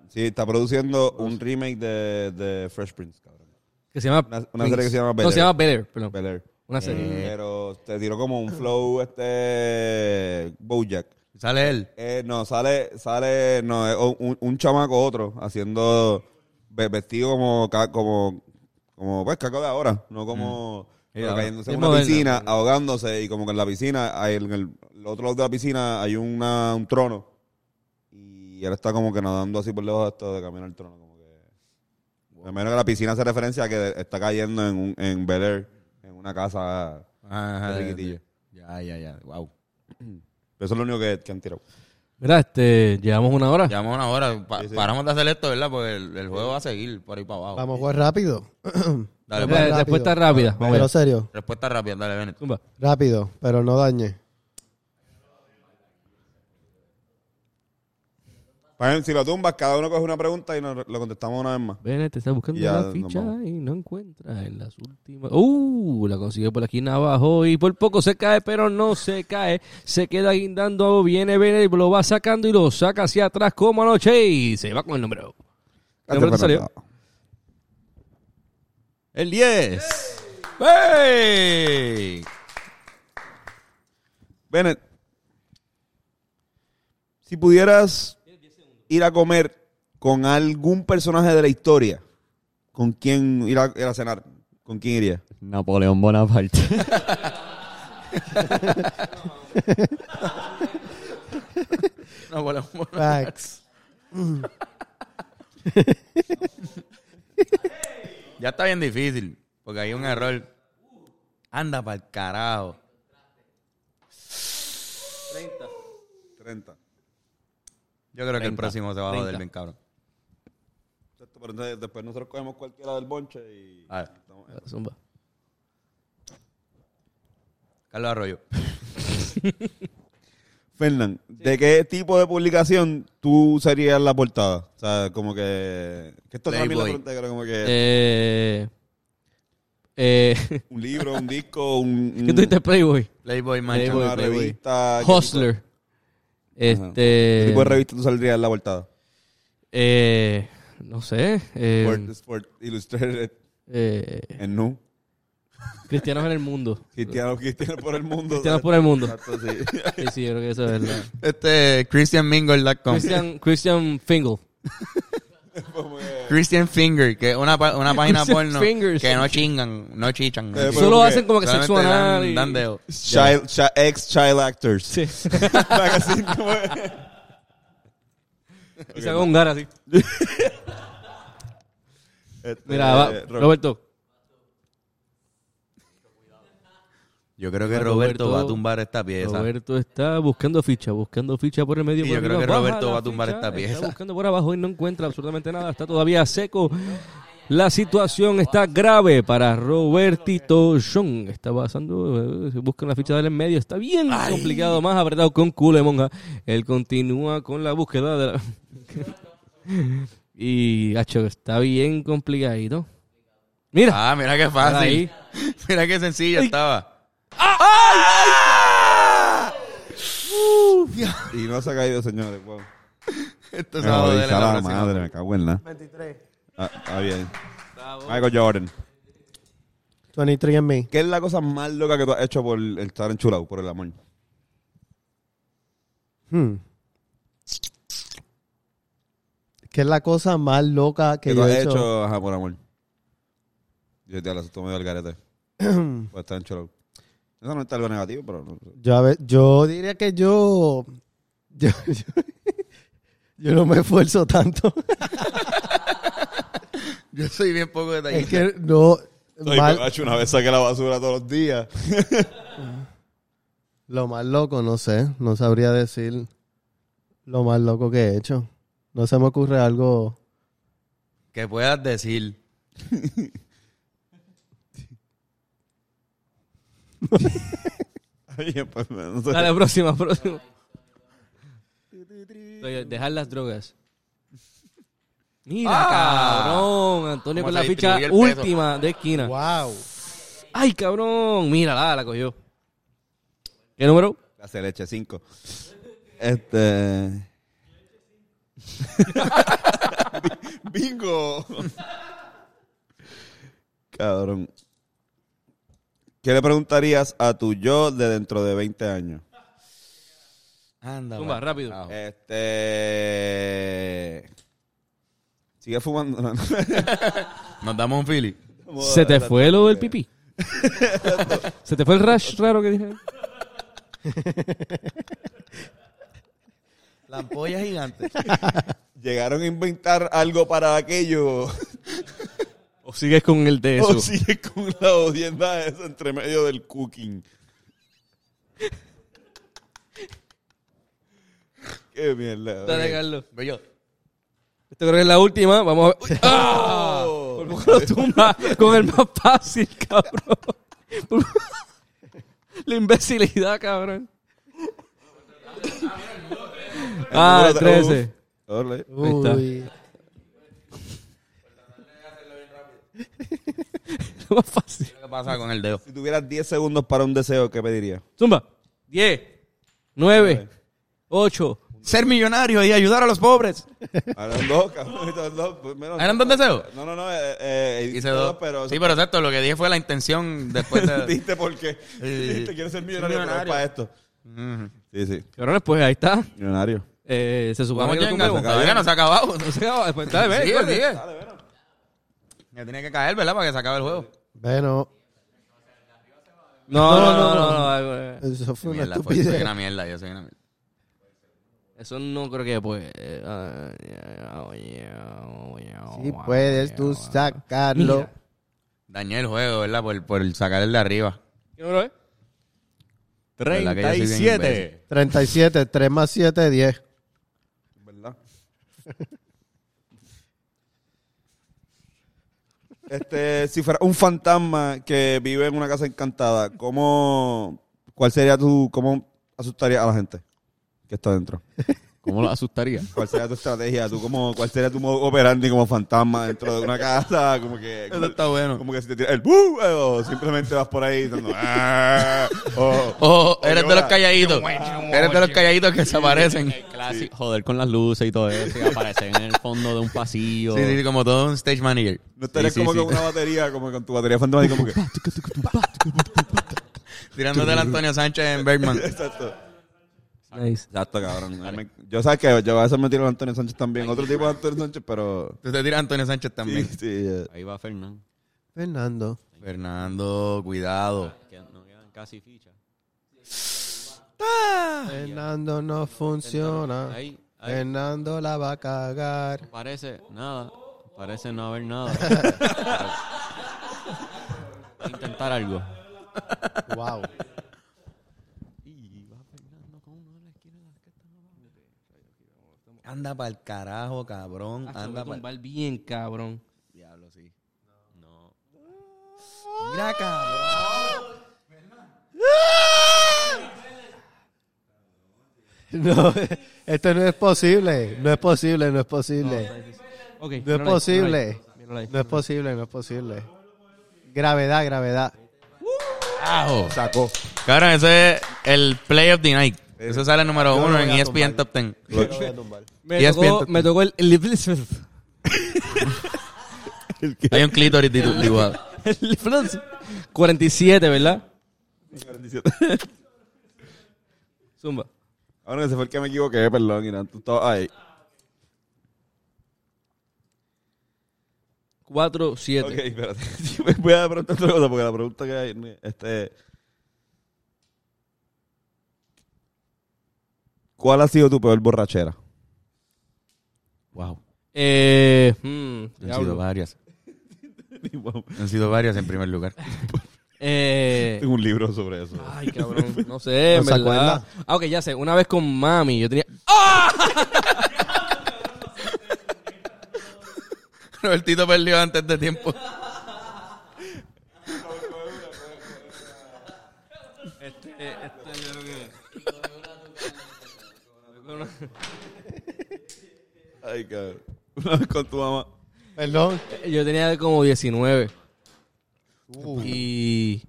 [SPEAKER 1] Sí, está produciendo un remake de, de Fresh Prince, cabrón.
[SPEAKER 4] Que se llama...
[SPEAKER 1] Una- una serie que se llama
[SPEAKER 4] No,
[SPEAKER 1] Better.
[SPEAKER 4] se llama Better, perdón.
[SPEAKER 1] Bel Air. Eh,
[SPEAKER 4] Una serie.
[SPEAKER 1] Pero te tiró como un flow este Bojack.
[SPEAKER 2] Sale él.
[SPEAKER 1] Eh, no, sale, sale, no, es un, un chamaco otro haciendo ve- vestido como, ca- como, como, pues caco de ahora, no como pero
[SPEAKER 2] ahora.
[SPEAKER 1] cayéndose en
[SPEAKER 4] Mm. Es
[SPEAKER 1] una
[SPEAKER 4] moderno.
[SPEAKER 1] piscina, ahogándose y como que en la piscina, hay- en el, el otro lado de la piscina hay una, un trono y él está como que nadando así por lejos de esto de camino al trono, como que. Me imagino que la piscina hace referencia a que está cayendo en un, en Bel Air, en una casa.
[SPEAKER 2] Ajá,
[SPEAKER 1] Qué
[SPEAKER 2] sí.
[SPEAKER 1] riquitillo.
[SPEAKER 2] Ya, ya, ya. Wow.
[SPEAKER 1] Pero eso es lo único que, que han tirado.
[SPEAKER 4] Mira, este, llevamos una hora.
[SPEAKER 2] Llevamos una hora. pa- Paramos de hacer esto, ¿verdad? Porque el, el juego va a seguir por ahí para abajo.
[SPEAKER 3] Vamos a jugar rápido.
[SPEAKER 2] Dale, pues.
[SPEAKER 3] Vamos
[SPEAKER 4] Eh,
[SPEAKER 1] pues.
[SPEAKER 3] rápido.
[SPEAKER 4] respuesta rápida. Vamos
[SPEAKER 3] Pero
[SPEAKER 4] allá.
[SPEAKER 3] serio,
[SPEAKER 2] Respuesta rápida, dale, Bennett.
[SPEAKER 4] Zumba.
[SPEAKER 3] rápido, pero no dañe.
[SPEAKER 1] Por ejemplo, si lo tumbas, cada uno coge una pregunta y nos lo contestamos una vez más.
[SPEAKER 4] Bennett está buscando
[SPEAKER 1] Ya,
[SPEAKER 4] la
[SPEAKER 1] nos
[SPEAKER 4] ficha
[SPEAKER 1] vamos.
[SPEAKER 4] y no encuentra en las últimas. ¡Uh! La consiguió por la esquina abajo y por poco se cae, pero no se cae. Se queda guindando. Viene Bennett, lo va sacando y lo saca hacia atrás como anoche y se va con el número. ¿Qué número te salió?
[SPEAKER 2] El 10. ¡Hey!
[SPEAKER 1] Bennett, si pudieras ir a comer con algún personaje de la historia, ¿con quién ir a, ir a cenar? ¿Con quién iría?
[SPEAKER 5] Napoleón Bonaparte.
[SPEAKER 2] No, por la-
[SPEAKER 3] Facts.
[SPEAKER 2] Ya está bien difícil, porque hay un error. Anda para el carajo.
[SPEAKER 1] 30.
[SPEAKER 2] Yo creo que el próximo se va a joder bien, cabrón.
[SPEAKER 1] Pero entonces, después nosotros cogemos cualquiera del bonche y...
[SPEAKER 2] A ver,
[SPEAKER 4] Zumba.
[SPEAKER 2] Carlos Arroyo.
[SPEAKER 1] Fernán, ¿de qué tipo de publicación tú serías la portada? O sea, como que... que esto también la
[SPEAKER 2] Playboy.
[SPEAKER 1] pregunta, creo, como que
[SPEAKER 4] Eh, eh,
[SPEAKER 1] un libro, un disco, un...
[SPEAKER 4] ¿Qué tuviste Playboy?
[SPEAKER 2] Playboy
[SPEAKER 1] una
[SPEAKER 2] Mansion.
[SPEAKER 4] Playboy, Playboy.
[SPEAKER 1] revista... ¿qué
[SPEAKER 4] Hustler.
[SPEAKER 1] tipo-
[SPEAKER 4] Este.
[SPEAKER 1] ¿Qué tipo de revista tú saldrías en la portada?
[SPEAKER 4] eh, no sé. eh,
[SPEAKER 1] Sport, Sport Illustrated,
[SPEAKER 4] eh,
[SPEAKER 1] en Nu.
[SPEAKER 4] cristianos en el mundo.
[SPEAKER 1] Cristianos, cristianos por el mundo.
[SPEAKER 4] Cristianos por el mundo. Sí, sí, yo creo que eso es verdad.
[SPEAKER 2] Este, christianmingle.com. Christian,
[SPEAKER 4] Christian, Christian Fingle.
[SPEAKER 2] Finger, que es una, pa- una página
[SPEAKER 4] Christian
[SPEAKER 2] porno
[SPEAKER 4] Fingers.
[SPEAKER 2] que no chingan, no chichan.
[SPEAKER 1] Eh,
[SPEAKER 2] No
[SPEAKER 1] pero-
[SPEAKER 4] Solo
[SPEAKER 1] ¿qué?
[SPEAKER 4] hacen como que
[SPEAKER 2] Solamente
[SPEAKER 4] sexo anal.
[SPEAKER 2] dan,
[SPEAKER 4] y-
[SPEAKER 2] dan dedo.
[SPEAKER 1] Child, chi- ex Child Actors.
[SPEAKER 4] Sí.
[SPEAKER 1] Magazine, ¿cómo es?
[SPEAKER 4] Y se haga un gara así.
[SPEAKER 1] Este,
[SPEAKER 4] Mira, va,
[SPEAKER 1] eh, Ro-
[SPEAKER 4] Roberto.
[SPEAKER 2] Yo creo que
[SPEAKER 4] Roberto-
[SPEAKER 2] Roberto va a tumbar esta pieza.
[SPEAKER 4] Roberto está buscando ficha, buscando ficha por el medio.
[SPEAKER 2] Sí,
[SPEAKER 4] por
[SPEAKER 2] yo creo
[SPEAKER 4] arriba.
[SPEAKER 2] que
[SPEAKER 4] Baja
[SPEAKER 2] Roberto
[SPEAKER 4] la
[SPEAKER 2] va a tumbar esta pieza.
[SPEAKER 4] Está buscando por abajo y no encuentra absolutamente nada. Está todavía seco. La situación está grave para Robertito John. Está pasando, eh, se busca la ficha del en medio. Está bien complicado, más apretado con culo de monja. Él continúa con la búsqueda de la... y, hacho, está bien complicadito. Mira.
[SPEAKER 2] Ah, mira qué fácil.
[SPEAKER 4] Ahí.
[SPEAKER 2] Mira qué sencilla estaba.
[SPEAKER 1] Y no se ha caído, señores. Wow.
[SPEAKER 2] Esto
[SPEAKER 1] Me
[SPEAKER 2] se va a
[SPEAKER 1] jodí,
[SPEAKER 2] joder en la
[SPEAKER 1] la
[SPEAKER 2] próxima.
[SPEAKER 1] madre, me cago en la.
[SPEAKER 9] 23.
[SPEAKER 1] Ah, está bien. Michael Jordan.
[SPEAKER 3] 23 and me.
[SPEAKER 1] ¿Qué es la cosa más loca que tú has hecho por el estar enchulado, por el amor?
[SPEAKER 3] Hmm. ¿Qué es la cosa más loca que
[SPEAKER 1] Que tú
[SPEAKER 3] yo
[SPEAKER 1] has
[SPEAKER 3] he
[SPEAKER 1] hecho,
[SPEAKER 3] hecho?
[SPEAKER 1] ajá, por amor. Yo te lo asusto medio al garete. por estar enchulado. Eso no es algo negativo, pero... No, sé.
[SPEAKER 3] Yo, a ve- yo diría que yo... Yo, yo, yo no me esfuerzo tanto.
[SPEAKER 2] Yo soy bien poco
[SPEAKER 3] es
[SPEAKER 2] detallista.
[SPEAKER 3] que no... mal-
[SPEAKER 1] Ay, macho, una vez saqué la basura todos los días.
[SPEAKER 3] lo más loco, no sé. No sabría decir lo más loco que he hecho. No se me ocurre algo...
[SPEAKER 2] Que puedas decir.
[SPEAKER 1] Ay, pues, no sé.
[SPEAKER 4] Dale, próxima, próxima. Oye, Dejar las drogas. Mira,
[SPEAKER 2] Ah.
[SPEAKER 4] cabrón. Antonio
[SPEAKER 2] Cómo
[SPEAKER 4] con
[SPEAKER 2] se
[SPEAKER 4] la ficha
[SPEAKER 2] distribuye el peso.
[SPEAKER 4] última de esquina.
[SPEAKER 3] ¡Wow!
[SPEAKER 4] Ay, cabrón. Mira, la, la cogió. ¿Qué número?
[SPEAKER 1] Hace leche 5. Este. Bingo. Cabrón. ¿Qué le preguntarías a tu yo de dentro de 20 años?
[SPEAKER 2] Anda,
[SPEAKER 4] Tumba,
[SPEAKER 2] va.
[SPEAKER 4] rápido.
[SPEAKER 2] Ah,
[SPEAKER 1] Este. Sigue fumando. No, no.
[SPEAKER 2] Nos damos un fili.
[SPEAKER 4] ¿Se te fue lo del pipí? ¿Se te fue el rash raro que dije?
[SPEAKER 2] La ampolla gigante.
[SPEAKER 1] Llegaron a inventar algo para aquello.
[SPEAKER 4] ¿O sigues con el de
[SPEAKER 1] O sigue con la odienda esa entre medio del cooking. Qué mierda.
[SPEAKER 4] Dale,
[SPEAKER 1] ok.
[SPEAKER 4] Carlos.
[SPEAKER 2] Bello.
[SPEAKER 4] Esto creo que es la última. Vamos a ver. Uy, ¡Ah! Por poco lo tumba con el más fácil, cabrón. Por- La imbecilidad, cabrón. Ah, el 13.
[SPEAKER 1] Ole.
[SPEAKER 4] Ahí está.
[SPEAKER 3] Uy.
[SPEAKER 4] Lo más fácil.
[SPEAKER 2] ¿Qué pasa con el dedo?
[SPEAKER 1] Si tuvieras 10 segundos para un deseo, ¿qué pedirías?
[SPEAKER 4] Zumba. 10, 9, 8.
[SPEAKER 2] Ser millonario y ayudar a los pobres.
[SPEAKER 1] Eran dos, cabrón. Eran dos. pues, menos.
[SPEAKER 2] ¿Eran dos deseos?
[SPEAKER 1] No, no, no. Eh, eh,
[SPEAKER 2] Hice dos.
[SPEAKER 1] pero.
[SPEAKER 2] sí, pero exacto, lo que dije fue la intención después de...
[SPEAKER 1] Dijiste por qué. Dijiste, quiero ser millonario, pero es
[SPEAKER 2] millonario.
[SPEAKER 1] para esto.
[SPEAKER 2] Ujú.
[SPEAKER 1] Sí, sí.
[SPEAKER 4] Cabrones, pues ahí está.
[SPEAKER 1] Millonario.
[SPEAKER 4] Eh, se supone
[SPEAKER 2] Vamos,
[SPEAKER 4] que lo
[SPEAKER 2] Jenga,
[SPEAKER 4] tumbemos.
[SPEAKER 2] todavía no se ha acabado.
[SPEAKER 4] No se acaba. Después, dale, ve, pues,
[SPEAKER 2] Sigue,
[SPEAKER 4] corre.
[SPEAKER 2] sigue. Ya tiene que caer, ¿verdad? Para que se acabe el juego.
[SPEAKER 3] Bueno,
[SPEAKER 4] No, no, no,
[SPEAKER 3] no,
[SPEAKER 4] no, no, no.
[SPEAKER 3] eso fue una
[SPEAKER 2] Mierda, fue- soy
[SPEAKER 3] estupidez.
[SPEAKER 2] una mierda, yo soy una mierda.
[SPEAKER 4] Eso no creo que pues. Sí,
[SPEAKER 3] Si puedes tú sacarlo.
[SPEAKER 4] Mira.
[SPEAKER 2] Dañé el juego, ¿verdad? Por, por sacar el de arriba.
[SPEAKER 4] ¿Qué número es?
[SPEAKER 2] ¿Verdad que yo soy bien
[SPEAKER 5] 37.
[SPEAKER 2] imbécil?
[SPEAKER 3] 37, 3 más 7, 10.
[SPEAKER 1] ¿Verdad? Este, si fuera un fantasma que vive en una casa encantada, ¿cómo, cuál sería tu, cómo asustaría a la gente? que está dentro.
[SPEAKER 5] ¿Cómo lo asustaría?
[SPEAKER 1] ¿Cuál sería tu estrategia? ¿Tú como, ¿Cuál sería tu modo operandi como fantasma dentro de una casa? Como que,
[SPEAKER 2] Eso está bueno.
[SPEAKER 1] como que si te tiras el ¡buh! eh, o simplemente vas por ahí diciendo ¡ah! o-
[SPEAKER 5] Oh.
[SPEAKER 2] Ojo, Oh, eres de
[SPEAKER 1] Oye,
[SPEAKER 2] los
[SPEAKER 1] hola.
[SPEAKER 2] calladitos. Eres de los calladitos que se aparecen. Sí,
[SPEAKER 5] Clásico. Joder con las luces y todo eso. Y aparecer en el fondo de un pasillo.
[SPEAKER 2] sí, sí, como todo un stage manager.
[SPEAKER 1] no estarías
[SPEAKER 5] sí,
[SPEAKER 1] como
[SPEAKER 5] sí.
[SPEAKER 1] con una batería, como con tu batería fantasma y como que
[SPEAKER 2] Tirándote al Antonio Sánchez en Bergman.
[SPEAKER 1] exacto.
[SPEAKER 4] Nice.
[SPEAKER 1] Exacto, cabrón. Me- Yo sabes que yo a veces me tiro a Antonio Sánchez también, otro tipo de Antonio Sánchez, pero
[SPEAKER 2] Tú te tiras a Antonio Sánchez
[SPEAKER 1] sí,
[SPEAKER 2] también.
[SPEAKER 1] sí, eh.
[SPEAKER 5] Ahí va Fernán.
[SPEAKER 3] Fernando.
[SPEAKER 2] Fernando, cuidado.
[SPEAKER 5] Que no quedan casi fichas.
[SPEAKER 3] Fernando no funciona.
[SPEAKER 5] Ahí, ahí.
[SPEAKER 3] Fernando la va a cagar.
[SPEAKER 5] Parece nada. Parece no haber nada. Voy a Intentar algo.
[SPEAKER 3] Wow.
[SPEAKER 2] Anda para el carajo,
[SPEAKER 4] Ah,
[SPEAKER 2] cabrón. Anda para
[SPEAKER 4] tumbar bien, cabrón.
[SPEAKER 2] Diablo, sí. No. Mira, cabrón.
[SPEAKER 3] No, esto no es posible. No es posible, no es posible.
[SPEAKER 4] Ok,
[SPEAKER 3] No es
[SPEAKER 4] míralo ahí,
[SPEAKER 3] posible.
[SPEAKER 4] míralo ahí, míralo ahí.
[SPEAKER 3] No es posible, no es posible. Gravedad, gravedad.
[SPEAKER 2] Carajo.
[SPEAKER 1] sacó.
[SPEAKER 2] Cabrón, ese es el play of the night. Eso sale número
[SPEAKER 3] Yo lo
[SPEAKER 2] uno
[SPEAKER 3] voy
[SPEAKER 2] en E
[SPEAKER 3] a
[SPEAKER 2] ESPN Top Ten.
[SPEAKER 4] Me
[SPEAKER 2] Yes,
[SPEAKER 4] tocó,
[SPEAKER 2] bien.
[SPEAKER 4] me tocó el... el-
[SPEAKER 2] Hay un clítoris ditu- dibujado.
[SPEAKER 4] El Flux. 47, ¿verdad? Zumba.
[SPEAKER 1] Ahora ese fue el que me equivoqué, perdón, y tú estabas ahí.
[SPEAKER 4] 4, 7.
[SPEAKER 1] Ok, espérate. Sí, me Voy a preguntar otra cosa porque la pregunta que hay. Este, ¿Cuál ha sido tu peor borrachera?
[SPEAKER 2] Wow.
[SPEAKER 4] Eh, hmm,
[SPEAKER 2] Han sido
[SPEAKER 4] diablo.
[SPEAKER 2] varias. Han sido varias en primer lugar.
[SPEAKER 4] eh,
[SPEAKER 1] Tengo un libro sobre eso.
[SPEAKER 4] ay, cabrón. No sé,
[SPEAKER 3] ¿No
[SPEAKER 4] en
[SPEAKER 3] se
[SPEAKER 4] verdad.
[SPEAKER 3] acuerda?
[SPEAKER 4] Ah, ok, ya sé. Una vez con mami, yo tenía.
[SPEAKER 2] Robertito perdió antes de tiempo.
[SPEAKER 1] Ay, cabrón. Una vez con tu mamá.
[SPEAKER 3] Perdón.
[SPEAKER 4] Yo tenía como 19.
[SPEAKER 2] Uh.
[SPEAKER 4] Y.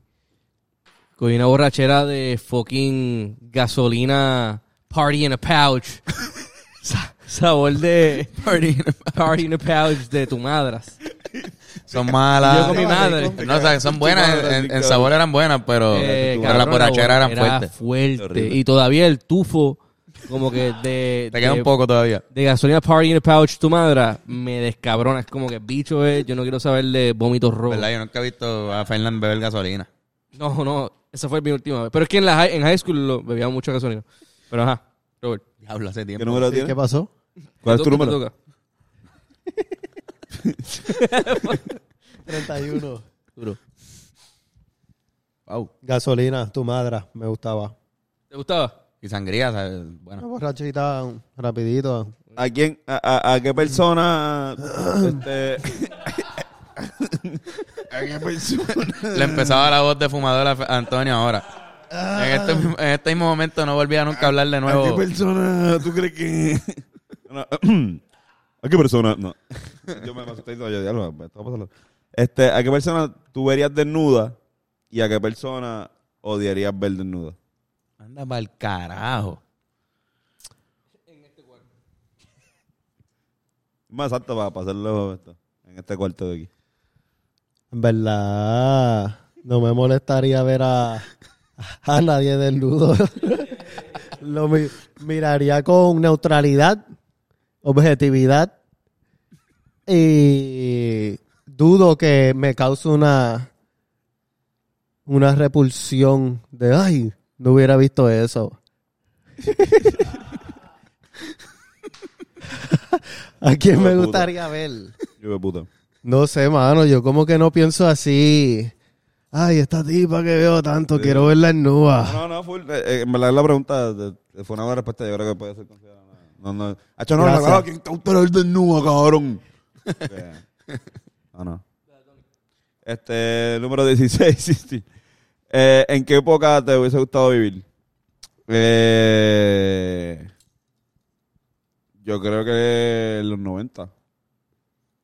[SPEAKER 4] Cogí una borrachera de fucking gasolina party in a pouch. Sa- sabor de. Party in a pouch. de tu madras.
[SPEAKER 2] Son
[SPEAKER 4] Yo
[SPEAKER 2] malas.
[SPEAKER 4] con mi madre.
[SPEAKER 2] No, o sea, son buenas. en- En, en sabor eran buenas, pero,
[SPEAKER 4] Eh,
[SPEAKER 2] pero
[SPEAKER 4] cabrón,
[SPEAKER 2] las borracheras eran
[SPEAKER 4] era
[SPEAKER 2] fuertes.
[SPEAKER 4] fuerte. Y todavía el tufo, como que de,
[SPEAKER 2] Te queda
[SPEAKER 4] de-
[SPEAKER 2] un poco todavía.
[SPEAKER 4] de gasolina party in a pouch, tu madre, me descabrona. Es como que bicho es, yo no quiero saber de vómitos rojos.
[SPEAKER 2] ¿Verdad? Yo nunca he visto a Fernán beber gasolina.
[SPEAKER 4] No, no, esa fue mi última vez. Pero es que en, la high, en high school lo- bebía mucha gasolina. Pero ajá, Robert.
[SPEAKER 2] Diablo, hace
[SPEAKER 1] ¿Qué
[SPEAKER 2] tiempo.
[SPEAKER 1] número
[SPEAKER 3] ¿Qué
[SPEAKER 1] tienes?
[SPEAKER 3] pasó?
[SPEAKER 1] ¿Cuál
[SPEAKER 4] ¿Te
[SPEAKER 1] es tu
[SPEAKER 4] toca, te
[SPEAKER 1] número?
[SPEAKER 4] toca?
[SPEAKER 3] 31.
[SPEAKER 4] Duro.
[SPEAKER 2] Wow.
[SPEAKER 3] Gasolina, tu madre, me gustaba.
[SPEAKER 4] ¿Te gustaba?
[SPEAKER 2] Y sangría, ¿sabes?
[SPEAKER 3] Una
[SPEAKER 2] Bueno.
[SPEAKER 3] borrachita um, rapidito.
[SPEAKER 1] ¿A quién? ¿A, a, a qué persona? este, ¿A qué persona?
[SPEAKER 2] Le empezaba la voz de fumador a Fe- a Antonio ahora. En este, mismo- en este mismo momento no volvía nunca a hablar de
[SPEAKER 1] ¿A qué
[SPEAKER 2] nuevo.
[SPEAKER 1] persona tú crees que.? No, ¿A qué persona? No. Yo me me asusté y todo, yo, diablo, me está pasando. Este, ¿A qué persona tú verías desnuda y a qué persona odiarías ver desnuda?
[SPEAKER 2] Anda pa'l carajo.
[SPEAKER 1] Más alto para pasarlo esto, en este cuarto de aquí.
[SPEAKER 3] En verdad, no me molestaría ver a, a nadie desnudo. Lo mi- miraría con neutralidad, objetividad y dudo que me cause una una repulsión de ay, no hubiera visto eso. ¿A quién me
[SPEAKER 1] Hijo de puta.
[SPEAKER 3] gustaría ver?
[SPEAKER 1] Yo de puta.
[SPEAKER 3] No sé, mano, yo como que no pienso así. Ay, esta tipa que veo tanto, quiero verla en nua.
[SPEAKER 1] No, no, full. eh, eh, en verdad la pregunta de- de- fue una buena respuesta. Yo creo que puede ser considerada. una- No, no. Hacho, no,
[SPEAKER 3] Gracias.
[SPEAKER 1] no, ¿quién te gustaría ver desnuda, cabrón? Eh, no, no. Este, número 16, sí, sí. Eh, ¿En qué época te hubiese gustado vivir? Eh, Yo creo que los 90.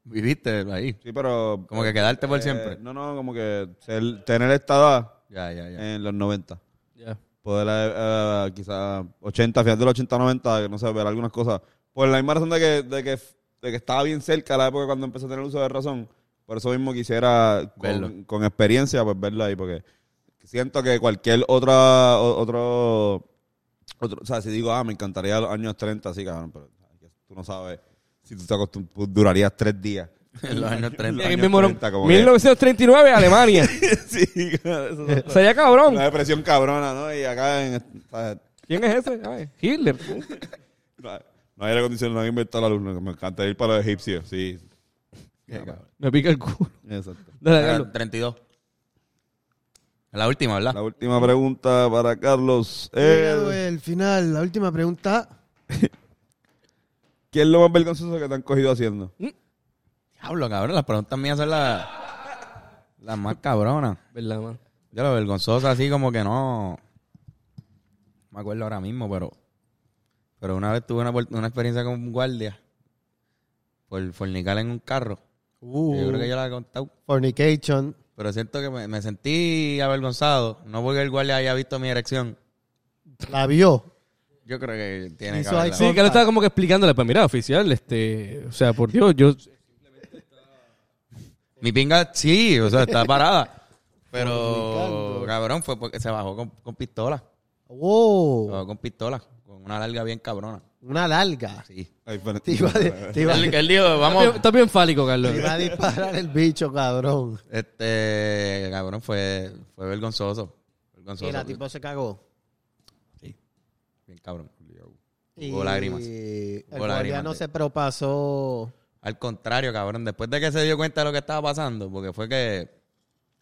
[SPEAKER 2] Viviste ahí.
[SPEAKER 1] Sí, pero...
[SPEAKER 2] Como que quedarte por
[SPEAKER 1] eh,
[SPEAKER 2] siempre.
[SPEAKER 1] No, no, como que ser- tener esta edad
[SPEAKER 2] Ya, ya, ya.
[SPEAKER 1] en los 90.
[SPEAKER 4] Ya.
[SPEAKER 1] Poder, eh, eh, quizás 80, final de los 80, 90, que no sé, ver algunas cosas. Por la misma razón de que, de que, de que estaba bien cerca la época cuando empecé a tener uso de razón. Por eso mismo quisiera, con,
[SPEAKER 2] Verlo.
[SPEAKER 1] con experiencia, pues verla ahí, porque siento que cualquier otra, o- otro, otro, o sea, si digo, ah, me encantaría los años 30, sí, cabrón, pero tú no sabes si tú te acostum- tú durarías tres días.
[SPEAKER 2] En los años 30.
[SPEAKER 1] Los
[SPEAKER 4] El
[SPEAKER 1] años
[SPEAKER 4] mismo
[SPEAKER 1] 30, como que-
[SPEAKER 4] 1939, Alemania.
[SPEAKER 1] sí, cabrón, eso es
[SPEAKER 4] Sería cabrón.
[SPEAKER 1] una depresión cabrona, ¿no? Y acá en, o sea,
[SPEAKER 4] ¿Quién es ese? Ay, Hitler.
[SPEAKER 1] No hay- no hay aire acondicionado, no hay inventado la luz. no, Me encanta ir para los egipcios, sí.
[SPEAKER 4] Me pica el culo.
[SPEAKER 1] Exacto.
[SPEAKER 4] Dale,
[SPEAKER 2] Era
[SPEAKER 4] Carlos.
[SPEAKER 2] 32. La última, ¿verdad?
[SPEAKER 1] La última pregunta para Carlos
[SPEAKER 2] Eh.
[SPEAKER 1] es...
[SPEAKER 3] el final, la última pregunta.
[SPEAKER 1] ¿Qué es lo más vergonzoso que te han cogido haciendo?
[SPEAKER 2] Mm. Diablo, cabrón. Las preguntas mías son las, las más cabronas.
[SPEAKER 4] Verdad, mano.
[SPEAKER 2] Ya lo vergonzosa, así como que no. no Me acuerdo ahora mismo, pero. Pero una vez tuve una, oportun- una experiencia con un guardia. Por fornicar en un carro.
[SPEAKER 3] Uh,
[SPEAKER 2] Yo creo que ya la he contado.
[SPEAKER 3] Fornication.
[SPEAKER 2] Pero siento que me, me sentí avergonzado. No porque el guardia haya visto mi erección.
[SPEAKER 3] La vio.
[SPEAKER 2] Yo creo que tiene que
[SPEAKER 3] Hizo
[SPEAKER 2] haberla-
[SPEAKER 3] ahí
[SPEAKER 4] Sí, que lo estaba como que explicándole. Pues mira, oficial, este. O sea, por Dios, yo.
[SPEAKER 2] Mi pinga, sí, o sea, está parada. Pero, cabrón, fue porque se bajó con, con pistola. Se
[SPEAKER 3] Wow.
[SPEAKER 2] bajó con pistola. Con una larga bien cabrona.
[SPEAKER 3] Una larga.
[SPEAKER 2] Sí.
[SPEAKER 1] Ay, pero-
[SPEAKER 3] Te iba, a di- te iba a di-
[SPEAKER 2] Él, él dijo, vamos.
[SPEAKER 4] Estás bien fálico, Carlos.
[SPEAKER 3] te iba a disparar el bicho, cabrón.
[SPEAKER 2] Este, cabrón, fue, fue vergonzoso. Vergonzoso.
[SPEAKER 3] Y la tipo se cagó.
[SPEAKER 2] Bien cabrón.
[SPEAKER 3] Y
[SPEAKER 2] Hubo lágrimas.
[SPEAKER 3] El
[SPEAKER 2] Hubo
[SPEAKER 3] guardia
[SPEAKER 2] lágrimas
[SPEAKER 3] no
[SPEAKER 2] de-
[SPEAKER 3] se propasó.
[SPEAKER 2] Al contrario, cabrón, después de que se dio cuenta de lo que estaba pasando, porque fue que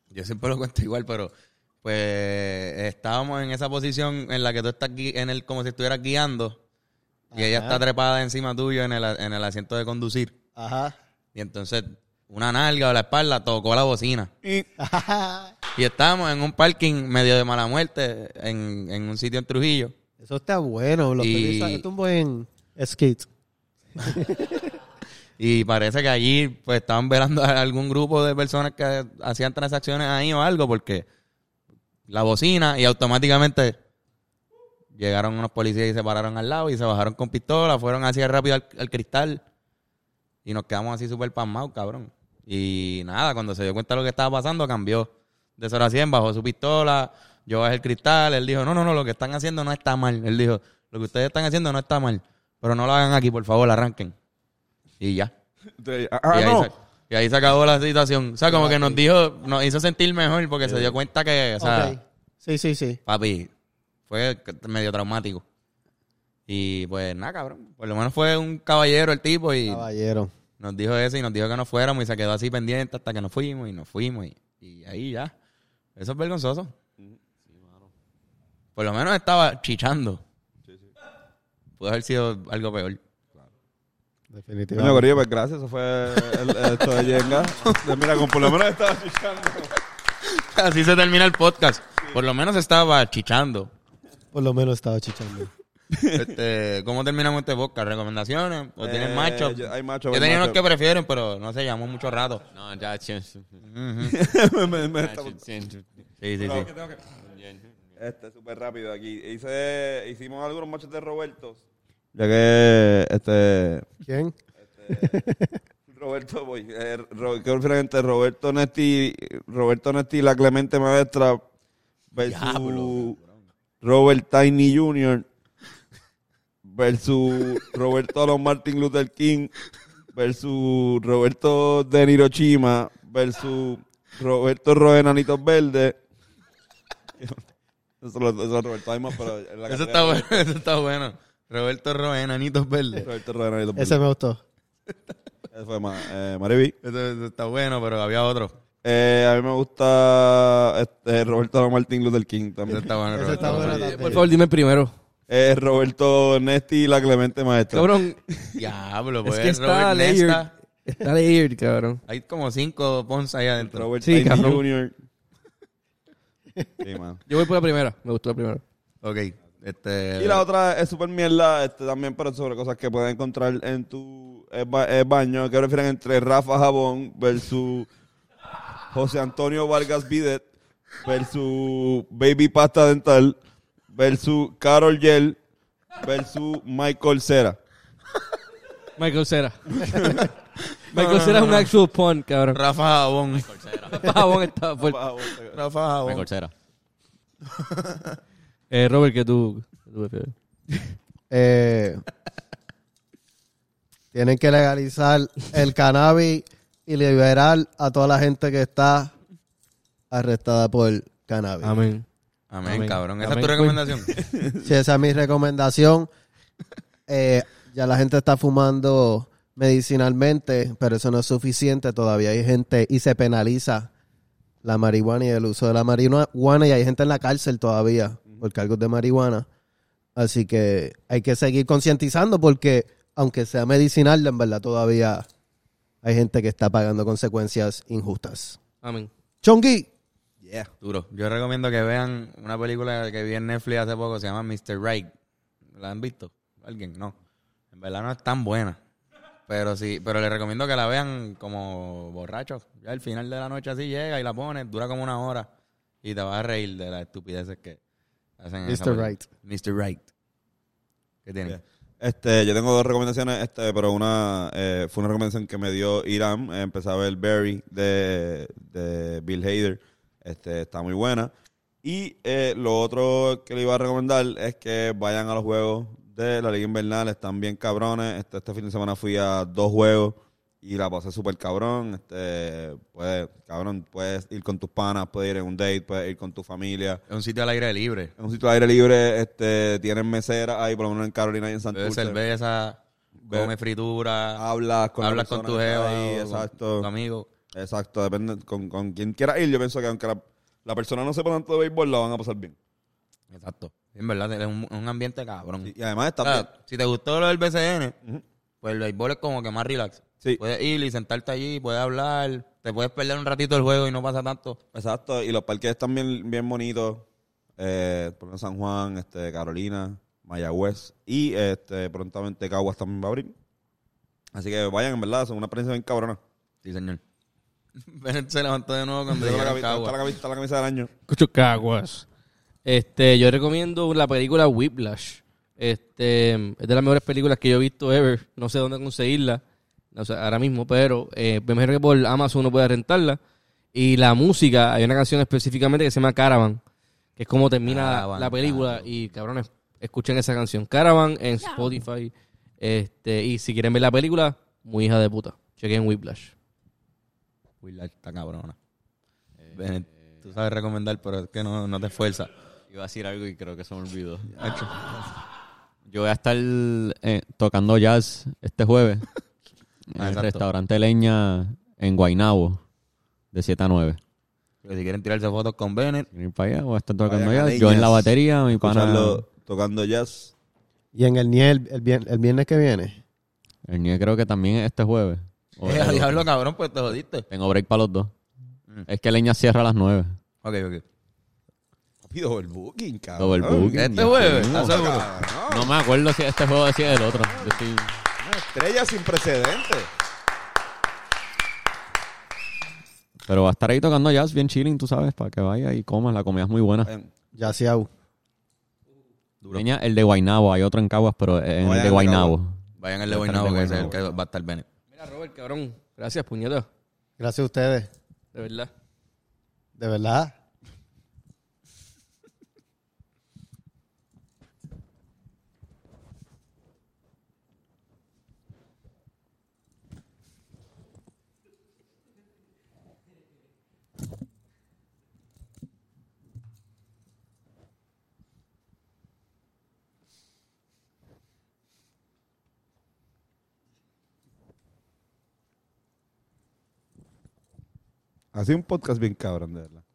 [SPEAKER 2] yo siempre lo cuento igual, pero pues estábamos en esa posición en la que tú estás gui- en el como si estuvieras guiando y ella
[SPEAKER 3] Ajá.
[SPEAKER 2] está trepada encima tuyo en el, a- en el asiento de conducir
[SPEAKER 3] Ajá.
[SPEAKER 2] y entonces una nalga o la espalda tocó la bocina.
[SPEAKER 1] Y-
[SPEAKER 2] Y estábamos en un parking medio de mala muerte en, en un sitio en Trujillo.
[SPEAKER 3] Eso está bueno. Lo
[SPEAKER 2] Y-
[SPEAKER 3] que es un buen skit.
[SPEAKER 2] Y parece que allí pues estaban velando a algún grupo de personas que hacían transacciones ahí o algo, porque la bocina y automáticamente llegaron unos policías y se pararon al lado y se bajaron con pistola, fueron así rápido al, al cristal y nos quedamos así súper pasmados, cabrón. Y nada, cuando se dio cuenta de lo que estaba pasando, cambió de 0 a 100, bajó su pistola, yo bajé el cristal, él dijo, no, no, no, lo que están haciendo no está mal. Él dijo, lo que ustedes están haciendo no está mal, pero no lo hagan aquí, por favor, arranquen. Y ya
[SPEAKER 1] Entonces, ah,
[SPEAKER 2] y, ahí
[SPEAKER 1] no.
[SPEAKER 2] se, y ahí se acabó la situación. O sea, como que nos dijo, nos hizo sentir mejor porque se dio cuenta que, o sea,
[SPEAKER 3] Ok. Sí, sí, sí.
[SPEAKER 2] papi, fue medio traumático. Y pues nada, cabrón. Por lo menos fue un caballero el tipo y
[SPEAKER 3] Caballero.
[SPEAKER 2] nos dijo eso y nos dijo que nos fuéramos y se quedó así pendiente hasta que nos fuimos y nos fuimos y, y ahí ya. Eso es vergonzoso. Por lo menos estaba chichando. Pudo haber sido algo peor.
[SPEAKER 1] Coño,
[SPEAKER 3] Definitivamente.
[SPEAKER 1] Corillo, pues gracias. Eso fue el, esto de Yenga. Entonces, Mira, con por lo menos estaba chichando.
[SPEAKER 2] Así se termina el podcast. Por lo menos estaba chichando.
[SPEAKER 3] Por lo menos estaba chichando.
[SPEAKER 2] Este, ¿Cómo terminamos este podcast? ¿Recomendaciones? ¿O
[SPEAKER 1] Eh,
[SPEAKER 2] tienen Pues macho?
[SPEAKER 1] yo-
[SPEAKER 2] Yo,
[SPEAKER 1] hay macho, hay
[SPEAKER 2] tenía
[SPEAKER 1] macho.
[SPEAKER 2] unos que prefieren, pero no se llamó mucho rato.
[SPEAKER 5] No, ya, chen-
[SPEAKER 1] Me- me- me
[SPEAKER 2] Ah,
[SPEAKER 5] ya,
[SPEAKER 1] estaba-
[SPEAKER 5] chen-
[SPEAKER 2] Sí, sí, sí.
[SPEAKER 1] Este, súper rápido aquí. Hice, hicimos algunos machos de Roberto. Ya que, este,
[SPEAKER 3] ¿Quién?
[SPEAKER 1] Roberto Boy, eh, Ro- qué obviamente Roberto Nesti, Roberto Nesti, la Clemente Maestra versus Robert Tiny Jr. versus Roberto Alon Martin Luther King versus Roberto de Hiroshima versus Roberto Roenanitos Verde. Eso, lo- eso es Roberto hay más, pero en la
[SPEAKER 2] Eso
[SPEAKER 1] carrera
[SPEAKER 2] está bueno, eso está bueno. Roberto Roen, Anitos Verdes.
[SPEAKER 1] Roberto Roenanitos Verde.
[SPEAKER 3] Ese me gustó.
[SPEAKER 1] Ese fue más, eh, Mariby.
[SPEAKER 2] Eso, eso está bueno, pero había otro.
[SPEAKER 1] Eh, a mí me gusta este, Roberto Martin Luther King
[SPEAKER 2] Eso
[SPEAKER 1] también.
[SPEAKER 2] está bueno,
[SPEAKER 3] Ese
[SPEAKER 2] Roberto
[SPEAKER 3] está
[SPEAKER 2] Roen.
[SPEAKER 3] bueno
[SPEAKER 4] Por
[SPEAKER 3] también.
[SPEAKER 4] favor, dime el primero.
[SPEAKER 1] Eh, Roberto Nesti y la Clemente Maestra.
[SPEAKER 4] Cabrón.
[SPEAKER 2] Diablo,
[SPEAKER 4] Es
[SPEAKER 2] pues.
[SPEAKER 4] que está
[SPEAKER 2] Robert Nesta.
[SPEAKER 4] layered. Está layered, cabrón.
[SPEAKER 2] Hay como cinco Pons ahí adentro.
[SPEAKER 1] Robert
[SPEAKER 4] Sí,
[SPEAKER 1] Tiny
[SPEAKER 4] cabrón.
[SPEAKER 1] Jr. Sí, man.
[SPEAKER 4] Yo voy por la primera. Me gustó la primera.
[SPEAKER 2] Ok. Este,
[SPEAKER 1] Y la otra es súper mierda este, también, pero sobre cosas que puedes encontrar en tu eh, ba- eh, baño. Que refieren entre Rafa Jabón versus José Antonio Vargas Bidet versus Baby Pasta Dental versus Carol Yell versus Michael Cera.
[SPEAKER 4] Michael Cera. Michael Cera es un actual pun, cabrón.
[SPEAKER 2] Rafa Jabón.
[SPEAKER 4] Pavón estaba fuerte.
[SPEAKER 1] Pa-
[SPEAKER 2] Rafa
[SPEAKER 5] Me
[SPEAKER 2] Jabón.
[SPEAKER 5] corcera.
[SPEAKER 4] Eh, Robert, que tú, qué tú prefieres?
[SPEAKER 3] Eh, tienen que legalizar el cannabis y liberar a toda la gente que está arrestada por cannabis.
[SPEAKER 4] Amén.
[SPEAKER 2] Amén,
[SPEAKER 4] Amén.
[SPEAKER 2] cabrón. Esa
[SPEAKER 4] Amén.
[SPEAKER 2] es tu recomendación.
[SPEAKER 3] Si esa es mi recomendación. Eh, ya la gente está fumando medicinalmente, pero eso no es suficiente. Todavía hay gente y se penaliza la marihuana y el uso de la marihuana y hay gente en la cárcel todavía por cargos de marihuana. Así que hay que seguir concientizando porque aunque sea medicinal, en verdad todavía hay gente que está pagando consecuencias injustas.
[SPEAKER 4] Amén.
[SPEAKER 3] Chongi,
[SPEAKER 2] Duro. Yo recomiendo que vean una película que vi en Netflix hace poco, se llama Mr. Right. ¿La han visto? ¿Alguien? No. En verdad no es tan buena. Pero sí, pero les recomiendo que la vean como borrachos. Ya al final de la noche así llega y la pones, dura como una hora. Y te vas a reír de las estupideces que hacen en esa
[SPEAKER 3] Mr.
[SPEAKER 2] película.
[SPEAKER 3] Right.
[SPEAKER 2] Mr. Right. ¿Qué tiene?
[SPEAKER 1] Este, yo tengo dos recomendaciones, este, pero una eh, fue una recomendación que me dio Iram. eh, empecé a ver Barry de, de Bill Hader. Este, está muy buena. Y eh, lo otro que le iba a recomendar es que vayan a los juegos de la Liga Invernal. Están bien cabrones. Este, este fin de semana fui a dos juegos y la pasé súper cabrón. Este, puedes, cabrón, puedes ir con tus panas, puedes ir en un date, puedes ir con tu familia.
[SPEAKER 2] Es un sitio al aire libre.
[SPEAKER 1] En un sitio de aire libre, este, tienen meseras ahí, por lo menos en Carolina y en Santurce
[SPEAKER 2] Bebe cerveza,
[SPEAKER 1] Bebe-
[SPEAKER 2] come fritura,
[SPEAKER 1] hablas con la
[SPEAKER 2] hablas con tu jeva
[SPEAKER 1] persona que está ahí,
[SPEAKER 2] o con
[SPEAKER 1] exacto
[SPEAKER 2] tu amigo.
[SPEAKER 1] exacto depende con, con quien quiera ir yo pienso que aunque la, la persona no sepa tanto de béisbol la van a pasar bien
[SPEAKER 2] Exacto. En verdad, es un, un ambiente cabrón.
[SPEAKER 1] y, y además está
[SPEAKER 2] O sea, si te gustó lo del BCN,
[SPEAKER 1] Ujú.
[SPEAKER 2] pues el béisbol es como que más relax.
[SPEAKER 1] Sí.
[SPEAKER 2] Puedes ir y sentarte allí, puedes hablar, te puedes perder un ratito el juego y no pasa tanto.
[SPEAKER 1] exacto y los parques están bien bien bonitos eh, por ejemplo, San Juan este Carolina Mayagüez y este prontamente Caguas también va a abrir así que vayan en verdad son una experiencia bien cabrona
[SPEAKER 2] Sí, señor. Pero se levantó de nuevo cuando
[SPEAKER 1] Está
[SPEAKER 2] llegó la
[SPEAKER 1] la, camisa, está la,
[SPEAKER 2] cagua.
[SPEAKER 1] camisa, está la camisa del año
[SPEAKER 4] Escucho caguas. Este, yo recomiendo la película Whiplash. Este, es de las mejores películas que yo he visto ever. No sé dónde conseguirla. o sea, ahora mismo, pero eh, me imagino que por Amazon uno puede rentarla. Y la música, hay una canción específicamente que se llama Caravan, que es como termina la-
[SPEAKER 2] Caravan,
[SPEAKER 4] la película. Y cabrones, escuchen esa canción. Caravan en Spotify. Este, y si quieren ver la película, muy hija de puta. Chequen Whiplash.
[SPEAKER 2] Uy, la está cabrona. Ven, tú sabes recomendar, pero es que no, no te esfuerzas.
[SPEAKER 5] Iba a decir algo y creo que se me olvidó.
[SPEAKER 2] Ah.
[SPEAKER 5] Yo voy a estar eh, tocando jazz este jueves en el
[SPEAKER 2] Ah, exacto.
[SPEAKER 5] restaurante Leña en Guaynabo de 7 a 9.
[SPEAKER 2] Pero si quieren tirarse fotos con Bennett,
[SPEAKER 5] Ir para allá, voy a estar tocando
[SPEAKER 1] Vayan a
[SPEAKER 5] jazz. Yo en la
[SPEAKER 1] Leñas,
[SPEAKER 5] batería, mi pana.
[SPEAKER 1] escucharlo tocando jazz
[SPEAKER 3] y en el Niel, el, vier- el viernes que viene.
[SPEAKER 5] El niño creo que también es este jueves. O
[SPEAKER 2] eh,
[SPEAKER 5] el
[SPEAKER 2] a
[SPEAKER 5] otro.
[SPEAKER 2] diablo Mm. cabrón, pues te jodiste.
[SPEAKER 5] Tengo break para los dos. Es que Leña cierra a las 9.
[SPEAKER 2] Ok, ok.
[SPEAKER 1] papi double booking cabrón
[SPEAKER 5] Double booking.
[SPEAKER 2] Este jueves, ¿estás
[SPEAKER 1] Cabrón,
[SPEAKER 2] seguro?
[SPEAKER 5] No me acuerdo si este juego decía el otro. Yo estoy-
[SPEAKER 1] una estrella sin precedentes
[SPEAKER 5] Pero va a estar ahí tocando jazz bien chilling, tú sabes, para que vaya y comas. La comida es muy buena.
[SPEAKER 1] Vayan.
[SPEAKER 3] Ya sea.
[SPEAKER 5] Leña, el de Guainabo. Hay otro en Caguas, pero es en el
[SPEAKER 1] Vayan al
[SPEAKER 5] de
[SPEAKER 1] de
[SPEAKER 5] Guainabo.
[SPEAKER 2] Vayan al de
[SPEAKER 5] Voy a estar
[SPEAKER 2] Guaynabo,
[SPEAKER 5] en
[SPEAKER 2] que
[SPEAKER 5] el
[SPEAKER 2] es
[SPEAKER 5] de
[SPEAKER 2] el que va a estar Bennett.
[SPEAKER 4] Mira, Robert, cabrón. Gracias, puñeta.
[SPEAKER 3] Gracias a ustedes.
[SPEAKER 4] De verdad.
[SPEAKER 3] De verdad.
[SPEAKER 1] Así un podcast bien cabrón, de verdad.